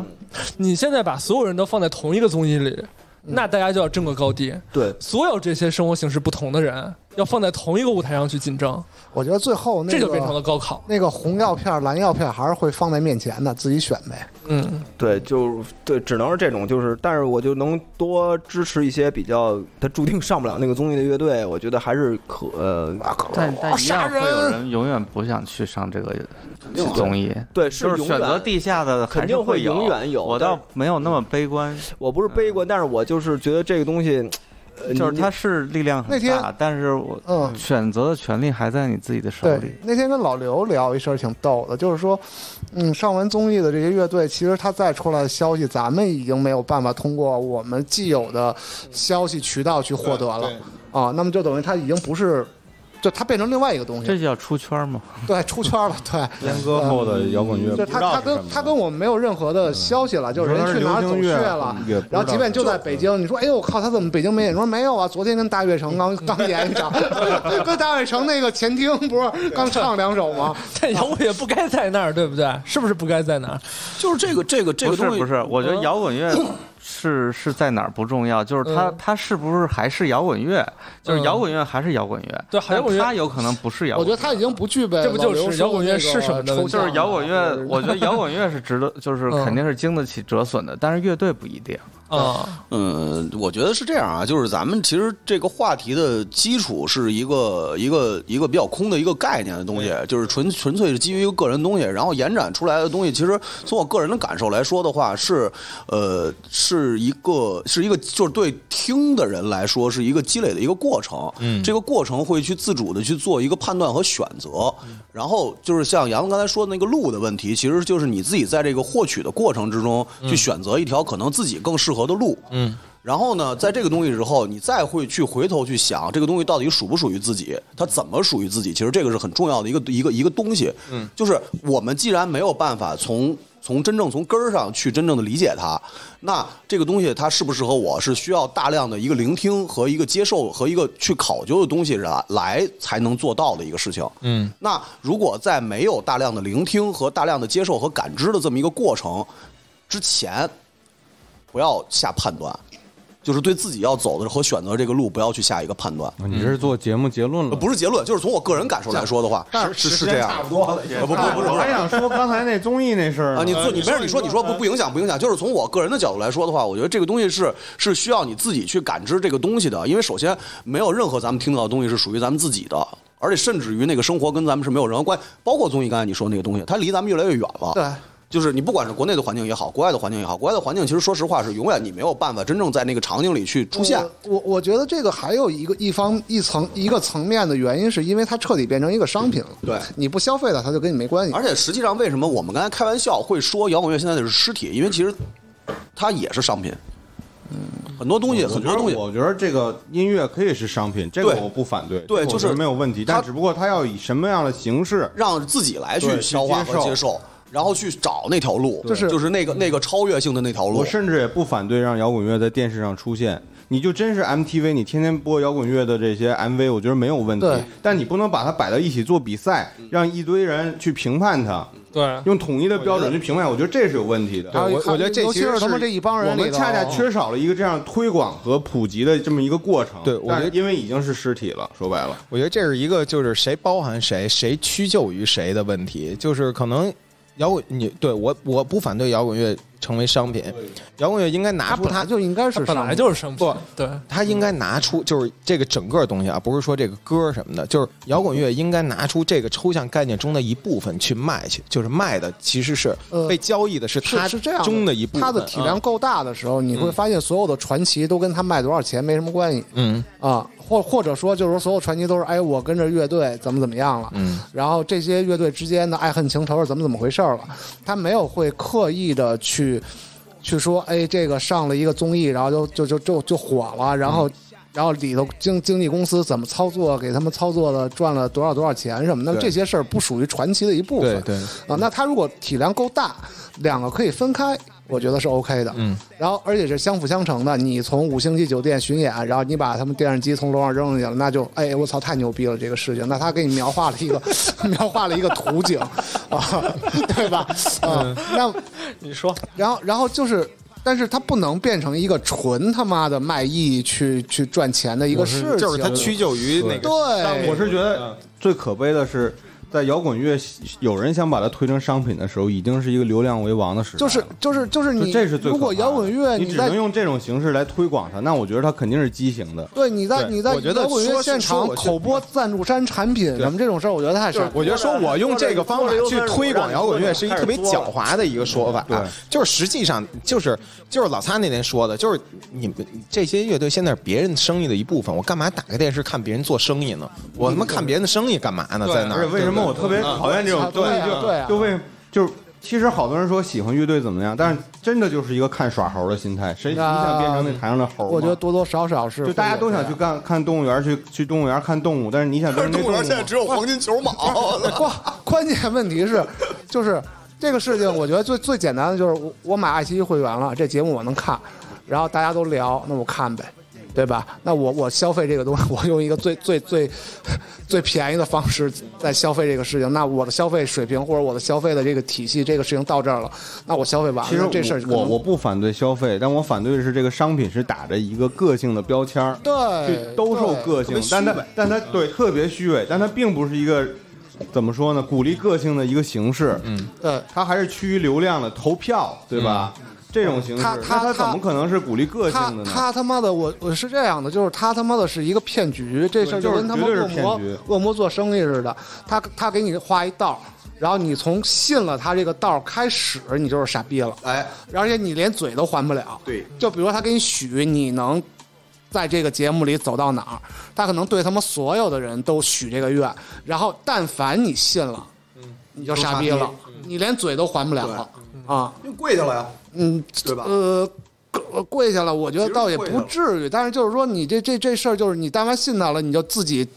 你现在把所有人都放在同一个综艺里，那大家就要争个高低。对，所有这些生活形式不同的人，要放在同一个舞台上去竞争，我觉得最后那个这就变成了高考。那个红药片、蓝药片还是会放在面前的，自己选呗。嗯，对，就对，只能是这种，就是，但是我就能多支持一些比较他注定上不了那个综艺的乐队，我觉得还是可呃，但但一样会有人永远不想去上这个综艺，对是就是永选远择地下的还肯是定会永远有。我倒没有那么悲观，我不是嗯悲观，但是我就是觉得这个东西，呃就是你它是力量那很天大，但是我嗯选择的权利还在你自己的手对里。，那天跟老刘聊一事儿挺逗的，就是说，嗯，上完综艺的这些乐队，其实他再出来的消息，咱们已经没有办法通过我们既有的消息渠道去获得了啊。那么就等于他已经不是，就他变成另外一个东这西，就叫出圈吗？对，出圈了，对。阉割后的摇滚乐，就他他跟他跟我们没有任何的消息了，就是人去哪儿走嗯穴了你说他是流行乐也嗯不，知道然后即便就在北京，你说哎呦我靠，他怎么北京没演？你说没有啊，昨天跟大悦城刚刚演一场， <laughs> <laughs> 跟大悦城那个前厅不是刚唱两 <laughs> 首吗？但摇滚也不该在那儿，对不对？ <laughs> 是不是不该在那儿？就是这个这个这不个是东西不是，我觉得摇滚乐是是在哪儿不重要，就是它嗯它是不是还是摇滚乐，就是摇滚乐还是摇滚乐，对摇滚乐但它有可能不是摇我滚觉乐。得他已经不具备这不就是老刘说摇滚乐是什么的的那个抽问题就象啊了是摇啊滚乐，我觉得摇乐。滚乐是值得，就是嗯肯定是经得起折损的，但是乐队不一定。啊，嗯，我觉得是这样啊，就是咱们其实这个话题的基础是一个一个一个比较空的一个概念的东西，就是纯纯粹是基于一个个人东西，然后延展出来的东西，其实从我个人的感受来说的话，是呃是一个是一个就是对听的人来说是一个积累的一个过程，嗯，这个过程会去自主的去做一个判断和选择，然后就是像杨子刚才说的那个路的问题，其实就是你自己在这个获取的过程之中去选择一条可能自己更适合的路，嗯，然后呢，在这个东西之后，你再会去回头去想这个东西到底属不属于自己，它怎么属于自己，其实这个是很重要的一个一个一个东西。嗯，就是我们既然没有办法从从真正从根儿上去真正的理解它，那这个东西它适不适合我是需要大量的一个聆听和一个接受和一个去考究的东西来来才能做到的一个事情。嗯，那如果在没有大量的聆听和大量的接受和感知的这么一个过程之前，不要下判断，就是对自己要走的和选择这个路，不要去下一个判断。啊呃你这是做节目结论了，不是结论，就是从我个人感受来说的话，是是是这样。呃不不不不我还是想说刚才那综艺那事儿呢啊，你做你没事，你说你说不不影响不影响，就是从我个人的角度来说的话，我觉得这个东西是是需要你自己去感知这个东西的，因为首先没有任何咱们听到的东西是属于咱们自己的。而且甚至于那个生活跟咱们是没有任何关系，包括综艺刚才你说那个东西，它离咱们越来越远了。对，就是你不管是国内的环境也好，国外的环境也好，国外的环境其实说实话是永远你没有办法真正在那个场景里去出现。我我觉得这个还有一个一方一层一个层面的原因，是因为它彻底变成一个商品了。对，你不消费它，它就跟你没关系。而且实际上，为什么我们刚才开玩笑会说摇滚乐现在的是尸体？因为其实它也是商品，嗯，很多东西，我很觉多得东西，我觉得这个音乐可以是商品，这个对我不反对，对这个我就是觉得没有问题，但只不过它要以什么样的形式，让自己来去对消化去和接受接受，然后去找那条路，就是就是那个那个超越性的那条路我。甚至也不反对让摇滚乐在电视上出现。你就真是 MTV，你天天播摇滚乐的这些 MV，我觉得没有问题对。但你不能把它摆到一起做比赛，让一堆人去评判它，对，用统一的标准去评嗯判，我觉得这是有问题的。还有我还有我觉得这尤其其实是他们这一帮人我里们头啊恰恰缺少了一个这样推广和普及的这么一个过程。对我觉得但是因为已经是尸体了，说白了， <laughs> 我觉得这是一个就是谁包含谁，谁屈就于谁的问题，就是可能摇滚你对我我不反对摇滚乐成为商品。摇滚乐应该拿出它就应该是它本来就是生不对，它应该拿出就是这个整个东西啊，不是说这个歌什么的，就是摇滚乐应该拿出这个抽象概念中的一部分去卖去，就是卖的其实是呃被交易的是它是这样中的一部分，它的体量啊够大的时候，你会发现所有的传奇都跟它卖多少钱没什么关系。嗯啊，或或者说就是说所有传奇都是哎，我跟着乐队怎么怎么样了，嗯，然后这些乐队之间的爱恨情仇是怎么怎么回事儿了，他没有会刻意的去去说哎，这个上了一个综艺，然后就就就就就火了，然嗯后。然后里头经经纪公司怎么操作，给他们操作了赚了多少多少钱什么的，对这些事儿不属于传奇的一部分。对对啊，那它如果体量够大，两个可以分开，我觉得是 OK 的。嗯，然后而且是相辅相成的。你从五星级酒店巡演，啊然后你把他们电视机从楼上扔下去了，那就哎我操太牛逼了这个事情。那他给你描画了一个 <laughs> 描画了一个图景啊，对吧？啊，那你说，然后然后就是。但是它不能变成一个纯他妈的卖艺去去赚钱的一个事情，就是它屈就于那个商对，品我是觉得最可悲的是，在摇滚乐有人想把它推成商品的时候，已经是一个流量为王的时代。就是就是就是你，就这是最可怕的如果摇滚乐你你只在能用这种形式来推广它，那我觉得它肯定是畸形的。对，你在对你在我觉得摇滚乐说现说场我就口播赞助商产品什么这种事儿，我觉得太傻。我觉得说我用这个方法去推广摇滚乐是一特别狡猾的一个说法，就是实际上就是就是老擦那天说的，就是你们这些乐队现在是别人生意的一部分，我干嘛打开电视看别人做生意呢？我他妈看别人的生意干嘛呢？在那而儿？且为什么我特别讨厌这啊种东西？就就为就是。其实好多人说喜欢乐队怎么样，但是真的就是一个看耍猴的心态。谁你想变成那台上的猴吗？啊我觉得多多少少是就大家都想去干看动物园，去去动物园看动物，但是你想变成那物吗有黄金球蟒。关关键问题是，就是这个事情，我觉得最最简单的就是我我买爱奇艺会员了，这节目我能看，然后大家都聊，那我看呗。对吧？那我我消费这个东西，我用一个最最最最便宜的方式在消费这个事情。那我的消费水平或者我的消费的这个体系，这个事情到这儿了，那我消费完了，其实这事儿可能我我不反对消费，但我反对的是这个商品是打着一个个性的标签儿，对去兜售个性对，但它但呃特别虚伪它对特别虚伪，但它并不是一个怎么说呢，鼓励个性的一个形式，嗯，对，它还是趋于流量的投票，对吧？这种形式，它那它它它怎么可能是鼓励个性他的呢？他他妈的，我我是这样的，就是他他妈的是一个骗局，这事儿对就是跟他妈绝对恶是魔骗局恶魔做生意似的，他他给你画一道。然后你从信了他这个道开始，你就是傻逼了，哎，而且你连嘴都还不了。对，就比如说他给你许你能在这个节目里走到哪儿，他可能对他们所有的人都许这个愿，然后但凡你信了，嗯你就傻逼就了傻逼，你连嘴都还不了了啊！就跪下了呀，嗯，对吧？呃，跪跪下了，我觉得倒也不至于，但是就是说，你这这这事儿，就是你但凡信他了，你就自己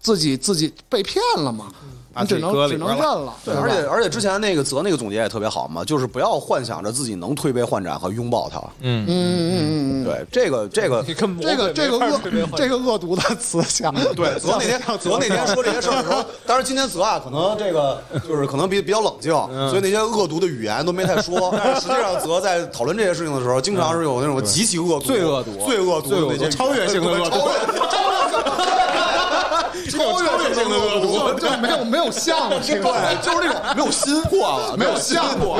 自己自己被骗了嘛，把你只自己能搁里只能边认了了，嗯对，吧而且而且之前那个泽那个总结也特别好嘛，就是不要幻想着自己能推杯换盏和拥抱它。嗯嗯嗯嗯嗯，对，这个这个这个这个恶这个恶毒的词想，对，泽那天泽那天说这些事儿的时候，当然今天泽啊，可能这个就是可能比比较冷静，嗯所以那些恶毒的语言都没太 <laughs> 说。但是实际上，泽在讨论这些事情的时候，经常是有那嗯种极其恶毒、最恶毒、最恶毒的那些超越性的恶毒超越超越性的恶毒，就没有没有像了，这个对，就是这种没有心过了，没有像过，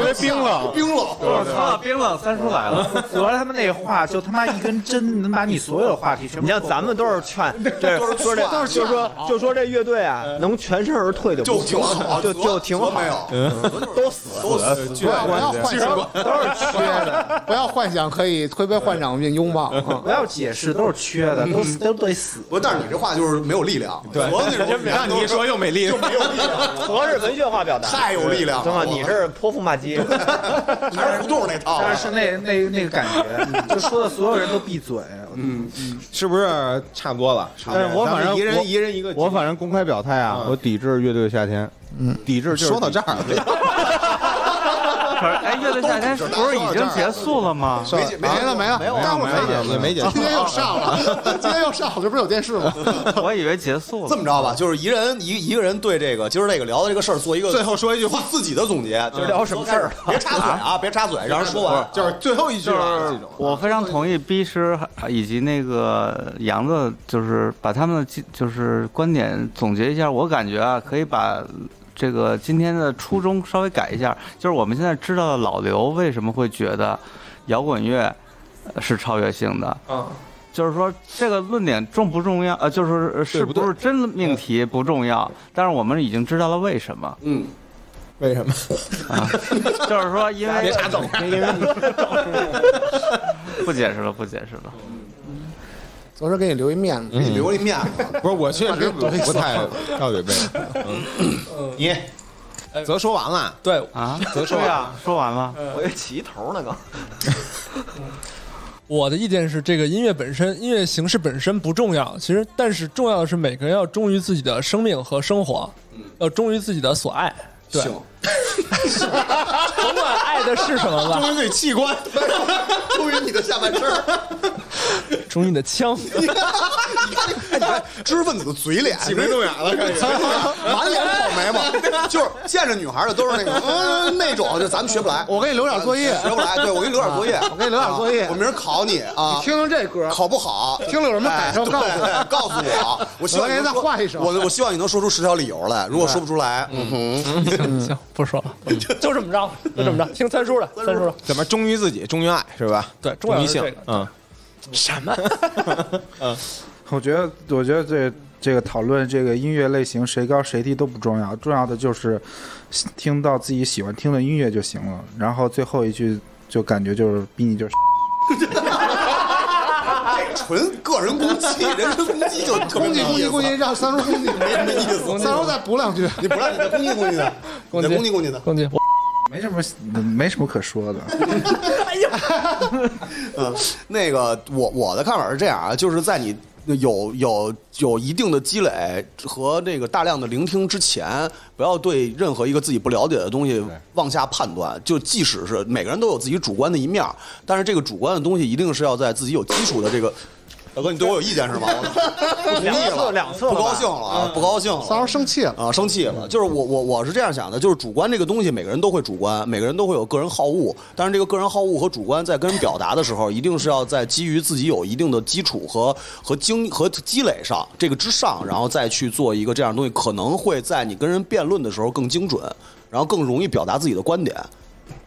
冰冷，我操，冰冷三叔来了。主要他们那话，就他妈一根针能把你所有的话题全部。你像咱们都是劝，这都是说劝这，就说就说这乐队啊，能全身而退就不 <laughs> 就挺好就得就挺好嗯得没有，都死了。都死不要不要幻想，都是缺的，不要幻想可以推杯换盏并拥抱。嗯不要解释，都是缺的，都是都得死。不，但是你这话就是没有力量，对， <laughs> 让你说又没力，就没有力量， <laughs> 合是文学化表达，太有力量了对吧？我你这是泼妇骂街，还是胡同那套啊。但是那那那个感觉，就说的所有人都闭嘴。嗯，是不是差不多了？是不是但是我反咱正们一我人一人一个，嗯我反正公开表态啊，我抵制乐队的夏天，嗯，抵制就是说到这儿 <laughs> 可是哎，乐队夏天不是已经结束 <laughs> 了吗？没解没没了没了，待会儿没看解释没解今释。天又上了，今天又上了，这不是有电视吗？我以为结束了。这么着吧，就是一人一一个人对这个今儿这个聊的这个事儿做一个最后说一句话自己的总结，就是聊什么事儿， <laughs> 别插嘴啊，别插嘴，让人说完。就是最后一句了， <laughs> 啊我非常同意逼师以及那个杨子，就是把他们的基就是观点总结一下。我感觉啊，可以把这个今天的初衷稍微改一下，就是我们现在知道的老刘为什么会觉得摇滚乐呃是超越性的，嗯啊，就是说这个论点重不重要？呃，就是是不是真命题嗯不重要，但是我们已经知道了为什么。啊嗯，为什么？就是说因为 <laughs> 别插嘴因为 <laughs> 不解释了，不解释了。昨儿给你留一面子，嗯留一面子。不是，我确 <laughs> 实不不太到嘴背。嗯你则说完了，对啊则说完了，说完了，嗯嗯我也起一头呢，刚。我的意见是，这个音乐本身，音乐形式本身不重要，其实但是重要的是每个人要忠于自己的生命和生活，要忠于自己的所爱。 <laughs> 对，甭管爱的是什么吧，忠于你器官，忠于你的下半身儿。忠于你的枪。你看，哎你看， <laughs> 知分子的嘴脸，挤眉弄眼了开始 <laughs> 满脸草眉毛， <laughs> 就是见着女孩的都是那个，嗯，那种就咱们学不来。我给你留点作业学不来。对，我给你留点作业啊，我给你留点作业啊我明儿考你啊。你听听这歌，考不好，听了有什么感受哎告诉对告诉我我。我 <laughs> 希望我你给能你再说画一首我我希望你能说出十条理由来。如果说不出来，嗯哼，行，不说了， <laughs> 就这么着，就这么着，听三叔的，三叔的。怎么忠于自己，忠于爱是吧？对，忠要于是这性个，嗯，什么？我觉得，我觉得这这个讨论这个音乐类型谁高谁低都不重要，重要的就是听到自己喜欢听的音乐就行了。 <laughs> 然后最后一句就感觉就是逼你就是。纯个人攻击，人身攻击就特别攻击攻击攻击，让三叔攻击，没没意思。三叔再补两句，你不让你再攻击攻击 <laughs> 他，你再攻击攻击他。攻击，没什么没什么可说的。嗯，那个我我的看法是这样啊，就是在你有有有一定的积累和那个大量的聆听之前，不要对任何一个自己不了解的东西妄下判断。就即使是每个人都有自己主观的一面儿，但是这个主观的东西一定是要在自己有基础的这个。大哥，你对我有意见是吗？ <laughs> 我两次腻了，两次了不吧高兴了啊，不高兴了。三叔生气了。嗯啊，生气了。就是我我我是这样想的，就是主观这个东西，每个人都会主观，每个人都会有个人好恶。但是这个个人好恶和主观在跟人表达的时候，一定是要在基于自己有一定的基础和和经和积累上这个之上，然后再去做一个这样的东西，可能会在你跟人辩论的时候更精准，然后更容易表达自己的观点。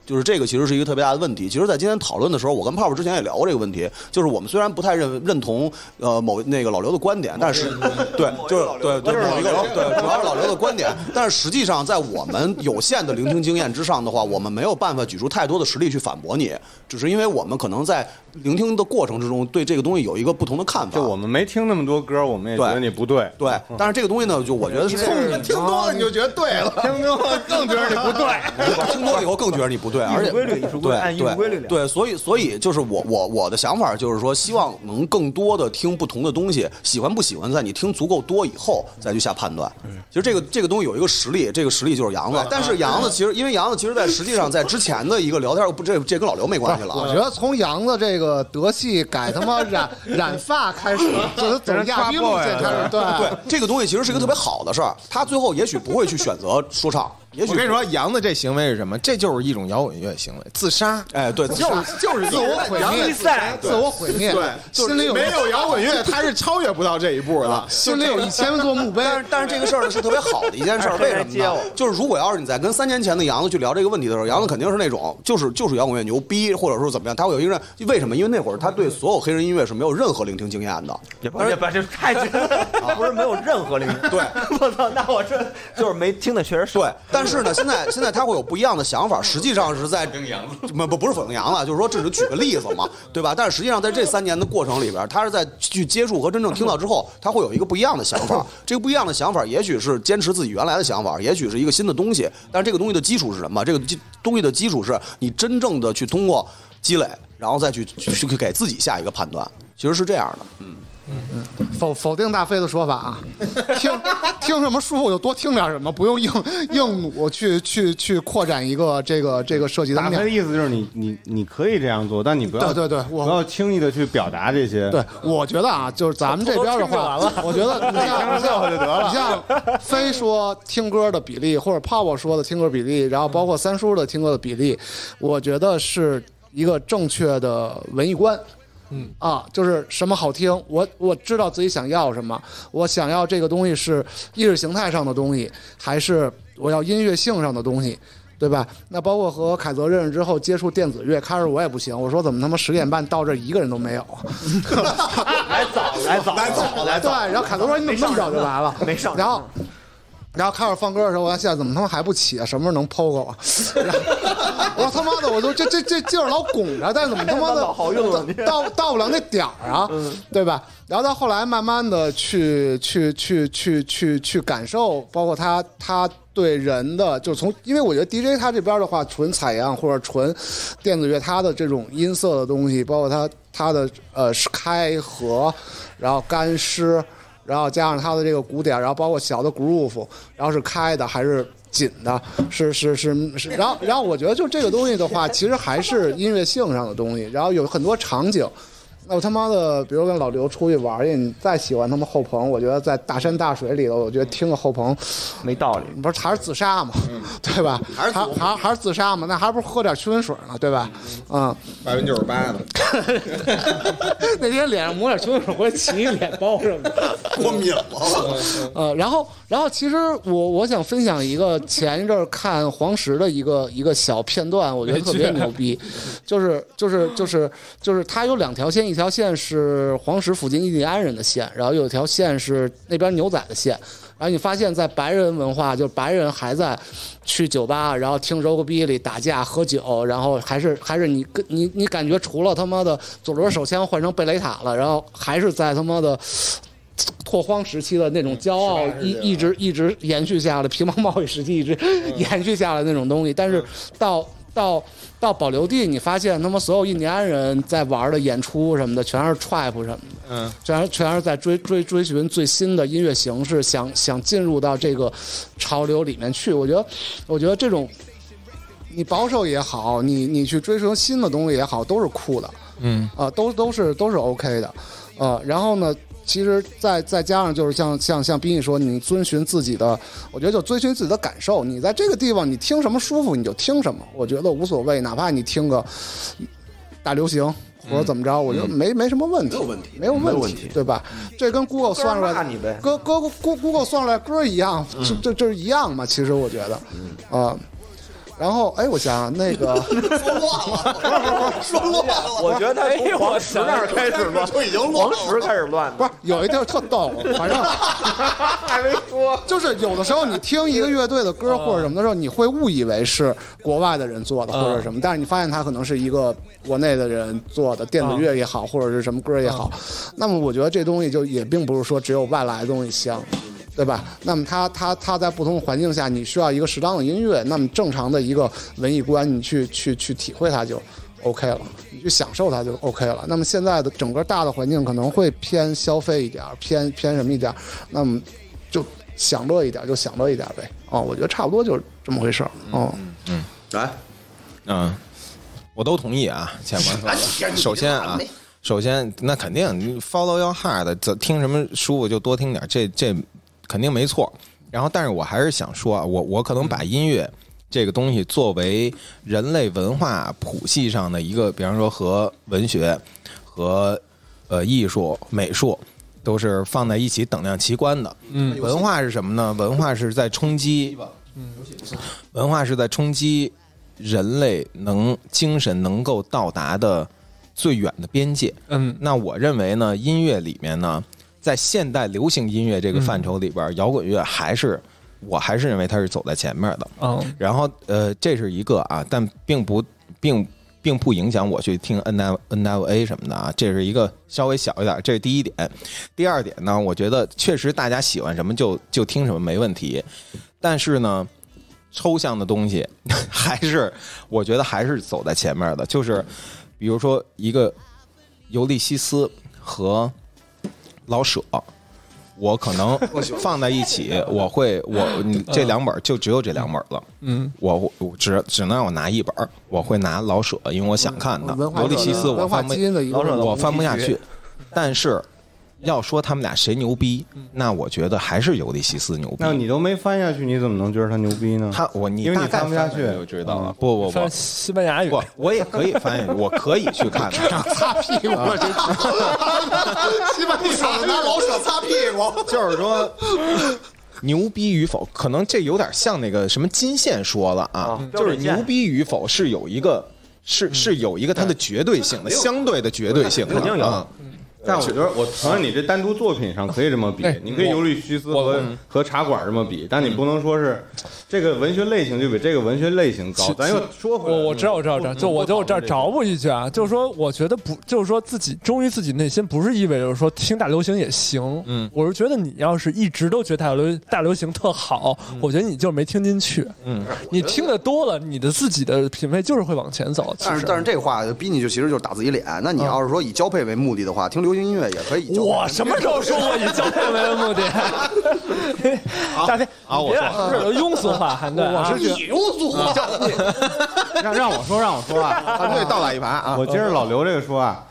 就是这个其实是一个特别大的问题。其实，在今天讨论的时候，我跟泡泡之前也聊过这个问题。就是我们虽然不太认认同呃某那个老刘的观点，但是对，就是对对某一个对，主要是老刘的观点。 <laughs> 但是实际上，在我们有限的聆听经验之上的话，我们没有办法举出太多的实力去反驳你，只是因为我们可能在聆听的过程之中，对这个东西有一个不同的看法。就我们没听那么多歌，我们也对觉得你不对。对，但是这个东西呢，就我觉得是听多了你就觉得对了，听多了更觉得你不对。听多了以后更觉得你不对，啊而且规律艺术规律按对艺术对规律聊对，所以所以就是我我我的想法就是说，希望能更多的听不同的东西，喜欢不喜欢，在你听足够多以后再去下判断。嗯其实这个这个东西有一个实力，这个实力就是杨子，啊啊但是杨子其实因为杨子其实在实际上在之前的一个聊天，不这这跟老刘没关系了啊。我觉得从杨子这个德系改他妈染 <laughs> 染发开始，就是走亚兵路线开始，对对，这个东西其实是一个特别好的事儿，他最后也许不会去选择说唱，也许 <laughs> 我跟你说，杨的这行为是什么？这就是一种摇滚乐行为，自杀。哎，对，就是就是自我毁灭，自我毁灭，对，心里有没有摇滚乐，他是超越不到这一步的。心里有一千座墓碑，但是但是这个事儿呢是特别好的一件事儿，为什么呢？就是如果要是你在跟三年前的杨子去聊这个问题的时候，杨子肯定是那种就是就是摇滚乐牛逼，或者说怎么样，他会有一个人为什么？因为那会儿他对所有黑人音乐是没有任何聆听经验的，也不也不这太绝了，不是没有任何灵感。对， <laughs> 我操，那我这就是没听的确实对，但是呢，现在现在他会有不一样的想法，实际上是在不不不是否定杨了，就是说这只举个例子嘛，对吧？但是实际上在这三年的过程里边，他是在去接触和真正听到之后，他会有一个不一样的想法。这个不一样的想法，也许是坚持自己原来的想法，也许是一个新的东西。但是这个东西的基础是什么？这个基东西的基础是你真正的去通过积累，然后再去去去给自己下一个判断，其实是这样的。嗯，否否定大飞的说法 <laughs> 啊，听听什么舒服就多听点什么，不用硬硬努去去去扩展一个这个这个涉及的打面开的。意思就是你你你可以这样做，但你不要对对对我不要轻易的去表达这些。对，我觉得啊，就是咱们这边的偷偷听就话 <laughs> 完了，我觉得你像你像就得了你像飞说听歌的比例，或者泡泡说的听歌比例，然后包括三叔的听歌的比例，我觉得是一个正确的文艺观。嗯啊，就是什么好听，我我知道自己想要什么，我想要这个东西是意识形态上的东西，还是我要音乐性上的东西，对吧？那包括和凯泽认识之后接触电子乐，开始我也不行，我说怎么他妈十点半到这儿一个人都没有？来早来早来哎早来对，然后凯泽说你怎么这么早就来了？没上人呢然后。然后开始放歌的时候，我在想怎么他妈还不起啊？什么时候能 POGO 啊？<laughs> 然后我说他妈的，我就这这这劲儿老拱着，但是怎么他妈 <laughs> 的老好用了到到不了那点儿啊，嗯对吧？然后到后来慢慢的去去去去去去感受，包括他他对人的，就从因为我觉得 DJ 他这边的话，纯采样或者纯电子乐，它的这种音色的东西，包括它它的呃开合，然后干湿。然后加上它的这个鼓点，然后包括小的 groove，然后是开的还是紧的，是是是是，然后然后我觉得就这个东西的话，其实还是音乐性上的东西，然后有很多场景。那我他妈的，比如跟老刘出去玩去，你再喜欢他妈后棚，我觉得在大山大水里头，我觉得听个后棚没道理，不是还是自杀嘛，对吧？嗯还是还还是自杀嘛？那还不如喝点驱蚊水呢，对吧？嗯，百分之九十八的。 <laughs> 那天脸上抹点酒水，回来起一脸包上的， <laughs> 过敏了。 <laughs> 呃，然后，然后，其实我我想分享一个前一阵儿看黄石的一个一个小片段，我觉得特别牛逼，就是就是就是就是它有两条线，一条线是黄石附近印第安人的线，然后有一条线是那边牛仔的线。然后你发现，在白人文化，就是白人还在去酒吧，然后听 rockabilly 打架、喝酒，然后还是还是你跟你你感觉除了他妈的左轮手枪换成贝雷塔了，然后还是在他妈的拓荒时期的那种骄傲一一直一直延续下来，皮毛贸易时期一直延续下来那种东西。但是到到到保留地，你发现他妈所有印第安人在玩的演出什么的，全是 trap 什么的。嗯，全是全是在追追追寻最新的音乐形式，想想进入到这个潮流里面去。我觉得，我觉得这种你保守也好，你你去追求新的东西也好，都是酷的。嗯啊、都都是都是 OK 的，呃，然后呢，其实再再加上就是像像像斌毅说，你遵循自己的，我觉得就遵循自己的感受，你在这个地方你听什么舒服你就听什么，我觉得无所谓，哪怕你听个大流行或者怎么着，我觉得没没什么问题，嗯没有问题，没有没有问问题对吧？这跟 Google 算出来骂你呗歌歌 Google Google 算出来歌一样，嗯这这这是一样嘛？其实我觉得，啊、然后哎，我想想那个。说乱 <laughs> 了。我觉得他从黄石那儿开始乱，就已经乱黄石开始乱不是有一地儿特逗，反正还没说，就是有的时候你听一个乐队的歌或者什么的时候，你会误以为是国外的人做的或者什么，但是你发现它可能是一个国内的人做的电子乐也好，或者是什么歌也好。那么我觉得这东西就也并不是说只有外来的东西香。对吧？那么它它它在不同的环境下，你需要一个适当的音乐，那么正常的一个文艺观，你去去去体会它就 OK 了，你去享受它就 OK 了。那么现在的整个大的环境可能会偏消费一点儿，偏偏什么一点儿，那么就享乐一点儿就享乐一点儿呗。哦，我觉得差不多就是这么回事儿。哦，嗯，来，嗯，我都同意啊，前面说的首先啊。首先，那肯定你 follow your heart，怎听什么舒服就多听点，这这肯定没错。然后，但是我还是想说啊，我我可能把音乐这个东西作为人类文化谱系上的一个，比方说和文学和呃艺术、美术都是放在一起等量齐观的。嗯文化是什么呢？文化是在冲击，文化是在冲击人类能精神能够到达的最远的边界。嗯，那我认为呢，音乐里面呢，在现代流行音乐这个范畴里边，摇滚乐还是我还是认为它是走在前面的。哦然后呃，这是一个啊，但并不并并不影响我去听 N L N L A 什么的啊，这是一个稍微小一点，这是第一点。第二点呢，我觉得确实大家喜欢什么就就听什么没问题，但是呢。抽象的东西， <laughs> 还是我觉得还是走在前面的。就是比如说一个尤利西斯和老舍，我可能放在一起，我会我你这两本就只有这两本了。嗯，我我只只能让我拿一本，我会拿老舍，因为我想看它。嗯文化尤利西斯文我化翻不基因的一个问题我翻不下去。但是要说他们俩谁牛逼，嗯那我觉得还是尤利西斯牛逼。那你都没翻下去，你怎么能觉得他牛逼呢？他我你因为你大概翻不下翻去嗯了就知道了。不不不翻，西班牙语，不，我也可以翻译，我可以去 <laughs> 看看。擦屁股，我这 <laughs> 西班牙拿老舍擦屁股，就是说，牛逼与否，可能这有点像那个什么金线说了啊，就是牛逼与否是有一个嗯是是有一个它的绝对性的，相对的绝对性的，肯定有啊但我觉得，我承认你这单独作品上可以这么比哎，嗯你可以尤里西斯和和茶馆这么比，但你不能说是这个文学类型就比这个文学类型高。咱又说回来嗯我我知道我知道我知道，就我就我这儿找补一句啊，就是说我觉得不，就是说自己忠于自己内心，不是意味着说听大流行也行。嗯，我是觉得你要是一直都觉得大流大流行特好，我觉得你就是没听进去。嗯，你听的多了，你的自己的品味就是会往前走。其但是实但是这话逼你就其实就是打自己脸。那你要是说以交配为目的的话，听流行音乐也可以以交配。我什么时候说过以交配为目的？ <laughs> 大飞啊，我说这都庸俗化，韩队啊，我是觉得 <laughs> 让让我说，让我说啊， <laughs> 团队倒打一耙啊！我接着老刘这个说啊，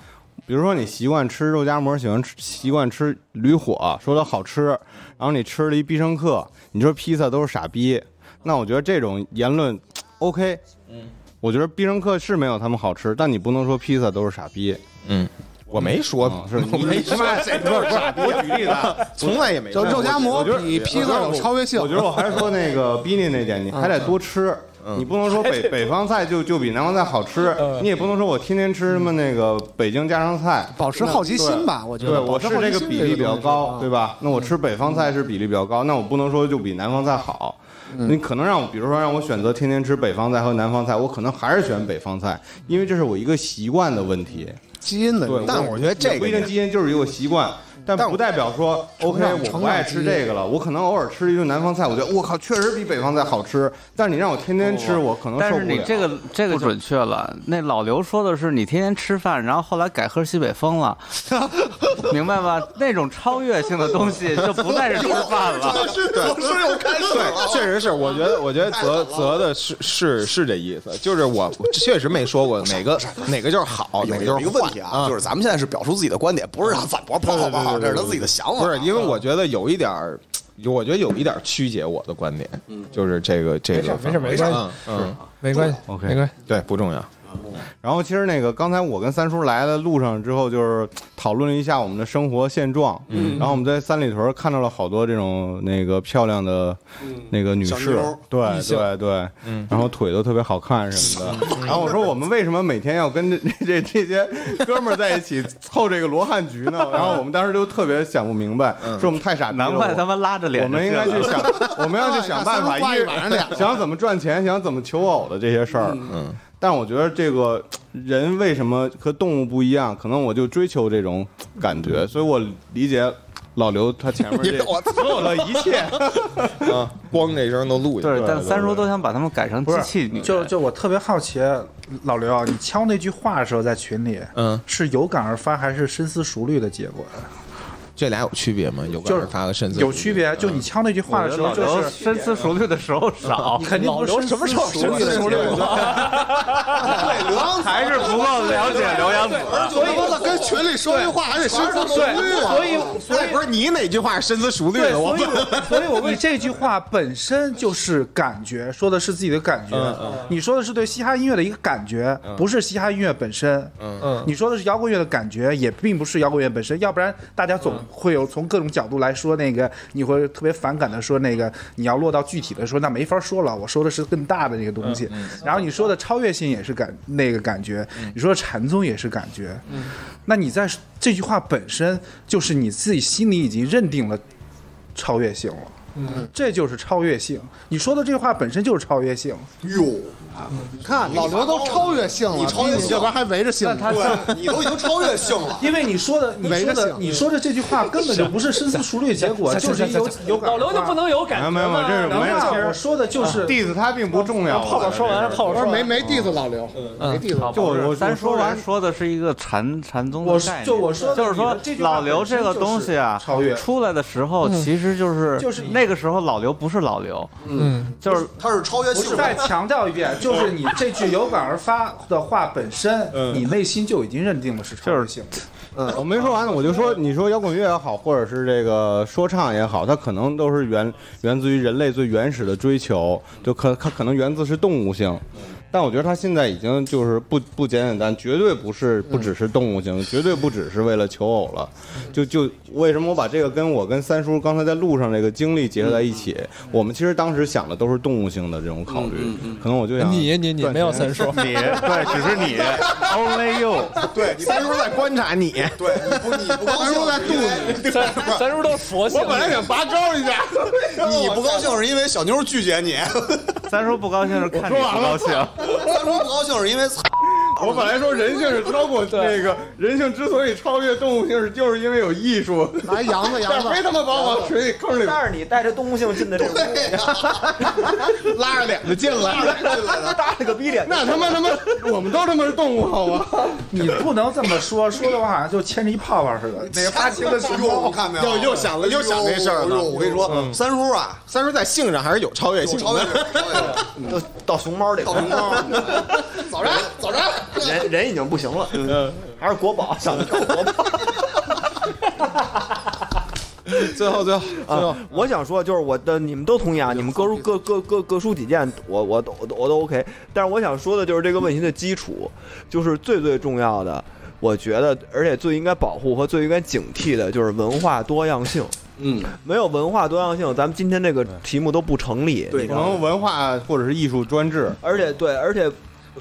比如说你习惯吃肉夹馍，喜欢吃习惯吃驴火，说它好吃，然后你吃了一必胜客，你说披萨都是傻逼，那我觉得这种言论 OK，嗯，我觉得必胜客是没有他们好吃，但你不能说披萨都是傻逼，嗯。我没说，啊是 <laughs> 我你没他说妈谁都是傻逼我举例子 <laughs> 啊，从来也没我说我我觉得比披萨有超越嗯性我觉得我还是说那个比利那点，你还得多吃。你不能说北北方菜就就比南方菜好吃，嗯你也不能说我天天吃什么那个北京家常菜，保持好奇心吧我觉得对，保我持是好奇这个心比例比较这个东高，西啊嗯对吧？那我吃北方菜是比例比较高，那我不能说就比南方菜好。嗯你可能让我，比如说让我选择天天吃北方菜和南方菜，我可能还是选北方菜，因为这是我一个习惯的问题。基因的对，但我觉得这个不一定基因就是一个习惯，但不代表说 OK 长我不爱吃这个了。我可能偶尔吃一顿南方菜，我觉得我靠，确实比北方菜好吃。但是你让我天天吃，我可能但受是不你了。这个 <laughs> 这个准确了。那老刘说的是你天天吃饭，然后后来改喝西北风 <laughs> 了，明白吧？那种超越性的东西就不再是吃饭了。对，确实是，我觉得，我觉得泽泽的是是是这意思，就是我确实没说过哪个哪个就是好，哪个就有是一个问题啊，就是咱们现在是表述自己的观点，不是让反驳不好不好，这啊是他自己的想法。不是，因为我觉得有一点儿，我觉得有一点儿曲解我的观点，嗯就是这个这个没事没事没嗯事嗯，没关系，OK，没关系，对，不重要。然后其实那个刚才我跟三叔来的路上之后，就是讨论了一下我们的生活现状。嗯然后我们在三里屯看到了好多这种那个漂亮的那个女小士妞儿，对异性对对，嗯然后腿都特别好看什么嗯的。然后我说我们为什么每天要跟这 <laughs> 这这些哥们儿在一起凑这个罗汉局 <laughs> 呢？然后我们当时就特别想不明白，说我们太傻逼了。嗯难怪他们拉着脸我们应该去想，我们啊要去想办法，哎呀三叔挂一晚上脸了想怎么赚钱，想怎么求偶的这些事儿。嗯，但我觉得这个人为什么和动物不一样？可能我就追求这种感觉，所以我理解老刘他前 <laughs> 面这我所 <laughs> 有的一切，啊，光这声都录对但三叔都想把他们改成不是，就就我特别好奇，老刘啊，你敲那句话的时候在群里，嗯，是有感而发还是深思熟虑的结果呀？这俩有区别吗？有就是个发个身子有区别，就你敲那句话的时候，就是深思熟虑的时 <laughs> 候少。你肯定不是深思熟虑的结果还是不够了解刘洋子。所以他妈的跟群里说这话还得深思熟虑啊！所以所以不是你哪句话是深思熟虑对，的？所我以我所以我问你这句话本身就是感觉，说的是自己的感觉。嗯嗯你说的是对嘻哈音乐的一个感觉，不是嘻哈音乐本身。嗯你说的是摇滚乐的感觉，也并不是摇滚乐本身。要不然大家嗯总会有从各种角度来说那个，你会特别反感的说那个，你要落到具体的说，那没法说了。我说的是更大的那个东西。嗯然后你说的超越性也是感那个感觉，你说的禅宗也是感觉。那你在这句话本身就是你自己心里已经认定了超越性了，嗯，这就是超越性。你说的这句话本身就是超越性。哟，你看老刘都超越性了，你超越性要不然还围着性呢，对你都已经超越性了因为你说的，你围说着的，性你说的这句话根本就不是深思熟虑，结果就是有有感而发。没有没有，没有这是没有。其实我说的就是，diss 他并不重要。泡泡说完泡泡说完没没 diss 老刘，没 diss 老就刘。我咱说完说的是一个禅禅宗的我概念，就我说的就是你说的这句话老刘这个东西啊，本身就是超越出来的时候，嗯其实就是就是那个时候老刘不是老刘，嗯，就是他是超越性。再强调一遍，就是你这句有感而发的话本身，你内心就已经认定了是超越性。嗯，我没说完呢，我就说，你说摇滚乐也好，或者是这个说唱也好，它可能都是源源自于人类最原始的追求，就可它可能源自是动物性。但我觉得他现在已经就是不不简简单，绝对不是不只是动物性，绝对不只是为了求偶了。就就为什么我把这个跟我跟三叔刚才在路上这个经历结合在一起？我们其实当时想的都是动物性的这种考虑，可能我就想你你你赚钱没有三叔你对只 <laughs> 是你 Only you，对，三叔在观察你，对，你不你不三叔在肚子，三三叔都是佛我本来想拔高一下，你不高兴是因为小妞拒绝你，三叔不高兴是看你不高兴。三叔不高兴是因为我本来说人性是超过那个人性，之所以超越动物性，是就是因为有艺术。来，杨子，杨 <laughs> 子，非他妈把我往水里坑里。但是你带着动物性进的这屋，拉着脸就进来了，搭了个逼脸。那他妈他妈，我们都他妈是动物好吗？你不能这么说，说的话好像就牵着一泡泡似的。那个发情的时哟，候，我看没有？哎又又想了哟又想这事儿了哟我跟你说，嗯三叔啊，三叔在性上还是有超越性的，超越性 <laughs> 都到熊猫这到熊猫了。早上，早上， <laughs> 人人已经不行了，嗯嗯还是国宝想找国宝。最后，最后，哎最后，啊我想说，就是我的，你们都同意啊，你们各抒各各各各抒己见，我我都我都我都 OK。但是我想说的就是这个问题的基础，就是最最重要的，我觉得，而且最应该保护和最应该警惕的就是文化多样性。嗯，没有文化多样性，咱们今天这个题目都不成立。你知可道吗能文化或者是艺术专制。而且对，而且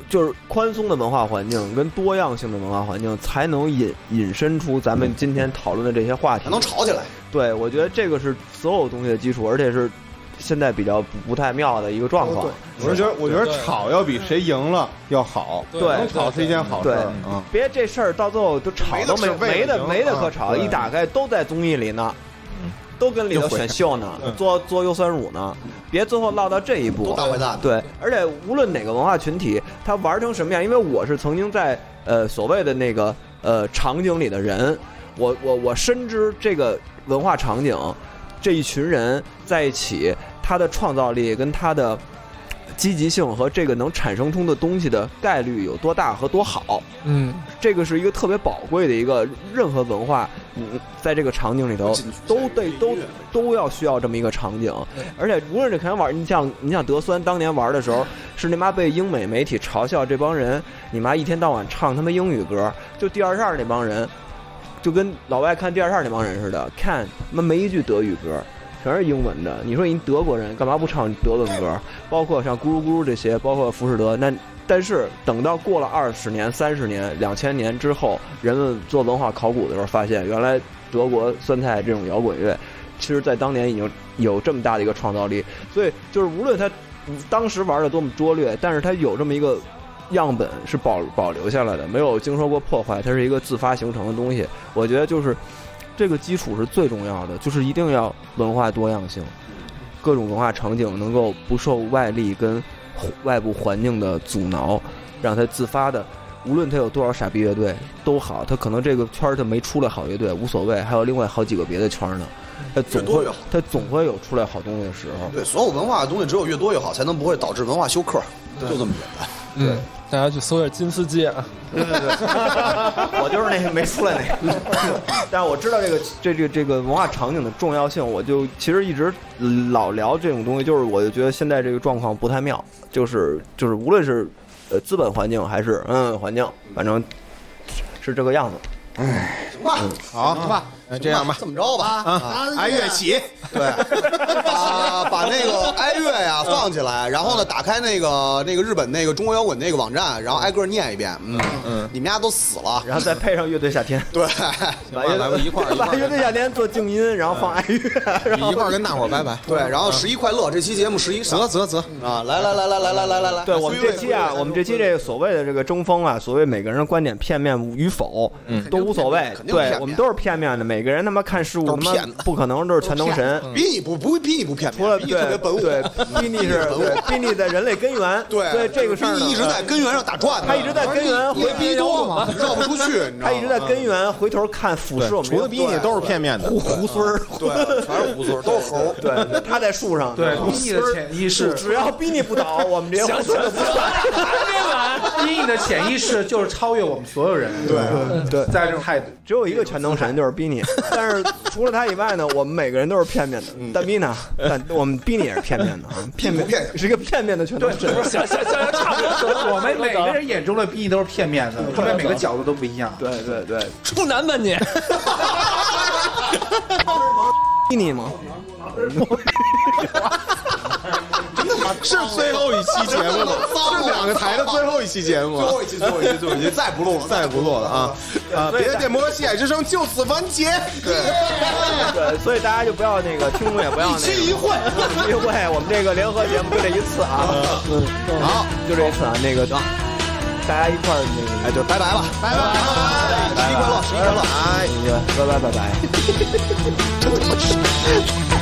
就是宽松的文化环境跟多样性的文化环境，才能引引申出咱们今天讨论的这些话题，能吵起来。对，我觉得这个是所有东西的基础，而且是现在比较不不太妙的一个哦状况。我是觉得，我觉得吵要比谁赢了要好，对能吵是一件好事儿对啊。别这事儿到最后都吵都没没没得的是为了没得赢可吵，啊对一打开都在综艺里呢，都跟里头选秀呢又毁，做做优酸乳呢，别最后落到这一步。都大坏蛋对，而且无论哪个文化群体，他玩成什么样，因为我是曾经在呃所谓的那个呃场景里的人，我我我深知这个文化场景，这一群人在一起，他的创造力跟他的。积极性和这个能产生出的东西的概率有多大和多好，嗯，这个是一个特别宝贵的一个，任何文化，嗯，在这个场景里头都对都都要需要这么一个场景，而且无论是肯玩，你像你像德酸当年玩的时候，是那妈被英美媒体嘲笑这帮人，你妈一天到晚唱他妈英语歌，就第二十二那帮人，就跟老外看第二十二那帮人似的，看他妈没一句德语歌。全是英文的，你说人德国人干嘛不唱德文歌？包括像咕噜咕噜这些，包括浮士德。那但是等到过了二十年、三十年、两千年之后，人们做文化考古的时候发现，原来德国酸菜这种摇滚乐，其实在当年已经有这么大的一个创造力。所以就是无论他当时玩的多么拙劣，但是他有这么一个样本是保保留下来的，没有经受过破坏，它是一个自发形成的东西。我觉得就是这个基础是最重要的，就是一定要文化多样性，各种文化场景能够不受外力跟外部环境的阻挠，让它自发的。无论它有多少傻逼乐队都好，它可能这个圈儿它没出来好乐队无所谓，还有另外好几个别的圈儿呢，它总越多会越好它总会有出来好东西的时候。对，所有文化的东西只有越多越好，才能不会导致文化休克，就这么简单。嗯，大家去搜一下金丝街啊。对对对， <laughs> 我就是那个没出来那个， <laughs> 但是我知道这个这这这个文化场景的重要性，我就其实一直老聊这种东西，就是我就觉得现在这个状况不太妙，就是就是无论是呃资本环境还是嗯环境，反正是这个样子。行吧，好行吧，那 <laughs> 这样吧这么着吧啊，哀乐起， <laughs> <laughs> 对，把把那个哀乐呀放起来，然后呢，打开那个那个日本那个中国摇滚那个网站，然后挨个念一遍，嗯嗯，你们家都死了，然后再配上乐队夏天，对，把乐 <laughs> 来吧一块儿一块儿把乐队夏天做静音，然后放爱乐，然后一块儿跟大伙儿拜拜。 <laughs> 对，然后十一快乐，这期节目十一上嗯啧啧啧，啊，来来来来来来来来来，对我们这期 <laughs> 啊，我们这期这个所谓的这个争锋啊，所谓每个人的观点片面与否，都无所谓。肯定是对片面我们都是片面的，每个人他妈看事物都他是妈骗子不可能都是全能神。嗯比你不不比你不骗面，除了比你特别对本我，对，宾利是本我宾利在人类根源，对所以这个事儿比呢你一直在根源上打转呢，他一直在根源你回 <laughs> 逼 <laughs> 多嘛，绕不出去，你知道吗？他一直在根源回头看俯视我们，除了比你都是片面的胡。胡孙儿，嗯对，全是胡孙，都是猴。对， <laughs> 他在树上，对胡比你的孙儿潜意识只要比你不倒，我们这些胡孙儿不倒。 <laughs> 阴影的潜意识就是超越我们所有人，对嗯对在这种态度。只有一个全能神，就是逼你。 <laughs> 但是除了他以外呢，我们每个人都是片面的。蛋逼呢？但我们逼你也是片面的啊，嗯 <laughs> 片面是一个片面的全都是。想想想差不 <laughs> 多，我们每个人眼中的逼都是片面的，因对为每个角度都不一样。对对对，处男吧你？逼你吗？是最后一期节目吗？是两个台的最后一期节目吗？最后一期最后一期最后一期再不录了再不录了啊！啊，别的电波和西海之声就此完结。对，所以大家就不要那个听众也不要那个一期一会， <laughs> 一会我们这个联合节目就这一次啊，嗯，好，就这一次啊，那个大家一块儿那个，哎，就拜拜吧，拜拜，新年快乐，新年快乐，哎，拜拜拜拜。真他妈是。